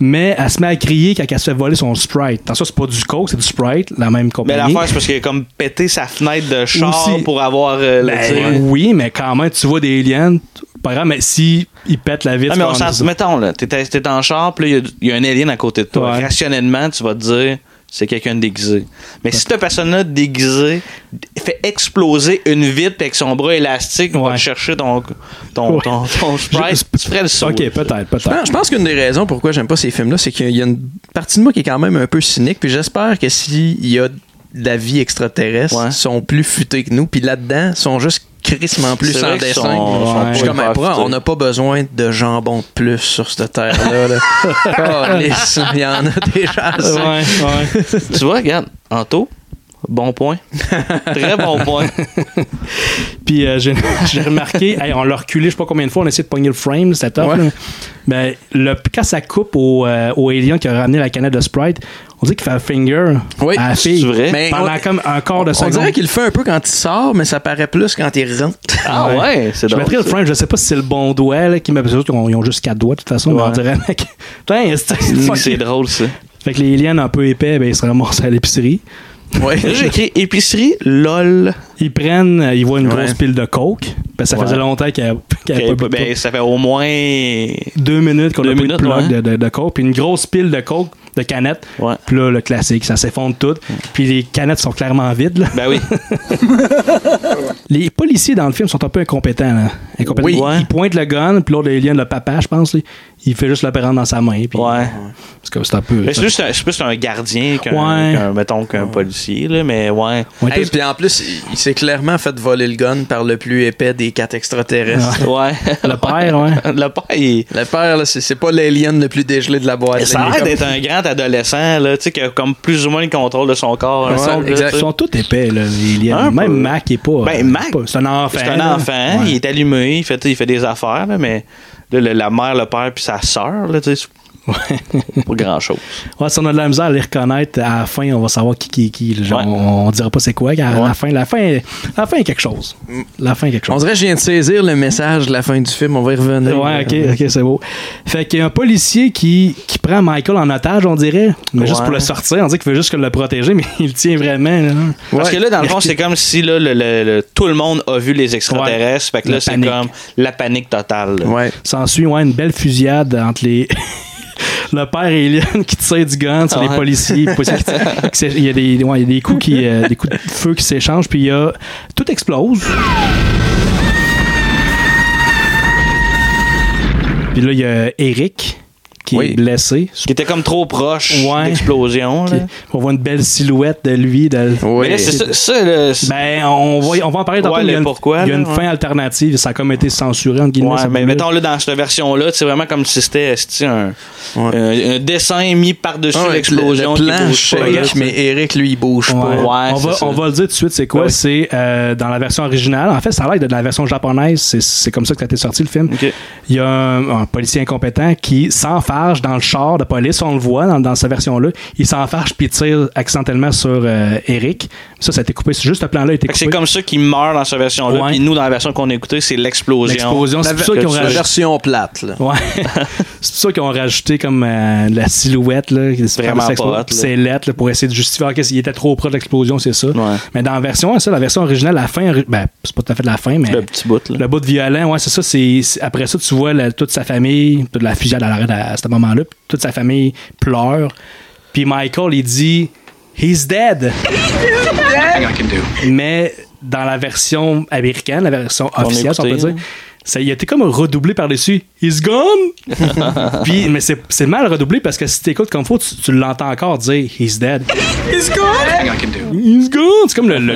Speaker 1: Mais elle se met à crier quand elle se fait voler son Sprite. Attention, c'est pas du Coke, c'est du Sprite, la même
Speaker 2: Mais
Speaker 1: compagnie.
Speaker 2: Ben, l'affaire, c'est parce qu'il a comme pété sa fenêtre de char
Speaker 1: Aussi.
Speaker 2: pour avoir euh, le
Speaker 1: Ben,
Speaker 2: tir.
Speaker 1: oui, mais quand même, tu vois des aliens, pas grave, mais si ils pètent la vitre,
Speaker 2: Ah, mais
Speaker 1: c'est
Speaker 2: on
Speaker 1: pas grave.
Speaker 2: s'en- mettons, là, t'es t'es en char, puis là, il y a- il y, a un alien à côté de toi.
Speaker 1: Ouais.
Speaker 2: Rationnellement, tu vas te dire, c'est quelqu'un de déguisé. Mais si cette personne-là déguisée fait exploser une vitre, puis avec son bras élastique, va te chercher ton, ton,
Speaker 1: Ouais.
Speaker 2: ton,
Speaker 1: <laughs>
Speaker 2: ton sprite, tu ferais le saut.
Speaker 1: Ok, peut-être,
Speaker 3: Je pense,
Speaker 1: peut-être.
Speaker 3: je pense qu'une des raisons pourquoi j'aime pas ces films-là, c'est qu'il y a une partie de moi qui est quand même un peu cynique. Puis j'espère que s'il y a de la vie extraterrestre, ils sont plus futés que nous. Puis là-dedans, ils sont juste crissement plus
Speaker 2: C'est
Speaker 3: sans
Speaker 2: vrai qu'ils
Speaker 3: dessin.
Speaker 2: sont- sont
Speaker 3: Je suis
Speaker 2: pas
Speaker 3: comme,
Speaker 2: hyper
Speaker 3: après,
Speaker 2: futés.
Speaker 3: on n'a pas besoin de jambon de plus sur cette terre-là.
Speaker 2: <laughs>
Speaker 3: là. Calisse, il y en a déjà assez.
Speaker 2: <laughs> tu vois, regarde, Anto, bon point. Très bon
Speaker 1: <laughs>
Speaker 2: point.
Speaker 1: Puis euh, j'ai <laughs> j'ai remarqué, hey, on l'a reculé, je sais pas combien de fois, on a essayé de pogner le frame, le setup.
Speaker 3: Ouais.
Speaker 1: là. Mais le, quand ça coupe au, euh, au alien qui a ramené la canette de Sprite, on dit qu'il fait un finger
Speaker 3: Oui,
Speaker 1: à la fille
Speaker 3: c'est vrai. Mais
Speaker 1: pendant
Speaker 3: on-
Speaker 1: comme un quart de
Speaker 3: On
Speaker 1: seconde.
Speaker 3: dirait qu'il le fait un peu quand il sort, mais ça paraît plus quand
Speaker 2: <laughs>
Speaker 3: il rentre.
Speaker 2: Ah ouais, c'est
Speaker 1: Je
Speaker 2: drôle.
Speaker 1: mettrais le
Speaker 2: ça.
Speaker 1: frame, je sais pas si c'est le bon doigt là, qui m'a parce qu'ils ont- ils ont juste quatre doigts de toute façon, mais on dirait <laughs> mec. Putain,
Speaker 2: Mm,
Speaker 1: c'est
Speaker 2: C'est drôle, ça.
Speaker 1: Fait que les aliens un peu épais, ben, ils se ramassent à l'épicerie.
Speaker 3: Ouais.
Speaker 2: Là, j'ai écrit épicerie, lol.
Speaker 1: Ils prennent, euh, ils voient une
Speaker 2: Ouais.
Speaker 1: grosse pile de coke. Ben, ça
Speaker 2: Ouais.
Speaker 1: faisait longtemps qu'il n'y avait
Speaker 2: Ok,
Speaker 1: pas bu de
Speaker 2: ben,
Speaker 1: coke.
Speaker 2: ça fait au moins.
Speaker 1: deux minutes qu'on a
Speaker 2: Deux
Speaker 1: pris de
Speaker 2: minutes,
Speaker 1: plug
Speaker 2: ouais.
Speaker 1: de, de- de coke. Puis une grosse pile de coke, de canettes. Puis là, le classique, ça s'effondre tout. Puis les canettes sont clairement vides. là.
Speaker 2: Ben oui.
Speaker 1: les policiers dans le film sont un peu incompétents. là. Incompétents.
Speaker 2: Oui.
Speaker 1: Ils-
Speaker 2: Ouais.
Speaker 1: Ils pointent le gun, puis l'autre alien, le papa, je pense, là, il fait juste le prendre dans sa main. Puis, C'est comme c'est un peu.
Speaker 2: Mais C'est juste un- c'est plus un gardien qu'un,
Speaker 1: Ouais.
Speaker 2: qu'un- mettons, qu'un policier, là, mais ouais.
Speaker 3: Hey, puis en plus, il- il s'est clairement fait voler le gun par le plus épais des quatre
Speaker 2: <laughs>
Speaker 3: extraterrestres.
Speaker 2: Ouais.
Speaker 1: Le père, ouais.
Speaker 2: <laughs> Le père, il-
Speaker 3: Le père, là, c'est, c'est pas l'alien le plus dégelé de la boîte.
Speaker 2: Ça a l'air d'être un grand adolescent, là, tu sais, qui a comme plus ou moins le contrôle de son corps.
Speaker 1: ils, sont,
Speaker 2: là,
Speaker 1: ils
Speaker 2: tu sais.
Speaker 1: sont tous épais, là, les aliens.
Speaker 2: Un
Speaker 1: Même
Speaker 2: peu.
Speaker 1: Mac est pas. euh,
Speaker 2: Ben, Mac,
Speaker 1: pas- c'est un enfant.
Speaker 2: C'est
Speaker 1: là.
Speaker 2: un enfant,
Speaker 1: Ouais.
Speaker 2: il est allumé, il fait, tu sais, il fait des affaires, là, mais là, le- la mère, le père, puis sa sœur, là, tu sais, c'est pas
Speaker 1: <laughs>
Speaker 2: grand-chose.
Speaker 1: Ouais, si on a de la misère à les reconnaître, à la fin, on va savoir qui qui qui. là. Genre, on, on dira pas c'est quoi, car à la fin, la fin, la fin est quelque chose. La fin est quelque chose.
Speaker 3: On dirait que je viens de saisir le message de la fin du film. On va y revenir.
Speaker 1: Ouais, ok, ok, c'est beau. Fait qu'il y a un policier qui, qui prend Michael en otage, on dirait, mais juste
Speaker 2: Ouais.
Speaker 1: pour le sortir. On dirait qu'il veut juste que le protéger, mais <laughs> il le tient vraiment. là.
Speaker 2: Parce que là, dans le fond,
Speaker 1: Il-
Speaker 2: c'est comme si là, le- le- le- tout le monde a vu les extraterrestres. Fait que là,
Speaker 1: La
Speaker 2: c'est
Speaker 1: panique.
Speaker 2: comme la panique totale. là.
Speaker 1: S'ensuit ouais, une belle fusillade entre les. <laughs> Le père et Eliane qui tire du gun sur
Speaker 2: Ah
Speaker 1: les
Speaker 2: ouais.
Speaker 1: policiers. les policiers qui
Speaker 2: <laughs>
Speaker 1: tirent- qui s'é- il, y a des, ouais, il y a des coups qui, euh, des coups de feu qui s'échangent, puis il y a tout explose. Puis là, il y a Eric qui
Speaker 2: Oui.
Speaker 1: est blessé.
Speaker 2: Qui était comme trop proche
Speaker 1: Ouais.
Speaker 2: d'explosion.
Speaker 1: Qui-
Speaker 2: là.
Speaker 1: on voit une belle silhouette de lui. de-
Speaker 2: Mais là, c'est ça. ça, le-
Speaker 1: Ben, on va, on va en parler tantôt.
Speaker 2: Ouais,
Speaker 1: mais il y a
Speaker 2: le
Speaker 1: une,
Speaker 2: pourquoi,
Speaker 1: il y a
Speaker 2: là,
Speaker 1: une
Speaker 2: ouais.
Speaker 1: fin alternative. Ça a comme été censuré, entre guillemets.
Speaker 2: Ouais,
Speaker 1: cette
Speaker 2: mais
Speaker 1: boucle-là.
Speaker 2: mettons-le dans cette version-là, c'est vraiment comme si c'était esti, un, euh, un- un dessin mis par-dessus
Speaker 3: Ah ouais,
Speaker 2: l'explosion.
Speaker 3: le-
Speaker 2: qui
Speaker 3: le plan
Speaker 2: bouge pas,
Speaker 3: shake,
Speaker 2: là.
Speaker 3: mais Eric, lui, il bouge
Speaker 1: Ouais.
Speaker 3: pas.
Speaker 1: on, va, on va le dire tout de suite, c'est quoi?
Speaker 3: Ouais, ouais.
Speaker 1: C'est euh, dans la version originale. En fait, ça a l'air de la version japonaise. C'est- C'est comme ça que ça a été sorti, le film. Il y a un, un policier incompétent qui s'enfarge dans le char de police. On le voit dans, dans cette version-là. Il s'enfarge puis tire accidentellement sur euh, Eric. Ça, ça a été coupé. C'est Juste ce plan-là a été
Speaker 2: Fait que
Speaker 1: coupé.
Speaker 2: c'est comme ça qu'il meurt dans cette version-là.
Speaker 1: Ouais.
Speaker 2: Puis nous, dans la version qu'on a écoutée, c'est l'explosion.
Speaker 1: L'explosion, c'est
Speaker 2: La-
Speaker 1: pour ça qu'ils ont
Speaker 2: que-
Speaker 1: rajouté-
Speaker 3: Version plate, là.
Speaker 1: Ouais. <laughs> c'est pour ça qu'ils ont rajouté comme euh, la silhouette, là, qui se
Speaker 2: Vraiment
Speaker 1: fait de sexe-
Speaker 2: pas hot, là.
Speaker 1: c'est lettre, là, pour essayer de justifier, ok, il était trop proche de l'explosion, c'est ça. Mais dans la version, ça, la version originale, la fin, ori- ben, c'est pas tout à fait la fin, mais.
Speaker 2: Le petit bout, là.
Speaker 1: Le bout de violent, ouais, c'est ça. C'est, c'est- après ça, tu vois la- toute sa famille, toute la fusillade à l'arrêt à, à ce moment-là, puis toute sa famille pleure. Puis Michael, il dit He's dead.
Speaker 17: Hang on, I can do.
Speaker 1: Mais dans la version américaine, la version
Speaker 2: a
Speaker 1: officielle, si on peut
Speaker 2: écouté,
Speaker 1: dire, ça, il a été comme redoublé par-dessus He's
Speaker 2: <laughs>
Speaker 1: gone. Puis, mais c'est, c'est mal redoublé parce que si t'écoutes comme faut, tu, tu l'entends encore dire He's dead.
Speaker 17: It's gone. Hang on, I can do.
Speaker 1: He's gone. C'est comme le, le,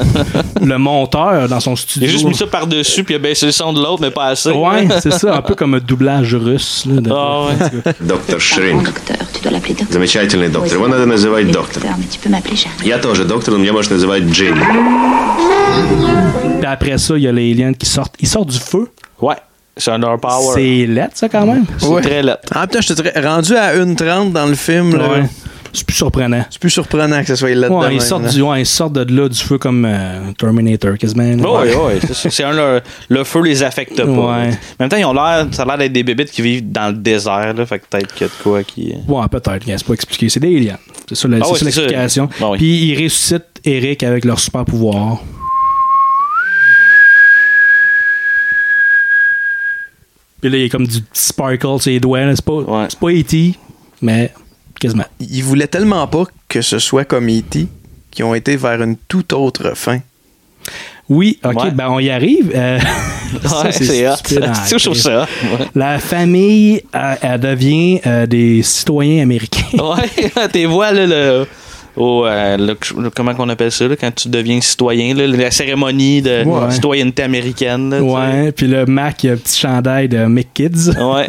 Speaker 1: le monteur dans son
Speaker 2: Il
Speaker 1: studio.
Speaker 2: a juste mis ça par-dessus, puis il a baissé le son de l'autre, mais pas assez.
Speaker 1: Ouais, c'est ça, un peu comme un doublage russe. Là, de-
Speaker 2: Ah ouais.
Speaker 4: Доктор Шринг.
Speaker 12: Tu dois l'appeler docteur.
Speaker 4: Замечательный доктор. Его надо называть доктор.
Speaker 12: Mais tu peux m'appeler Jeanne.
Speaker 4: Я тоже доктор, но меня можешь называть Джим.
Speaker 1: Puis après ça, il y a les aliens qui sortent. Ils sortent du feu.
Speaker 2: Ouais. C'est un power.
Speaker 1: C'est laid, ça, quand même.
Speaker 2: C'est très laid.
Speaker 3: Ah putain, je te dirais, rendu à 1.30 dans le film, là,
Speaker 1: Ouais. C'est plus surprenant.
Speaker 3: c'est plus surprenant que ce soit là-dedans.
Speaker 1: Ouais, ils, sortent du, ouais, ils sortent de là du feu comme euh, Terminator, quasiment.
Speaker 2: Oui, oui, c'est ça. C'est un, le, le feu les affecte pas.
Speaker 1: Ouais.
Speaker 2: En même temps, ils ont l'air, ça a l'air d'être des bébites qui vivent dans le désert, là. Fait que peut-être qu'il y a de quoi qui. euh,
Speaker 1: Ouais, peut-être. gars, C'est pas expliqué. C'est des aliens. C'est ça la-
Speaker 2: Ah
Speaker 1: c'est
Speaker 2: ouais,
Speaker 1: ça
Speaker 2: c'est ça.
Speaker 1: l'explication.
Speaker 2: Ah oui.
Speaker 1: Puis ils ressuscitent Eric avec leur super pouvoir. Puis là, il y a comme du petit sparkle sur les doigts. là. C'est pas, c'est pas E.T., mais quasiment.
Speaker 3: Ils voulaient tellement pas que ce soit comme E.T. qui ont été vers une toute autre fin.
Speaker 1: Oui, ok, ben on y arrive. Euh, <laughs> ça,
Speaker 2: Ouais, c'est hot.
Speaker 1: stupide, hein,
Speaker 2: <laughs> C'est toujours
Speaker 1: Chris.
Speaker 2: ça.
Speaker 1: La famille, elle, elle devient euh, des citoyens américains.
Speaker 2: Ouais, tes voix, là, le. au, euh, le- comment qu'on appelle ça, là, quand tu deviens citoyen, là, la cérémonie de
Speaker 1: Ouais.
Speaker 2: citoyenneté américaine. là, tu sais.
Speaker 1: Ouais, puis le Mac, il y a un petit chandail de Mick
Speaker 2: <laughs>
Speaker 1: Kids.
Speaker 2: Ouais.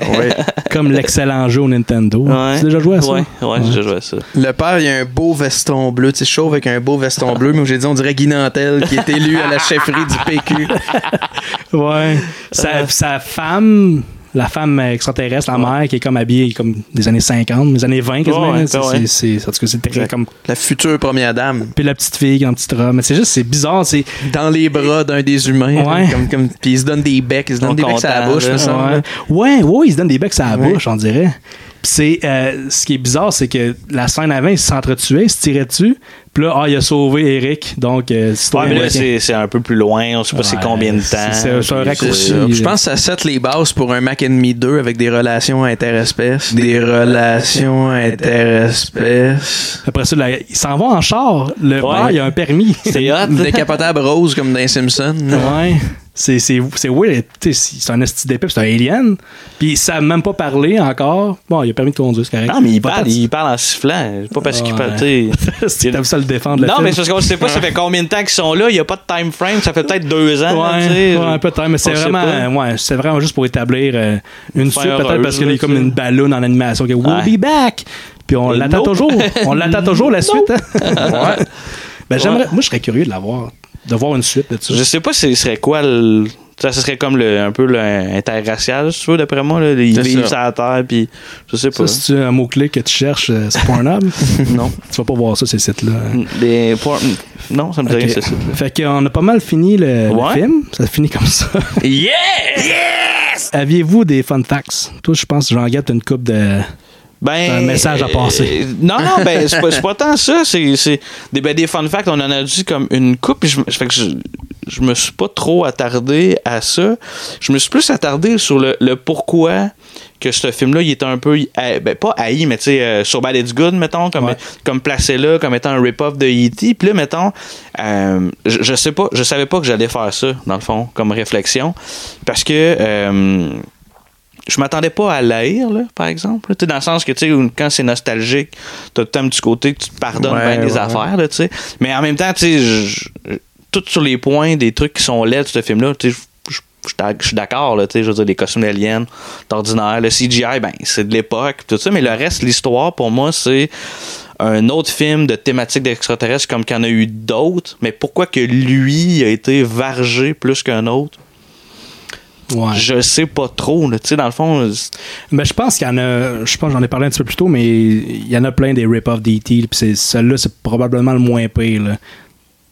Speaker 1: Comme l'excellent jeu au Nintendo.
Speaker 2: Ouais.
Speaker 1: Tu as déjà joué à ça?
Speaker 2: Ouais, ouais, j'ai déjà joué à ça.
Speaker 3: Le père, il a un beau veston bleu, tu sais, chauve avec un beau veston bleu, mais j'ai dit, on dirait Guy Nantel qui est élu à la chefferie du PQ.
Speaker 1: Ouais.
Speaker 2: Euh.
Speaker 1: Sa, sa femme, la femme extraterrestre, la mère, qui est comme habillée comme des années 50, des années 20 quasiment.
Speaker 3: Ouais,
Speaker 1: là. C'est-
Speaker 3: ouais.
Speaker 1: c'est- c'est- en tout cas, c'est très comme.
Speaker 3: La future première dame.
Speaker 1: Puis la petite fille en petite robe. Mais c'est juste, c'est bizarre. c'est
Speaker 3: Dans les bras d'un des humains.
Speaker 1: Ouais.
Speaker 3: là, Comme, comme, puis ils se donnent des becs, ils se donnent des becs à la bouche, me semble.
Speaker 2: hein.
Speaker 1: ouais. ouais, ouais, ils se donnent des becs à la bouche, on dirait. Puis c'est, euh, ce qui est bizarre, c'est que la scène avant, ils s'entretuaient, ils se tiraient dessus. Puis là, ah, il a sauvé Eric. Donc, euh,
Speaker 2: Ouais,
Speaker 1: citoyen
Speaker 2: mais là,
Speaker 1: américain.
Speaker 2: c'est c'est un peu plus loin, on sait pas c'est
Speaker 1: Ouais,
Speaker 2: combien de
Speaker 1: c'est-
Speaker 2: temps.
Speaker 1: c'est un- c'est un
Speaker 2: puis
Speaker 1: raccourci.
Speaker 2: c'est-
Speaker 3: Je pense que ça set les bases pour un Mac Enemy 2 avec des relations interespèces. Des relations interespèces.
Speaker 1: Après ça, là, ils s'en vont en char. Le père, il a un permis.
Speaker 2: <laughs> C'est hot.
Speaker 3: Décapotable rose comme dans les Simpsons.
Speaker 1: Ouais. C'est, c'est, c'est weird. Tu sais, C'est un esti d'épée, puis c'est un alien. Puis ils savent même pas parler encore. Bon, il a permis de conduire, c'est correct.
Speaker 2: Non, mais il
Speaker 1: Va
Speaker 2: parle,
Speaker 1: t'en-
Speaker 2: il parle en sifflant. Pas parce qu'il
Speaker 1: Ouais.
Speaker 2: parle. tu
Speaker 1: <laughs> C'est comme ça le défendre.
Speaker 2: sais.
Speaker 1: le
Speaker 2: Non,
Speaker 1: film.
Speaker 2: mais c'est parce qu'on
Speaker 1: <laughs>
Speaker 2: sait pas ça fait combien de temps qu'ils sont là. Il n'y a pas de time frame. Ça fait peut-être deux ans. là, tu
Speaker 1: Ouais,
Speaker 2: sais.
Speaker 1: ouais, peut-être, mais c'est
Speaker 2: On sait
Speaker 1: vraiment, euh,
Speaker 2: pas.
Speaker 1: ouais, c'est vraiment juste pour établir euh, une
Speaker 2: Faire
Speaker 1: suite, peut-être
Speaker 2: heureuse,
Speaker 1: parce qu'il
Speaker 2: là,
Speaker 1: y a comme
Speaker 2: tu sais.
Speaker 1: une ballonne en animation qui est We'll
Speaker 2: Ouais.
Speaker 1: be back! Puis on
Speaker 2: Et
Speaker 1: l'attend
Speaker 2: nope. <laughs>
Speaker 1: toujours. On l'attend toujours, la suite. hein?
Speaker 2: Ouais.
Speaker 1: Ben, j'aimerais,
Speaker 2: Ouais.
Speaker 1: moi, je serais curieux de la voir, de voir une suite de ça.
Speaker 2: Je sais pas ce serait quoi le. Ça, ce serait comme le, un peu le interracial, si tu veux, d'après moi. Là. Ils
Speaker 1: C'est
Speaker 2: vivent
Speaker 1: ça.
Speaker 2: sur la terre, puis je sais
Speaker 1: Ça,
Speaker 2: pas.
Speaker 1: si tu as un mot-clé que tu cherches, euh, c'est
Speaker 2: <laughs>
Speaker 1: Pornhub.
Speaker 2: non.
Speaker 1: Tu vas pas voir ça, ces sites-là.
Speaker 2: Des por- Non, ça me dit rien,
Speaker 1: Ok. <laughs>
Speaker 2: ça. ça.
Speaker 1: Fait qu'on a pas mal fini le, le
Speaker 2: Ouais.
Speaker 1: film. Ça finit comme ça.
Speaker 2: Yeah!
Speaker 1: <laughs> Aviez-vous des fun facts? Toi, je pense, jean guette une coupe de.
Speaker 2: Ben,
Speaker 1: un message à passer.
Speaker 2: euh, non, non,
Speaker 1: <laughs>
Speaker 2: ben, c'est pas, c'est pas tant ça. C'est, c'est des, ben, des fun facts, on en a dit comme une coupe. puis Je, me- fait que je, je me suis pas trop attardé à ça. Je me suis plus attardé sur le, le pourquoi que ce film-là, il est un peu. ha- Ben, pas haï, mais tu sais, euh, sur Bad It's Good, mettons, comme, comme placé là, comme étant un rip-off de E.T. Puis là, mettons, euh, je, je sais pas, je savais pas que j'allais faire ça, dans le fond, comme réflexion. Parce que. euh, je m'attendais pas à l'haïr, là, par exemple. là. Tu sais, dans le sens que, tu sais, quand c'est nostalgique, t'as tout un petit côté que tu te pardonnes
Speaker 3: Ouais,
Speaker 2: bien des
Speaker 3: ouais,
Speaker 2: affaires, là, tu sais. Mais en même temps, tu sais, je- je- tout sur les points des trucs qui sont laids de ce film-là, tu sais, je- je- je suis d'ac- je suis d'accord, là, tu sais, je veux dire, les costumes d'aliens, d'ordinaire, le CGI, ben, c'est de l'époque, pis tout ça, mais le reste, l'histoire, pour moi, c'est un autre film de thématique d'extraterrestres comme qu'il y en a eu d'autres, mais pourquoi que lui a été vargé plus qu'un autre? Je sais pas trop, là, tu sais, dans le fond, c'est-
Speaker 1: Mais je pense qu'il y en a, je pense que j'en ai parlé un petit peu plus tôt, mais il y en a plein des rip-off d'E.T. Puis c'est- celle-là, c'est probablement le moins pire. là.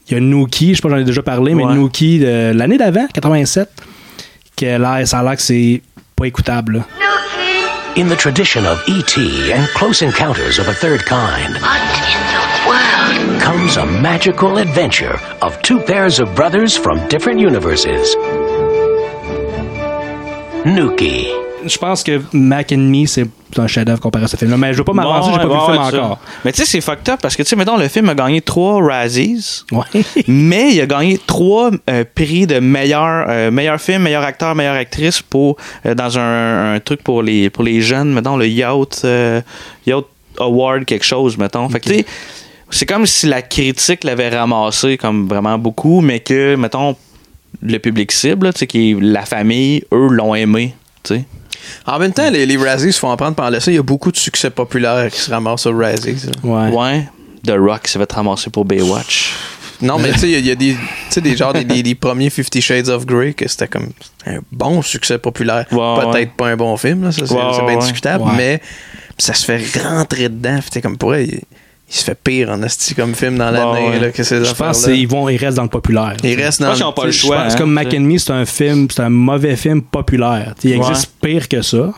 Speaker 1: Il y a Nookie, je pense que j'en ai déjà parlé, mais
Speaker 2: Ouais.
Speaker 1: Nookie, de l'année d'avant, 87, que là, ça a l'air que c'est pas écoutable. là.
Speaker 5: In the tradition of E.T. and close encounters of a third kind, comes a magical adventure of two pairs of brothers from different universes. Nuki.
Speaker 1: Je pense que Mac and Me, c'est un chef-d'œuvre comparé à ce film-là. Mais je veux pas m'avancer, j'ai pas
Speaker 2: Bon,
Speaker 1: vu
Speaker 2: ouais,
Speaker 1: le
Speaker 2: ouais,
Speaker 1: film
Speaker 2: ça.
Speaker 1: encore.
Speaker 2: Mais tu sais, c'est fucked up parce que, tu sais, mettons, le film a gagné 3 Razzies. Mais il a gagné 3 prix de meilleur, euh, meilleur film, meilleur acteur, meilleure actrice pour, euh, dans un, un truc pour les, pour les jeunes, mettons, le Yacht, euh, Yacht Award, quelque chose, mettons. Fait que, tu sais, c'est comme si la critique l'avait ramassé comme vraiment beaucoup, mais que, mettons, le public cible, là, tu sais, qui est la famille, eux l'ont aimé, tu sais.
Speaker 3: En même temps, les, les Razzies se font en prendre par le ça. Il y a beaucoup de succès populaire qui se ramassent aux Razzies.
Speaker 2: <laughs>
Speaker 3: là.
Speaker 1: Ouais.
Speaker 2: The Rock s'est fait ramasser pour Baywatch.
Speaker 3: Non, mais tu sais, il y a- il y, a des, tu sais, des, genres, des, des- des premiers Fifty Shades of Grey que c'était comme un bon succès populaire. Peut-être
Speaker 2: ouais.
Speaker 3: pas un bon film, là, ça, c'est
Speaker 2: Ouais,
Speaker 3: c'est bien
Speaker 2: ouais.
Speaker 3: discutable,
Speaker 2: Ouais.
Speaker 3: mais ça se fait rentrer dedans. Puis, tu sais, comme pour elle, il, il se fait pire en esti comme film dans l'année
Speaker 1: Ouais.
Speaker 3: là, que ces
Speaker 1: je pense qu'ils vont, ils restent dans le populaire.
Speaker 3: Ils restent dans
Speaker 2: Je pense qu'ils ont pas le
Speaker 1: Je
Speaker 2: choix,
Speaker 1: pense
Speaker 2: hein,
Speaker 1: comme Mac
Speaker 2: t'sais.
Speaker 1: and Me, c'est un film, c'est un mauvais film populaire. Il
Speaker 2: Ouais.
Speaker 1: existe pire que ça.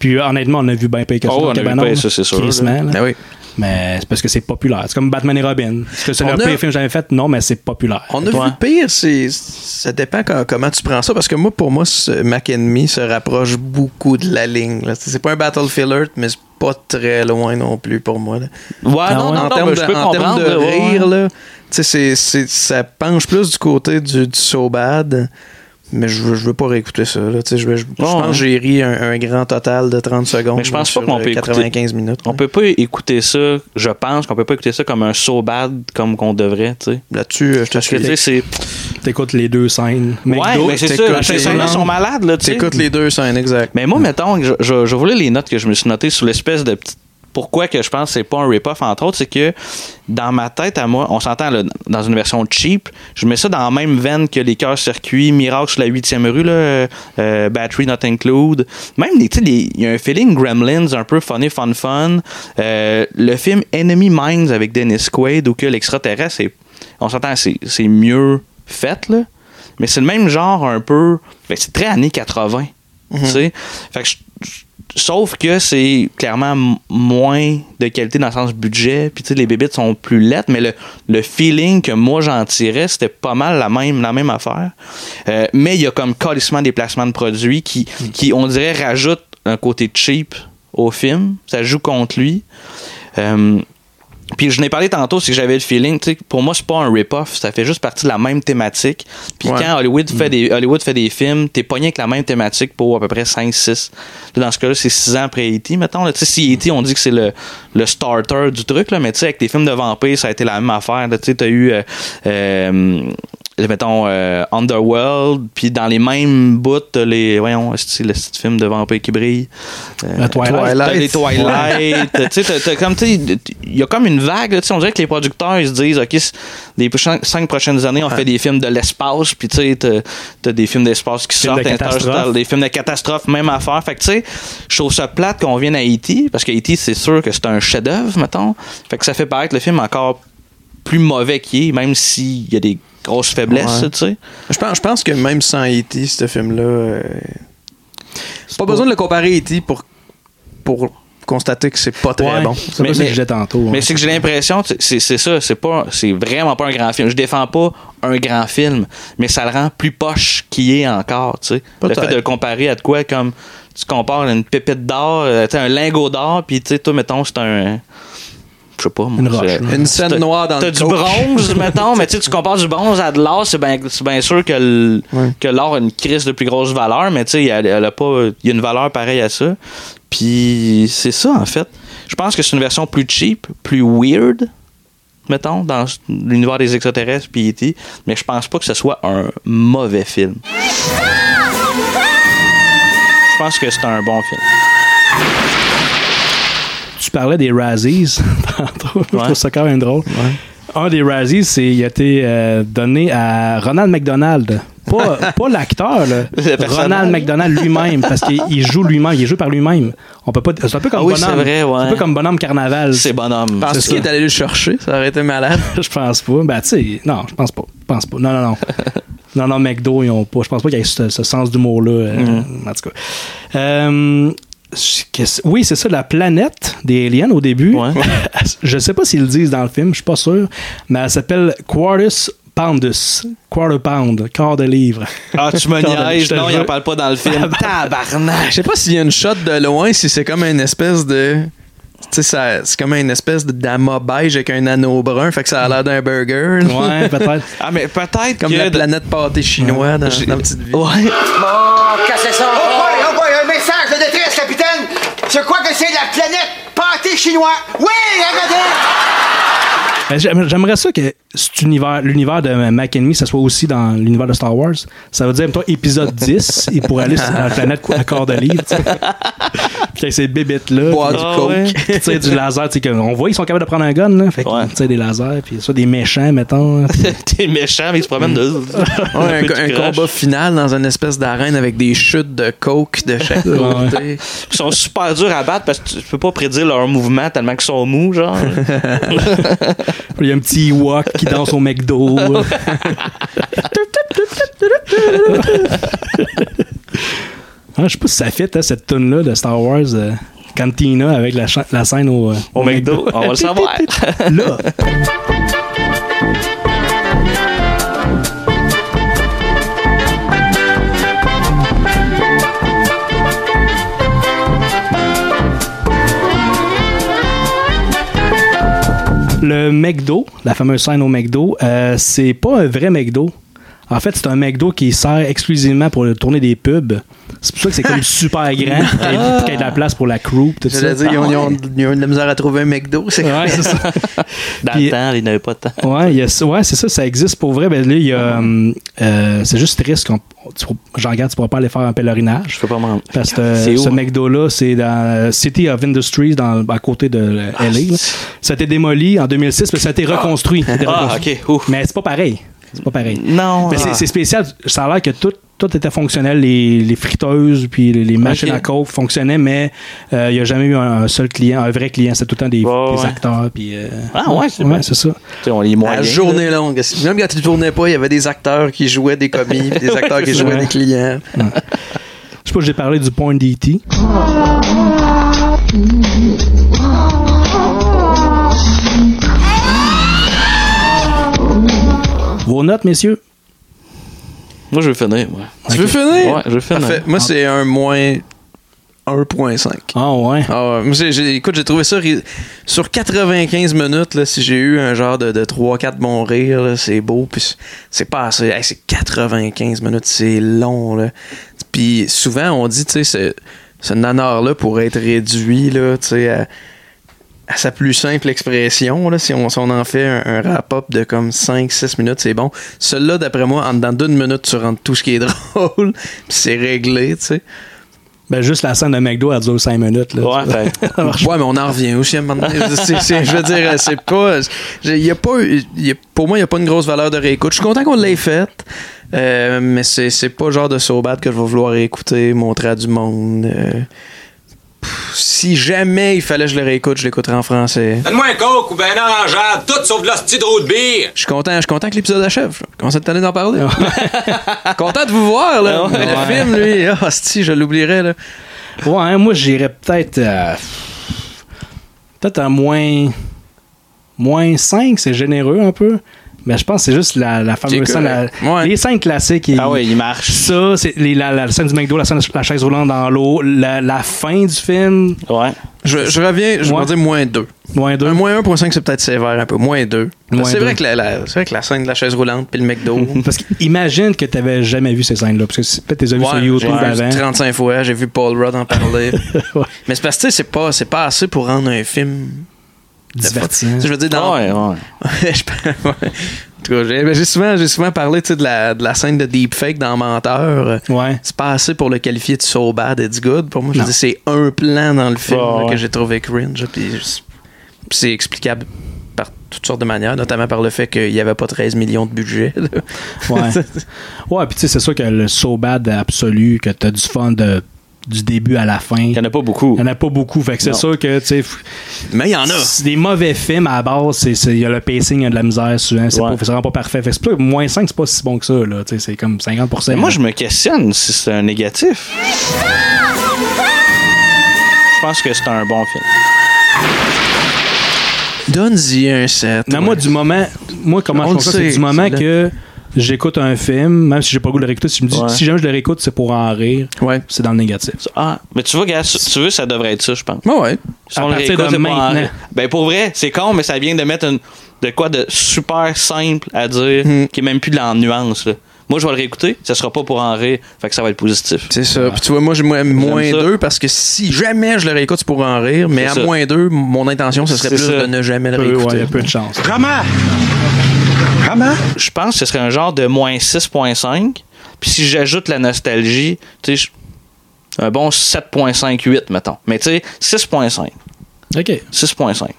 Speaker 1: Puis honnêtement, on a vu bien pire que ça.
Speaker 2: Oh, on a vu
Speaker 1: Tabarnak,
Speaker 2: pire, ça, c'est sûr,
Speaker 1: crissement,
Speaker 2: là.
Speaker 1: là.
Speaker 2: Ah oui.
Speaker 1: Mais c'est parce que c'est populaire. C'est comme Batman et Robin. Est-ce que c'est
Speaker 3: On
Speaker 1: le
Speaker 3: a-
Speaker 1: pire film que j'avais fait? Non, mais c'est populaire.
Speaker 3: On a vu pire, c'est ça dépend quand- comment tu prends ça parce que moi pour moi ce Mac Enemy se rapproche beaucoup de la ligne. là. C'est pas un Battlefield Earth mais c'est pas très loin non plus pour moi. là.
Speaker 2: Ouais, non, non,
Speaker 3: en
Speaker 2: non,
Speaker 3: termes
Speaker 2: mais je
Speaker 3: de,
Speaker 2: peux
Speaker 3: en termes
Speaker 2: comprendre,
Speaker 3: de
Speaker 2: là, ouais,
Speaker 3: rire
Speaker 2: ouais.
Speaker 3: là, tu sais, c'est- c'est- ça penche plus du côté du, du so bad. Mais je veux, je veux pas réécouter ça. là. Tu sais, Je, veux- je- je
Speaker 2: Non,
Speaker 3: pense
Speaker 2: hein.
Speaker 3: que j'ai ri un, un grand total de 30 secondes.
Speaker 2: Mais je pense
Speaker 3: sur,
Speaker 2: pas qu'on
Speaker 3: euh,
Speaker 2: peut écouter-
Speaker 3: 95 minutes.
Speaker 2: On peut pas écouter ça, je pense qu'on peut pas écouter ça comme un so bad comme qu'on devrait, tu sais.
Speaker 3: Là-dessus, euh, je te
Speaker 2: Parce que
Speaker 3: suis-
Speaker 2: tu sais, c'est.
Speaker 1: T'écoutes les deux scènes.
Speaker 2: Ouais,
Speaker 1: McDo,
Speaker 2: mais c'est
Speaker 1: t'écoutes
Speaker 2: ça,
Speaker 1: les-
Speaker 2: ces scènes-là sont malades, là, tu sais.
Speaker 3: T'écoutes les deux scènes, exact.
Speaker 2: Mais moi, mettons, je, je, je voulais les notes que je me suis notées sur l'espèce de petite. Pourquoi que je pense que c'est pas un rip-off, entre autres, c'est que dans ma tête à moi, on s'entend là, dans une version cheap, je mets ça dans la même veine que les cœurs circuits, Miracle sur la 8e rue, là, euh, euh, Battery Not Include. Même, des- tu sais, des- il y a un feeling Gremlins un peu funny, fun, fun. Euh, le film Enemy Minds avec Dennis Quaid, où que l'extraterrestre, c'est- on s'entend, c'est c'est mieux fait, là. Mais c'est le même genre un peu. ben, c'est très années 80. Tu sais? Fait que je- je- sauf que c'est clairement m- moins de qualité dans le sens budget. Puis tu sais, les bébites sont plus lettres, mais le, le feeling que moi j'en tirais, c'était pas mal la même, la même affaire. Euh, mais il y a comme calissement des placements de produits qui, qui, on dirait, rajoutent un côté cheap au film. Ça joue contre lui. Euh, puis je n'ai parlé tantôt, c'est que j'avais le feeling, tu sais, pour moi, c'est pas un rip-off, ça fait juste partie de la même thématique. Puis
Speaker 3: Ouais.
Speaker 2: quand Hollywood fait, des, Hollywood fait des films, t'es pogné avec la même thématique pour à peu près 5-6. Dans ce cas-là, c'est 6 ans après E.T. Mettons, là. tu sais, si E.T., on dit que c'est le, le starter du truc, là, mais tu sais, avec tes films de vampires, ça a été la même affaire. là. Tu sais, t'as eu, euh, euh, mettons, euh, Underworld, puis dans les mêmes bouts, t'as les, voyons, c'est le petit film de vampires qui brille. Euh,
Speaker 1: Le Twilight.
Speaker 2: T'as les Twilight. <laughs> tu sais, t'as- t'as comme, tu sais, il y a comme une vague, là, tu sais, on dirait que les producteurs, ils se disent, OK, c'est- les prochains- cinq prochaines années, on fait des films de l'espace, puis tu sais, t'as- t'as des films d'espace qui
Speaker 1: Films de
Speaker 2: sortent,
Speaker 1: catastrophe.
Speaker 2: Interstellar, des films de catastrophe, même affaire. Fait que, tu sais, je trouve ça plate qu'on vienne à E.T., parce que E.T., c'est sûr que c'est un chef-d'œuvre, mettons. Fait que ça fait paraître le film encore plus mauvais qu'il est, même s'il y a des grosses faiblesses,
Speaker 3: Ouais.
Speaker 2: tu sais.
Speaker 3: Je pense, je pense que même sans E.T., ce film-là. euh, pas besoin de le comparer à E.T. pour, pour constater que c'est pas très
Speaker 2: Ouais.
Speaker 3: bon.
Speaker 1: C'est pas ce que je disais tantôt.
Speaker 2: Mais
Speaker 1: hein.
Speaker 2: c'est que j'ai l'impression, tu- c'est c'est ça, c'est pas, c'est vraiment pas un grand film. Je défends pas un grand film, mais ça le rend plus poche qu'il est encore, tu sais. Le
Speaker 3: Peut-être.
Speaker 2: fait de le comparer à de quoi comme tu compares une pépite d'or, euh, tu sais, un lingot d'or, puis tu sais, toi mettons c'est un je sais pas. moi,
Speaker 1: Une roche,
Speaker 2: c'est-
Speaker 1: là. Une scène
Speaker 2: t'as-
Speaker 1: noire dans
Speaker 2: T'as
Speaker 1: le
Speaker 2: du
Speaker 1: coke. <laughs>
Speaker 2: bronze, mettons, mais tu sais, tu compares du bronze à de l'or, c'est bien bien sûr que l- que l'or a une crise de plus grosse valeur, mais tu sais, elle, elle a pas. Il y a une valeur pareille à ça. Puis c'est ça, en fait. Je pense que c'est une version plus cheap, plus weird, mettons, dans l'univers des extraterrestres, puis E.T., mais je pense pas que ce soit un mauvais film. Je pense que c'est un bon film.
Speaker 1: Tu parlais des Razzies <laughs> tantôt. Je trouve ça quand même drôle. Un des Razzies, c'est il a été euh, donné à Ronald McDonald. Pas,
Speaker 2: <laughs>
Speaker 1: pas l'acteur, là.
Speaker 2: personnage.
Speaker 1: Ronald McDonald lui-même, parce qu'il il joue lui-même, il est joué par lui-même. On peut pas. C'est un peu comme
Speaker 2: Ah oui,
Speaker 1: bonhomme.
Speaker 2: c'est vrai, ouais.
Speaker 1: C'est un peu comme bonhomme carnaval.
Speaker 2: C'est bonhomme.
Speaker 1: Parce
Speaker 3: Penses-tu qu'il est allé le chercher? Ça aurait été malade.
Speaker 1: <laughs> Je pense pas. Ben, tu sais, non, je pense pas. Je pense pas. Non, non,
Speaker 2: <laughs>
Speaker 1: non. non, non, McDo, ils ont pas. Je pense pas qu'il y ait ce, ce sens d'humour-là. euh,
Speaker 2: Mm.
Speaker 1: En tout cas. Euh, je- qu'est-ce- oui, c'est ça, la planète des aliens au début. <laughs> je sais pas s'ils le disent dans le film, je suis pas sûr, mais elle s'appelle Quartus Poundus. Quarter pound, quart de livre.
Speaker 2: Ah, tu me
Speaker 1: <laughs> Quart de- je
Speaker 2: niaises.
Speaker 1: te
Speaker 2: Non,
Speaker 1: jure.
Speaker 2: il en parle pas dans le film.
Speaker 3: <laughs>
Speaker 2: Tabarnak!
Speaker 3: Je sais pas s'il y a une shot de loin, si c'est comme une espèce de. Tu sais, ça- c'est comme une espèce de- d'amas beige avec un anneau brun, fait que ça a l'air d'un burger.
Speaker 1: Ouais,
Speaker 2: <laughs>
Speaker 1: peut-être.
Speaker 2: Ah, mais peut-être
Speaker 3: <laughs> Comme
Speaker 2: que
Speaker 3: la
Speaker 2: de-
Speaker 3: planète pâté chinois dans, dans Petite Vie.
Speaker 2: Ouais. <laughs>
Speaker 6: Bon, cassez ça! Oh boy, oh boy, un message de détresse, capitaine! Je crois que c'est la planète pâté chinois! Oui, regardez!
Speaker 1: Ben, j'aime- J'aimerais ça que cet univers, l'univers de Mac and Me, ça soit aussi dans l'univers de Star Wars. Ça veut dire, toi, épisode <laughs> 10, il pourrait aller sur la planète à corps de livre,
Speaker 3: <laughs>
Speaker 1: tu sais. Puis avec ces bébites-là.
Speaker 3: Boire
Speaker 1: puis- Ah
Speaker 3: du coke.
Speaker 1: ouais. Puis, tu sais, du laser, tu sais, comme on voit, ils sont capables de prendre un gun, là. Fait que, tu sais, des lasers, puis soit des méchants,
Speaker 3: <laughs>
Speaker 1: mettons.
Speaker 2: T'es méchant, mais il se promène <laughs>
Speaker 3: Mm.
Speaker 2: de.
Speaker 3: Ouais, un,
Speaker 2: peu du
Speaker 3: un
Speaker 2: crash.
Speaker 3: combat final dans une espèce d'arène avec des chutes de coke de chaque côté.
Speaker 2: Ils sont super durs à battre parce que tu peux pas prédire leur mouvement tellement qu'ils sont mous,
Speaker 3: <laughs>
Speaker 2: genre.
Speaker 1: Il y a un petit Ewok qui danse au
Speaker 3: <laughs>
Speaker 1: McDo. Ah, je sais pas si ça fit, hein, cette tune-là de Star Wars, euh, Cantina, avec la, cha- la scène au, euh,
Speaker 2: Au McDo, on va le
Speaker 3: <laughs>
Speaker 2: savoir.
Speaker 1: Là, le McDo, la fameuse scène au McDo, euh, c'est pas un vrai McDo. En fait, c'est un McDo qui sert exclusivement pour tourner des pubs. C'est pour ça que c'est comme super
Speaker 3: <laughs>
Speaker 1: grand, pour qu'il y ait- pour qu'il y ait de la place pour la crew. Tout ça.
Speaker 3: J'allais dire, ils ont, ils ont- ils ont eu de la misère à trouver un McDo. C'est
Speaker 1: Ouais, c'est
Speaker 3: <laughs>
Speaker 1: ça.
Speaker 2: Dans le temps, ils n'avaient pas de temps.
Speaker 1: Ouais, il y a ça- ouais, c'est ça, ça existe pour vrai. Ben, là, il y a,
Speaker 2: Ah
Speaker 1: hum, euh, c'est juste triste. qu'on- tu pourras- J'en regarde, tu pourras pas aller faire un pèlerinage.
Speaker 2: Je peux pas m'en rendre.
Speaker 1: Parce que euh,
Speaker 2: C'est où?
Speaker 1: ce McDo-là, c'est dans euh, City of Industries, dans, à côté de euh, LA. là. Ça a été démoli en 2006, mais ça a été reconstruit. Ça a été
Speaker 2: Ah, Ah,
Speaker 1: reconstruit.
Speaker 2: ok, ouf.
Speaker 1: Mais c'est pas pareil. C'est pas pareil.
Speaker 2: Non.
Speaker 1: Mais
Speaker 2: ah.
Speaker 1: c'est- c'est spécial. Ça a l'air que tout, tout était fonctionnel. Les, les friteuses puis les, les machines
Speaker 2: Ok.
Speaker 1: à coke fonctionnaient, mais euh, il n'y a jamais eu un, un seul client, un vrai client. C'est tout le temps des,
Speaker 2: Ouais,
Speaker 1: des
Speaker 2: ouais.
Speaker 1: acteurs. Puis, euh,
Speaker 2: Ah, ouais, c'est bien.
Speaker 1: c'est ça.
Speaker 2: Tu sais, on les moyens.
Speaker 3: La journée longue. Même quand tu tournais pas, il y avait des acteurs qui jouaient des commis, puis des <laughs> acteurs qui jouaient
Speaker 1: Ouais.
Speaker 3: des clients.
Speaker 1: Je sais pas, j'ai parlé du point d'E.T. Vos notes, messieurs?
Speaker 2: Moi, je veux finir, moi.
Speaker 3: Tu veux finir?
Speaker 2: Ouais, je veux finir. Ah.
Speaker 3: Parfait. Moi, c'est un moins 1.5.
Speaker 1: Ah ouais.
Speaker 3: Ah ouais. Moi, j'ai- j'ai- écoute, j'ai trouvé ça... ri- Sur 95 minutes, là, si j'ai eu un genre de, de 3-4 bons rires, là, c'est beau. Puis c'est- c'est pas assez. Hey, c'est 95 minutes, c'est long. Là. Puis souvent, on dit, tu sais, ce, ce nanar-là pourrait être réduit là, tu sais, à, à sa plus simple expression. Là, si, on, si on en fait un, un wrap-up de comme 5-6 minutes, c'est bon. Celui-là, d'après moi, en dedans d'une minute, tu rentres tout ce qui est <laughs> drôle. puis c'est réglé, tu sais.
Speaker 1: Ben, juste la scène de McDo, elle dure 5 minutes. Là,
Speaker 2: Ouais, fait-
Speaker 3: Ouais, mais on en revient aussi à un moment donné. C'est- c'est- Je veux dire, c'est pas. j'ai- il Y a pas eu- il y a- pour moi, il n'y a pas une grosse valeur de réécoute. Je suis content qu'on l'ait faite, euh, mais c'est c'est pas le genre de so bad que je vais vouloir écouter, montrer à du monde. euh. Pff, si jamais il fallait que je le réécoute, je l'écouterais en français.
Speaker 7: Donne-moi un coke ou ben un orangeade, tout sauf de l'hostie de roue de bière.
Speaker 3: Je suis content, je suis content que l'épisode achève. là. Je commence à être tanné d'en parler. <laughs> content de vous voir, là. Mais le film, lui, ah, si, je l'oublierais, là.
Speaker 1: Ouais, hein, moi, j'irais peut-être. euh, peut-être à moins. Moins 5, c'est généreux un peu. Mais je pense que c'est juste la, la fameuse
Speaker 3: C'est
Speaker 1: scène. la-
Speaker 3: correct. Ouais.
Speaker 1: Les scènes classiques.
Speaker 2: Ah
Speaker 1: oui,
Speaker 2: ouais, il marche.
Speaker 1: Ça, c'est les- la, la scène du McDo, la, scène- la chaise roulante dans l'eau, la, la fin du film.
Speaker 2: Ouais.
Speaker 3: Je, je reviens, je
Speaker 1: Ouais.
Speaker 3: vais dire moins 2.
Speaker 1: Moins 2.
Speaker 3: Un moins 1.5, c'est peut-être sévère un peu. Moins 2.
Speaker 1: Moins
Speaker 3: C'est
Speaker 1: deux.
Speaker 3: vrai, que la- la- c'est vrai que la scène de la chaise roulante puis
Speaker 1: <laughs>
Speaker 3: le McDo.
Speaker 1: Parce qu'imagine que tu n'avais jamais vu ces scènes-là. Parce que c'est- peut-être tu les as vues sur
Speaker 3: Ouais,
Speaker 1: YouTube
Speaker 3: j'ai vu
Speaker 1: avant.
Speaker 3: 35 fois, j'ai vu Paul Rudd en
Speaker 1: <laughs>
Speaker 3: parler. Mais c'est parce que tu sais, c'est pas, c'est pas assez pour rendre un film de
Speaker 1: Divertissant.
Speaker 3: fun. Tu sais, Je veux dire, dans.
Speaker 2: Ouais,
Speaker 3: Je pense- <laughs> ouais. En tout cas, j'ai ben, j'ai souvent, j'ai souvent parlé tu sais, de la, de la scène de Deepfake dans Menteur. C'est pas assez pour le qualifier de so bad it's good. Pour moi, je
Speaker 1: Non.
Speaker 3: dis c'est un plan dans le film
Speaker 1: Ouais,
Speaker 3: là,
Speaker 1: Bah, ouais.
Speaker 3: que j'ai trouvé cringe. Puis je- puis c'est explicable par toutes sortes de manières, notamment par le fait qu'il n'y avait pas 13 millions de budget. là.
Speaker 2: <laughs>
Speaker 1: Ouais. ouais, puis tu sais, c'est sûr que le so bad absolu, que t'as du fun de- du début à la fin. Il n'y en
Speaker 2: a pas beaucoup.
Speaker 1: Il n'y en a pas beaucoup. Fait que c'est
Speaker 2: Non.
Speaker 1: sûr que, tu sais. f-
Speaker 3: Mais il y en a.
Speaker 1: c'est Des mauvais films à la base, c'est- c'est- il y a le pacing, il y a de la misère souvent. C'est pas- c'est vraiment pas parfait. Fait que c'est pour ça que moins 5, c'est pas si bon que ça, là. Tu sais, c'est comme 50%.
Speaker 2: Mais moi, je me questionne si c'est un négatif. Je pense que c'est un bon film.
Speaker 3: Donne-y un 7.
Speaker 1: Non, moi, du moment. Moi, comment
Speaker 3: On
Speaker 1: je
Speaker 3: le
Speaker 1: pense ça, c'est
Speaker 3: sait,
Speaker 1: du moment
Speaker 3: c'est là.
Speaker 1: que j'écoute un film, même si j'ai pas le goût de le réécouter, si, je me dis,
Speaker 2: Ouais.
Speaker 1: si jamais je le réécoute, c'est pour en rire. C'est dans le négatif.
Speaker 2: Ah, mais tu vois, gars, tu veux, ça devrait être ça, je pense.
Speaker 3: Ah ouais.
Speaker 2: Si
Speaker 1: À
Speaker 2: on le
Speaker 1: partir
Speaker 2: réécoute,
Speaker 1: de
Speaker 2: c'est pas en-
Speaker 1: maintenant.
Speaker 2: Ben pour vrai, c'est con, mais ça vient de mettre une- de quoi de super simple à dire,
Speaker 1: Hmm.
Speaker 2: qui est même plus de la nuance. là. Moi, je vais le réécouter, ça sera pas pour en rire, fait que ça va être
Speaker 1: <laughs>
Speaker 2: positif.
Speaker 3: C'est ça. Puis tu vois, moi, j'ai moins, moins
Speaker 2: ça.
Speaker 3: 2 parce que si jamais je le réécoute, c'est pour en rire. Mais
Speaker 2: C'est
Speaker 3: à
Speaker 2: ça.
Speaker 3: moins 2, mon intention, ce serait
Speaker 2: C'est
Speaker 3: plus
Speaker 2: ça.
Speaker 3: de ne jamais le
Speaker 1: Peu, ouais,
Speaker 3: réécouter.
Speaker 1: il y a peu de chance.
Speaker 2: Comment? Comment? Je pense que ce serait un genre de moins 6.5. Puis si j'ajoute la nostalgie, tu sais, je- un bon 7.58, mettons. Mais tu sais, 6.5.
Speaker 1: OK.
Speaker 2: 6.5.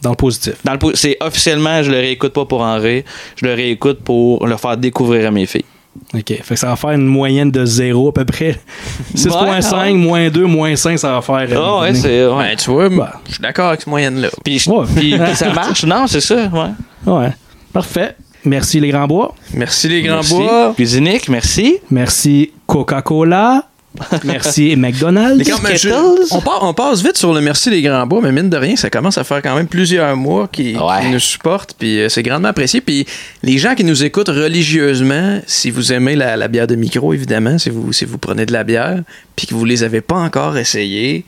Speaker 1: Dans le positif.
Speaker 2: Dans le po- c'est officiellement, je le réécoute pas pour en rire, je le réécoute pour le faire découvrir à mes filles.
Speaker 1: OK. Fait que ça va faire une moyenne de 0 à peu près. <laughs> 6.5,
Speaker 2: Ouais.
Speaker 1: moins 2, moins 5, ça va faire. euh,
Speaker 2: Ah ouais,
Speaker 1: une-
Speaker 2: c'est. ouais.
Speaker 3: Ben, tu vois, je suis d'accord avec cette moyenne-là.
Speaker 2: Puis, puis- puis ça marche, non, c'est ça, ouais.
Speaker 1: Ouais. Parfait. Merci les grands bois.
Speaker 3: Merci les grands
Speaker 2: Merci.
Speaker 3: bois.
Speaker 2: Cuisinique, merci.
Speaker 1: Merci Coca-Cola.
Speaker 3: <laughs>
Speaker 1: Merci McDonald's.
Speaker 3: Les grands- mais je- on, part- on passe vite sur le merci des grands bois, mais mine de rien, ça commence à faire quand même plusieurs mois qui, nous supportent, puis euh, c'est grandement apprécié. Puis les gens qui nous écoutent religieusement, si vous aimez la, la bière de micro, évidemment, si vous, si vous prenez de la bière, puis que vous les avez pas encore essayés,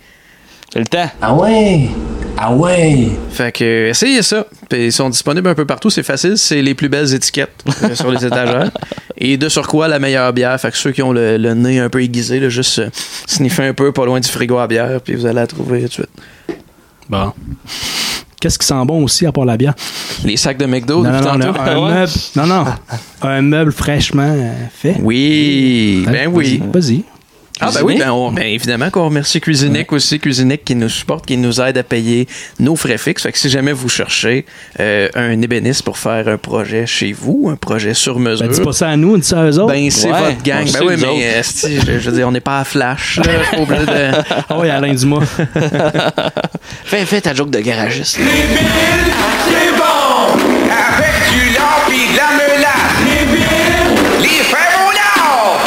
Speaker 2: c'est le temps.
Speaker 3: Ah ouais! Ah ouais! Fait que, euh, essayez ça. Puis Ils sont disponibles un peu partout, c'est facile. C'est les plus belles étiquettes euh, sur les étagères. Et de surcroît, la meilleure bière. Fait que ceux qui ont le, le nez un peu aiguisé, là, juste euh, sniffer un peu pas loin du frigo à bière, puis vous allez la trouver tout de suite.
Speaker 1: Bon. Qu'est-ce qui sent bon aussi à part la bière?
Speaker 3: Les sacs de McDo,
Speaker 2: Oh,
Speaker 1: Non, non,
Speaker 3: depuis
Speaker 1: non,
Speaker 3: tantôt. Ah
Speaker 1: non, un meuble, non, non. Un meuble fraîchement euh, fait.
Speaker 3: Oui, ben oui.
Speaker 1: Vas-y. vas-y.
Speaker 3: Ah ben oui, ben, on- ben évidemment qu'on remercie Cuisinic aussi, Cuisinic qui nous supporte, qui nous aide à payer nos frais fixes. Fait que si jamais vous cherchez euh, un ébéniste pour faire un projet chez vous, un projet sur mesure,
Speaker 1: Ben,
Speaker 2: Euh.
Speaker 1: dis pas ça à nous, dis ça à eux autres.
Speaker 3: ben, c'est votre gang. Ben oui, mais euh, esti, je, je veux dire, on n'est pas à flash. Là, je suis pas obligé de...
Speaker 1: <laughs> Ah oui, Alain
Speaker 2: <laughs>
Speaker 1: Dumas.
Speaker 2: fais, fais ta joke de garagiste.
Speaker 8: C'est bon! Avec du lard pis de la meulasse! Les billes! Les frères au lard!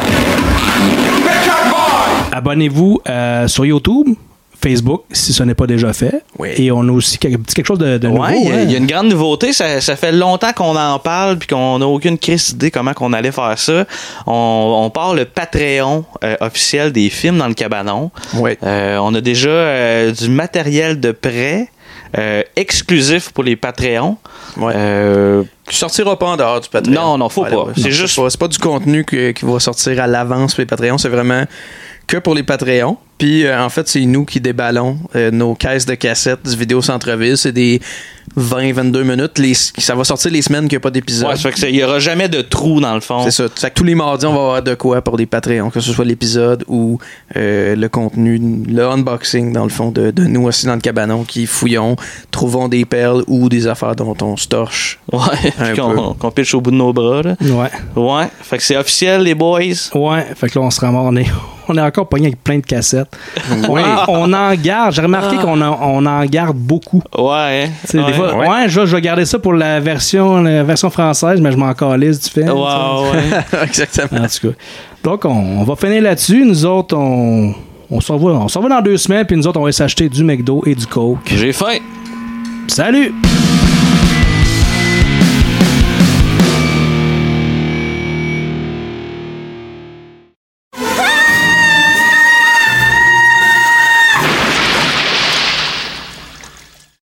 Speaker 8: Pet Boy!
Speaker 1: Abonnez-vous euh, sur YouTube, Facebook, si ce n'est pas déjà fait. Et on a aussi quelque, petit quelque chose de, de nouveau.
Speaker 2: Ouais, il y a-
Speaker 1: hein.
Speaker 2: il y, a une grande nouveauté. Ça, ça fait longtemps qu'on en parle puis qu'on n'a aucune crise d'idée comment qu'on allait faire ça. On, on part le Patreon euh, officiel des films dans le cabanon. Euh, on a déjà euh, du matériel de prêt euh, exclusif pour les Patreons. Euh,
Speaker 3: Tu sortiras pas en dehors du Patreon.
Speaker 2: Non, non, faut
Speaker 3: Ouais,
Speaker 2: pas.
Speaker 3: ouais,
Speaker 2: C'est
Speaker 3: non,
Speaker 2: juste-
Speaker 3: pas- C'est pas du contenu que- qui va sortir à l'avance pour les Patreons. C'est vraiment que pour les Patreons. Puis, euh, en fait, c'est nous qui déballons euh, nos caisses de cassettes du Vidéo Centre-Ville. C'est des 20-22 minutes. Les- ça va sortir les semaines qu'il n'y a pas d'épisode.
Speaker 2: ouais, ça fait que ça- il n'y aura jamais de trou dans le fond.
Speaker 3: C'est ça. Fait que tous les mardis, on va avoir de quoi pour les Patreons, que ce soit l'épisode ou euh, le contenu, le unboxing, dans le fond, de, de nous aussi dans le cabanon qui fouillons, trouvons des perles ou des affaires dont on se
Speaker 2: <laughs>
Speaker 3: torche.
Speaker 2: Ouais,
Speaker 3: Un
Speaker 2: puis qu'on
Speaker 3: peu.
Speaker 2: qu'on pitche au bout de nos bras. Là.
Speaker 1: Ouais.
Speaker 2: Ouais, fait que c'est officiel, les boys.
Speaker 1: hein. Ouais, fait que là, on se ramasse. On est, <laughs> on est encore pogné avec plein de cassettes. On, en- on en garde. J'ai remarqué qu'on en, on en garde beaucoup.
Speaker 2: Ouais. hein.
Speaker 1: Tu sais,
Speaker 2: ouais.
Speaker 1: des fois, ouais, je, vais- je vais garder ça pour la version, la version française, mais je m'en calisse du film.
Speaker 2: Ouais,
Speaker 1: tu sais. <laughs>
Speaker 2: ouais.
Speaker 3: Exactement.
Speaker 1: En tout cas. Donc, on, on va finir là-dessus. Nous autres, on, on se revoit on se revoit dans deux semaines, puis nous autres, on va s'acheter du McDo et du Coke.
Speaker 2: J'ai faim.
Speaker 1: Salut!